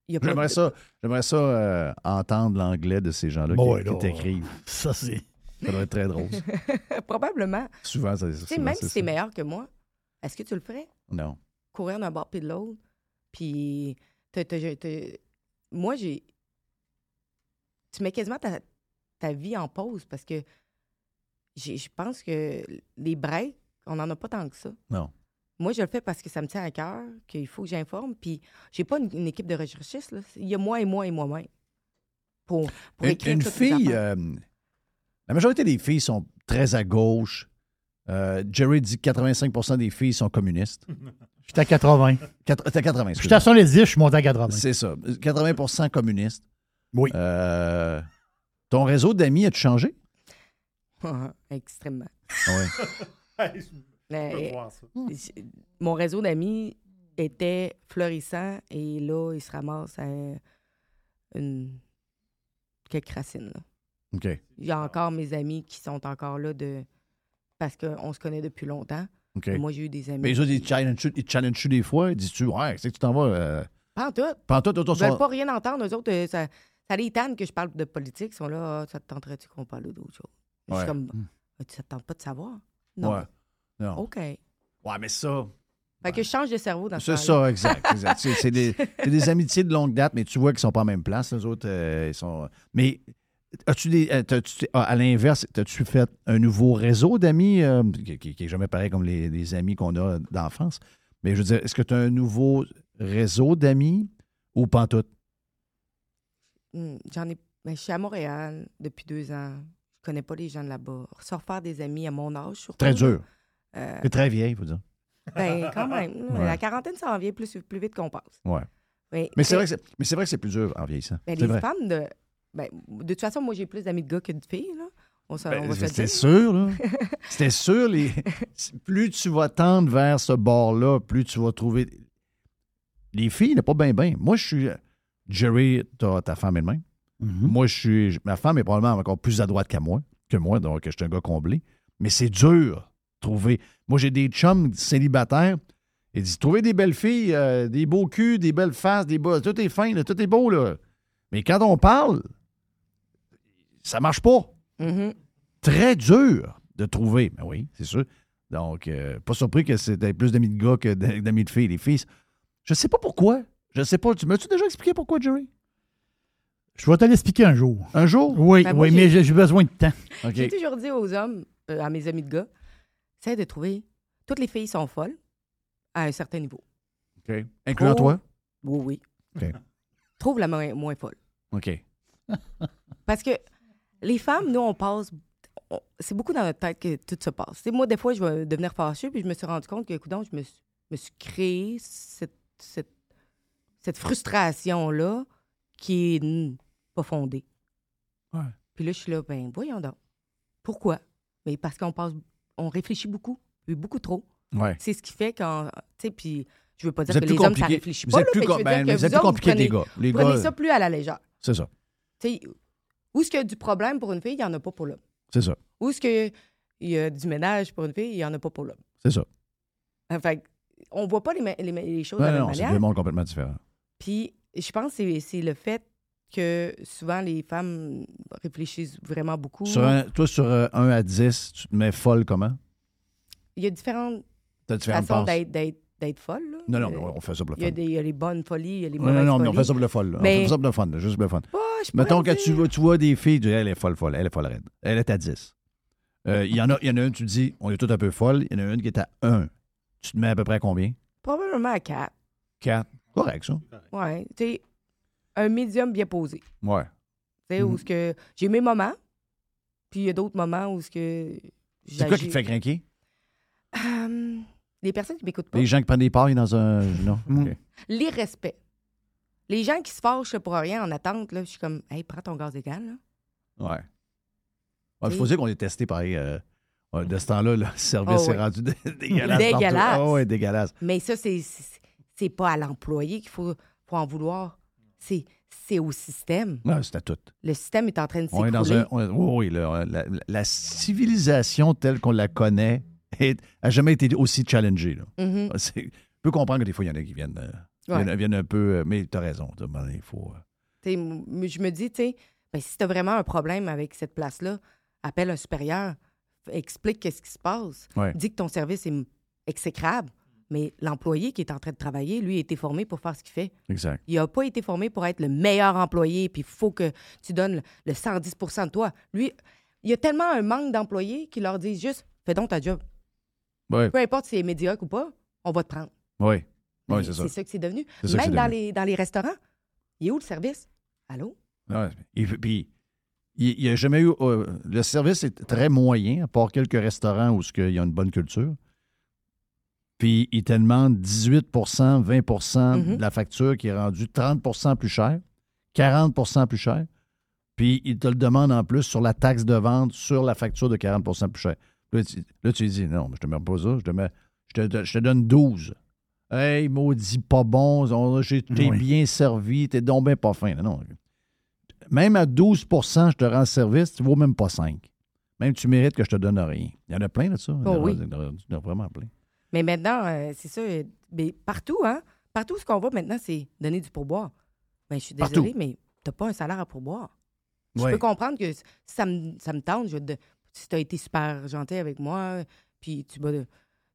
E: y a pas
B: J'aimerais
E: de-
B: ça, j'aimerais ça euh, entendre l'anglais de ces gens-là
F: Bon,
B: qui, qui
F: alors,
B: t'écrivent.
F: Ça, c'est.
B: Ça doit être très drôle.
E: *laughs* *laughs* Probablement.
B: Souvent, ça
E: Tu
B: souvent,
E: sais, même si
B: ça.
E: c'est meilleur que moi, est-ce que tu le ferais
B: Non.
E: Courir d'un bord puis de l'autre. Puis. t'as- t'as- t'as- Moi, j'ai. Tu mets quasiment ta, ta vie en pause parce que j'ai- je pense que les breaks, on n'en a pas tant que ça.
B: Non.
E: Moi, je le fais parce que ça me tient à cœur, qu'il faut que j'informe. Puis, j'ai pas une, une équipe de recherchistes. là. Il y a moi et moi et moi-même. Pour, pour
B: Une,
E: écrire
B: une
E: toutes les
B: fille,
E: affaires.
B: euh, la majorité des filles sont très à gauche. Euh, Jerry dit que 85 des filles sont communistes.
F: J'étais à 80.
B: Quatre- T'as 80,
F: J'étais à
B: excuse-moi.
F: 70, je suis monté à 80.
B: C'est ça. 80 communistes.
F: Oui.
B: Euh, ton réseau d'amis a-tu changé? euh,
E: *laughs* Extrêmement.
B: Oui.
E: Mais,
I: peux voir ça.
E: j- mon réseau d'amis était florissant et là, il se ramasse à une... quelques racines. là.
B: OK.
E: Il y a encore mes amis qui sont encore là de parce qu'on se connaît depuis longtemps.
B: OK.
E: Moi, j'ai eu des amis.
B: Mais les autres, ils te challenge- ils te challenge-tu des fois? Dis-tu, ouais, c'est que tu t'en vas. Euh,
E: Pas en tout.
B: Pantoute,
E: Ils
B: autour
E: veulent Ben, pas rien entendre. Eux autres, euh, ça, ça les tanne que je parle de politique. Ils sont là, Ah, ça te tenterait-tu qu'on parle d'autre chose? Je
B: Ouais.
E: suis
B: Hmm.
E: comme, Ah, ça te tente pas de savoir? Non.
B: Ouais. Non.
E: OK. Fait
B: Ouais, mais ça.
E: que je change de cerveau dans ce
B: C'est
E: temps-là.
B: ça, exact. exact. C'est c'est des, c'est des amitiés de longue date, mais tu vois qu'ils sont pas en même place. Les autres, euh, ils sont. Mais as-tu des. euh, t'as-tu- ah, à l'inverse, as-tu fait un nouveau réseau d'amis euh, qui, qui- qui est jamais pareil comme les, les amis qu'on a d'enfance? Mais je veux dire, est-ce que tu as un nouveau réseau d'amis ou pantoute?
E: Hmm, J'en ai. Mais je suis à Montréal depuis deux ans. Je connais pas les gens de là-bas. Se refaire des amis à mon âge, surtout.
B: Très dur.
E: Euh,
B: C'est très vieille, il faut dire.
E: ben,
B: *laughs*
E: quand même.
B: Ouais.
E: La quarantaine, ça en vient plus, plus vite qu'on pense.
B: Ouais.
E: Mais,
B: Mais c'est vrai que c'est- mais c'est vrai que c'est plus dur en vieillissant.
E: Ben,
B: C'est
E: les
B: vrai.
E: femmes de. ben, de toute façon, moi, j'ai plus d'amis de gars que de filles. Là. On, se- on
B: Ben,
E: va se le
B: C'était
E: dire.
B: sûr,
E: *laughs*
B: là. C'était sûr. Les... *laughs* Plus tu vas tendre vers ce bord-là, plus tu vas trouver. Les filles, n'est pas bien, bien. Moi, je suis. euh, Jerry, ta, ta femme est de même. Moi, je suis. je- Ma femme est probablement encore plus à droite qu'à moi, que moi, donc je suis un gars comblé. Mais c'est dur de trouver. Moi, j'ai des chums célibataires. Ils disent trouver des belles filles, euh, des beaux culs, des belles faces, des bas. Tout est fin, là, tout est beau, là. Mais quand on parle, ça marche pas
E: Mhm.
B: très dur de trouver. Ben oui, c'est sûr. Donc, euh, pas surpris que c'était plus d'amis de gars que d- d'amis de filles. Les filles, je sais pas pourquoi. Je sais pas. Tu m'as-tu déjà expliqué pourquoi, Jerry?
F: Je vais te l'expliquer un jour.
B: Un jour?
F: Oui,
E: Ben, moi,
F: oui, mais
E: j'ai-
F: j'ai j'ai besoin de temps.
B: OK.
E: J'ai toujours dit aux hommes, euh, à mes amis de gars, c'est de trouver. Toutes les filles sont folles à un certain niveau.
B: OK. Incluant toi?
E: Oui, oui.
B: OK.
E: Trouve la moins, moins folle.
B: OK.
E: Parce que les femmes, nous, on passe. on- C'est beaucoup dans notre tête que tout se passe. Tu sais, moi, des fois, je vais devenir fâcheux, puis je me suis rendu compte que, coudonc, je me suis, me suis créé cette, cette, cette frustration-là qui est mm, pas fondée.
B: Ouais.
E: Puis là, je suis là, ben, voyons donc. Pourquoi? Mais parce qu'on passe, on réfléchit beaucoup, puis beaucoup trop.
B: Ouais.
E: C'est ce qui fait quand. Tu sais, puis je veux pas
B: Vous
E: dire
B: êtes
E: que
B: plus
E: les hommes, ça
B: compliqués.
E: réfléchit
B: Vous
E: pas.
B: êtes
E: là,
B: plus
E: mais je
B: com-
E: veux
B: ben,
E: dire que
B: vous êtes plus
E: autres,
B: compliqués, les
E: prenez-
B: gars. Les
E: Prenez
B: gars,
E: ça plus à la légère.
B: c'est ça.
E: Tu sais, où est-ce qu'il y a du problème pour une fille, il n'y en a pas pour l'homme.
B: C'est ça.
E: Où est-ce qu'il y a du ménage pour une fille, il n'y en a pas pour l'homme.
B: C'est ça.
E: Euh, Fait que, on voit pas les, ma- les ma- les choses de
B: Non,
E: la même
B: non, c'est
E: manière.
B: deux mondes complètement différents.
E: Puis je pense que c'est- c'est le fait que souvent les femmes réfléchissent vraiment beaucoup.
B: Sur un- toi, sur 1 à 10, tu te mets folle comment?
E: Il y a différentes
B: T'as différentes
E: façons
B: passes.
E: d'être- d'être d'être folle. là.
B: Non, non,
E: Euh,
B: mais on fait ça pour le
E: il y, a
B: fun.
E: des, il y a les bonnes folies, il y a les
B: Non, non,
E: mauvaises
B: non, mais on fait
E: folies. Ben
B: ça pour le fun. là. On
E: Mais-
B: fait ça pour le fun, là, juste pour le fun.
E: Ah, je pourrais
B: Mettons, quand
E: dire-
B: tu vois, tu vois des filles, tu dis, elle est folle, folle, elle est folle, raide. Elle est à 10. Euh, Il y, en a- il y en a une, tu dis, on est toutes un peu folles. Il y en a une qui est à 1. Tu te mets à peu près à combien?
E: Probablement à quatre.
B: 4. Correct, ça.
E: Ouais, tu sais, un médium bien posé.
B: Ouais.
E: Tu sais,
B: Mhm.
E: où ce que j'ai mes moments, puis il y a d'autres moments où ce que Ben,
B: C'est quoi qui te fait craquer?
E: Euh, les personnes qui m'écoutent pas.
B: Les gens qui prennent des pailles dans un. Non. OK.
E: L'irrespect. Les gens qui se fâchent pour rien en attente, là, je suis comme, hey, prends ton gaz égal. Là.
B: Ouais. Il faut dire qu'on est testé pareil. euh, euh, de ce temps-là, le service
E: Ah ouais.
B: est rendu
E: *laughs*
B: dé- dégueulasse. partout.
E: Dégueulasse.
B: Ah ouais, dégueulasse.
E: Mais ça, c'est c'est- c'est pas à l'employé qu'il faut, faut en vouloir. C'est c'est au système.
B: Là, c'était tout.
E: Le système est en train de
B: On est
E: s'écrouler.
B: dans un. on est- oui, oui, là, la, la- la civilisation telle qu'on la connaît n'a jamais été aussi challengée. là.
E: Mhm.
B: C'est- Je peux comprendre que des fois, il y en a qui viennent, euh,
E: Ouais.
B: viennent, viennent un peu. euh, mais tu as raison. t'as- ben, il faut, euh,
E: Tu sais, m- m- Je me dis, tu sais, ben, si tu as vraiment un problème avec cette place-là, appelle un supérieur, f- explique qu'est-ce qui se passe.
B: Ouais.
E: Dis que ton service est m- exécrable, mais l'employé qui est en train de travailler, lui, a été formé pour faire ce qu'il fait.
B: exact.
E: Il n'a pas été formé pour être le meilleur employé, puis il faut que tu donnes le, le 110 de toi. Lui, il y a tellement un manque d'employés qui leur disent juste fais donc ta job.
B: Oui,
E: Peu importe si c'est médiocre ou pas, on va te prendre.
B: oui.
E: Mais
B: Oui, c'est ça.
E: que c'est devenu.
B: C'est ça que
E: Même
B: c'est
E: dans,
B: devenu.
E: Les, dans les restaurants, il est où le service Allô
B: Ouais. Et puis, il n'y a jamais eu. euh, le service est très moyen, à part quelques restaurants où il y a une bonne culture. Puis, ils te demandent 18 20 de la facture qui est rendue 30 plus cher, 40 plus cher, puis ils te le demandent en plus sur la taxe de vente, sur la facture de 40 plus cher. Là, tu, là, tu lui dis, non, mais je te mets pas ça, je te, mets, je te, je te donne 12. Hey, maudit pas bon, on- j'ai- t'es
F: Oui.
B: bien servi, t'es donc bien pas fin. Non, même à 12 je te rends service, tu ne vaux même pas 5. Même tu mérites que je te donne rien. Il y en a plein de ça. Il y en a-
E: Oh oui.
B: il y en a- il y en a vraiment plein.
E: Mais maintenant, euh, c'est ça. euh, Mais partout, hein? Partout, ce qu'on voit maintenant, c'est donner du pourboire. Ben, je suis
B: Partout.
E: désolée, mais t'as pas un salaire à pourboire. Je
B: Ouais.
E: peux comprendre que si ça me, ça me tente. Je, vais te- si t'as été super gentil avec moi, puis tu vas... tu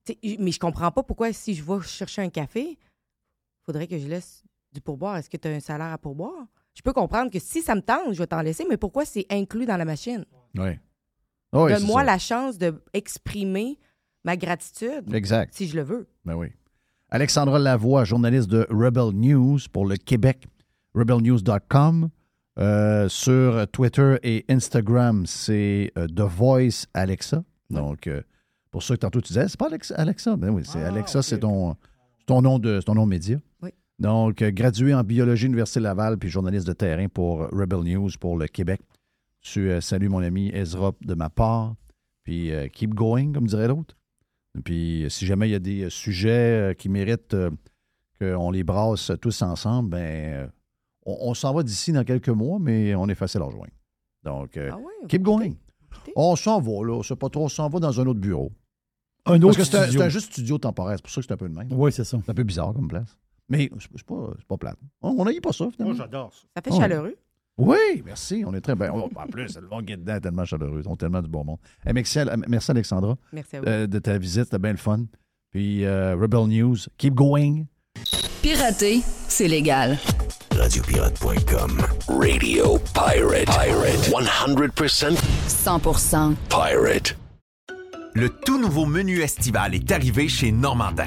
E: sais, j- Mais je comprends pas pourquoi, si je vais chercher un café, faudrait que je laisse du pourboire. Est-ce que tu as un salaire à pourboire? Je peux comprendre que si ça me tente, je vais t'en laisser, mais pourquoi c'est inclus dans la machine?
B: Oui. Ah Oui, c'est
E: Donne-moi
B: ça.
E: la chance d'exprimer ma gratitude
B: Exact.
E: si je le veux.
B: Ben oui. Alexandra Lavoie, journaliste de Rebel News pour le Québec, rebelnews.com. Euh, sur Twitter et Instagram, c'est euh, The Voice Alexa. Donc, euh, pour ceux que tantôt tu disais, c'est pas Alex- Alexa. Ben oui, c'est Alexa, c'est ton, c'est ton nom de c'est ton nom média.
E: Oui.
B: Donc, euh, gradué en biologie Université Laval, puis journaliste de terrain pour Rebel News pour le Québec. Tu euh, salues mon ami Ezra de ma part, puis euh, keep going, comme dirait l'autre. Puis euh, si jamais il y a des euh, sujets euh, qui méritent euh, qu'on les brasse tous ensemble, ben euh, on, on s'en va d'ici dans quelques mois, mais on est facile à rejoindre. Donc, euh,
E: Ah ouais?
B: keep going. On s'en va, là. C'est pas trop, on s'en va dans un autre bureau.
F: Un
B: Parce
F: autre
B: que c'est un-
F: studio.
B: c'est un, juste studio temporaire. C'est pour ça que c'est un peu le même.
F: Oui, c'est ça.
B: C'est un peu bizarre comme place. Mais c'est c'est pas, c'est pas plate. On n'aille pas ça,
I: Moi,
B: finalement.
I: j'adore ça.
E: Ça fait
B: Ah Ouais.
E: chaleureux.
B: Oui, merci. On est très bien. On- En plus, le long est dedans est tellement chaleureux. Ils ont tellement du bon monde. Eh, Merci, Al- merci Alexandra,
E: Merci à vous.
B: euh, de ta visite. C'était bien le fun. Puis euh, Rebel News, keep going.
C: Pirater, c'est légal.
D: Radiopirate.com. Radio Pirate. Pirate. 100%
C: 100%
D: Pirate.
H: Le tout nouveau menu estival est arrivé chez Normandin.